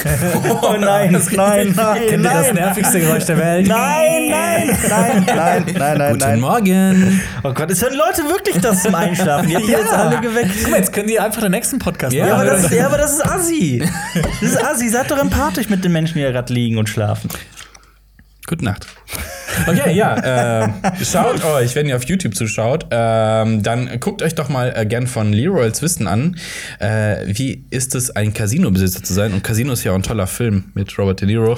Speaker 1: Oh nein, nein, nein, nein,
Speaker 2: Kennt ihr das
Speaker 1: nein,
Speaker 2: nervigste Geräusch der Welt?
Speaker 1: nein, nein, nein, nein, nein, nein,
Speaker 3: Guten Morgen!
Speaker 1: Oh Gott, es hören Leute wirklich das zum Einschlafen. Ihr habt die jetzt alle geweckt.
Speaker 2: Guck mal, jetzt können die einfach den nächsten Podcast
Speaker 3: Ja,
Speaker 1: Ja, aber
Speaker 2: machen.
Speaker 1: das, ist- ja, aber das ist assi. Das ist assi. Seid doch empathisch mit den Menschen, die da gerade liegen und schlafen.
Speaker 3: Gute Nacht. Okay, ja. ähm, schaut euch, wenn ihr auf YouTube zuschaut, ähm, dann guckt euch doch mal äh, gern von Leroy's Wissen an. Äh, wie ist es, ein Casino-Besitzer zu sein? Und Casino ist ja auch ein toller Film mit Robert De Niro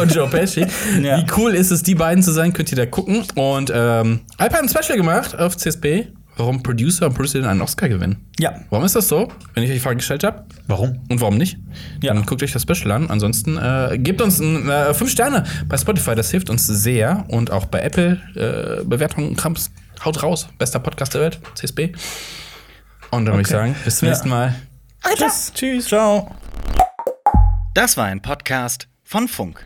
Speaker 3: und Joe Pesci.
Speaker 1: Ja.
Speaker 3: Wie cool ist es, die beiden zu sein? Könnt ihr da gucken. Und ähm, Alp hat ein Special gemacht auf CSB. Warum Producer und Producerin einen Oscar gewinnen?
Speaker 1: Ja.
Speaker 3: Warum ist das so? Wenn ich euch die Frage gestellt habe,
Speaker 2: Warum?
Speaker 3: und warum nicht?
Speaker 1: Ja.
Speaker 3: Dann guckt euch das Special an. Ansonsten äh, gebt uns ein, äh, fünf Sterne bei Spotify, das hilft uns sehr. Und auch bei Apple, äh, Bewertungen, Krams, haut raus. Bester Podcast der Welt, CSB. Und dann würde ich sagen, bis zum nächsten Mal.
Speaker 4: Tschüss. Ciao. Das war ein Podcast von Funk.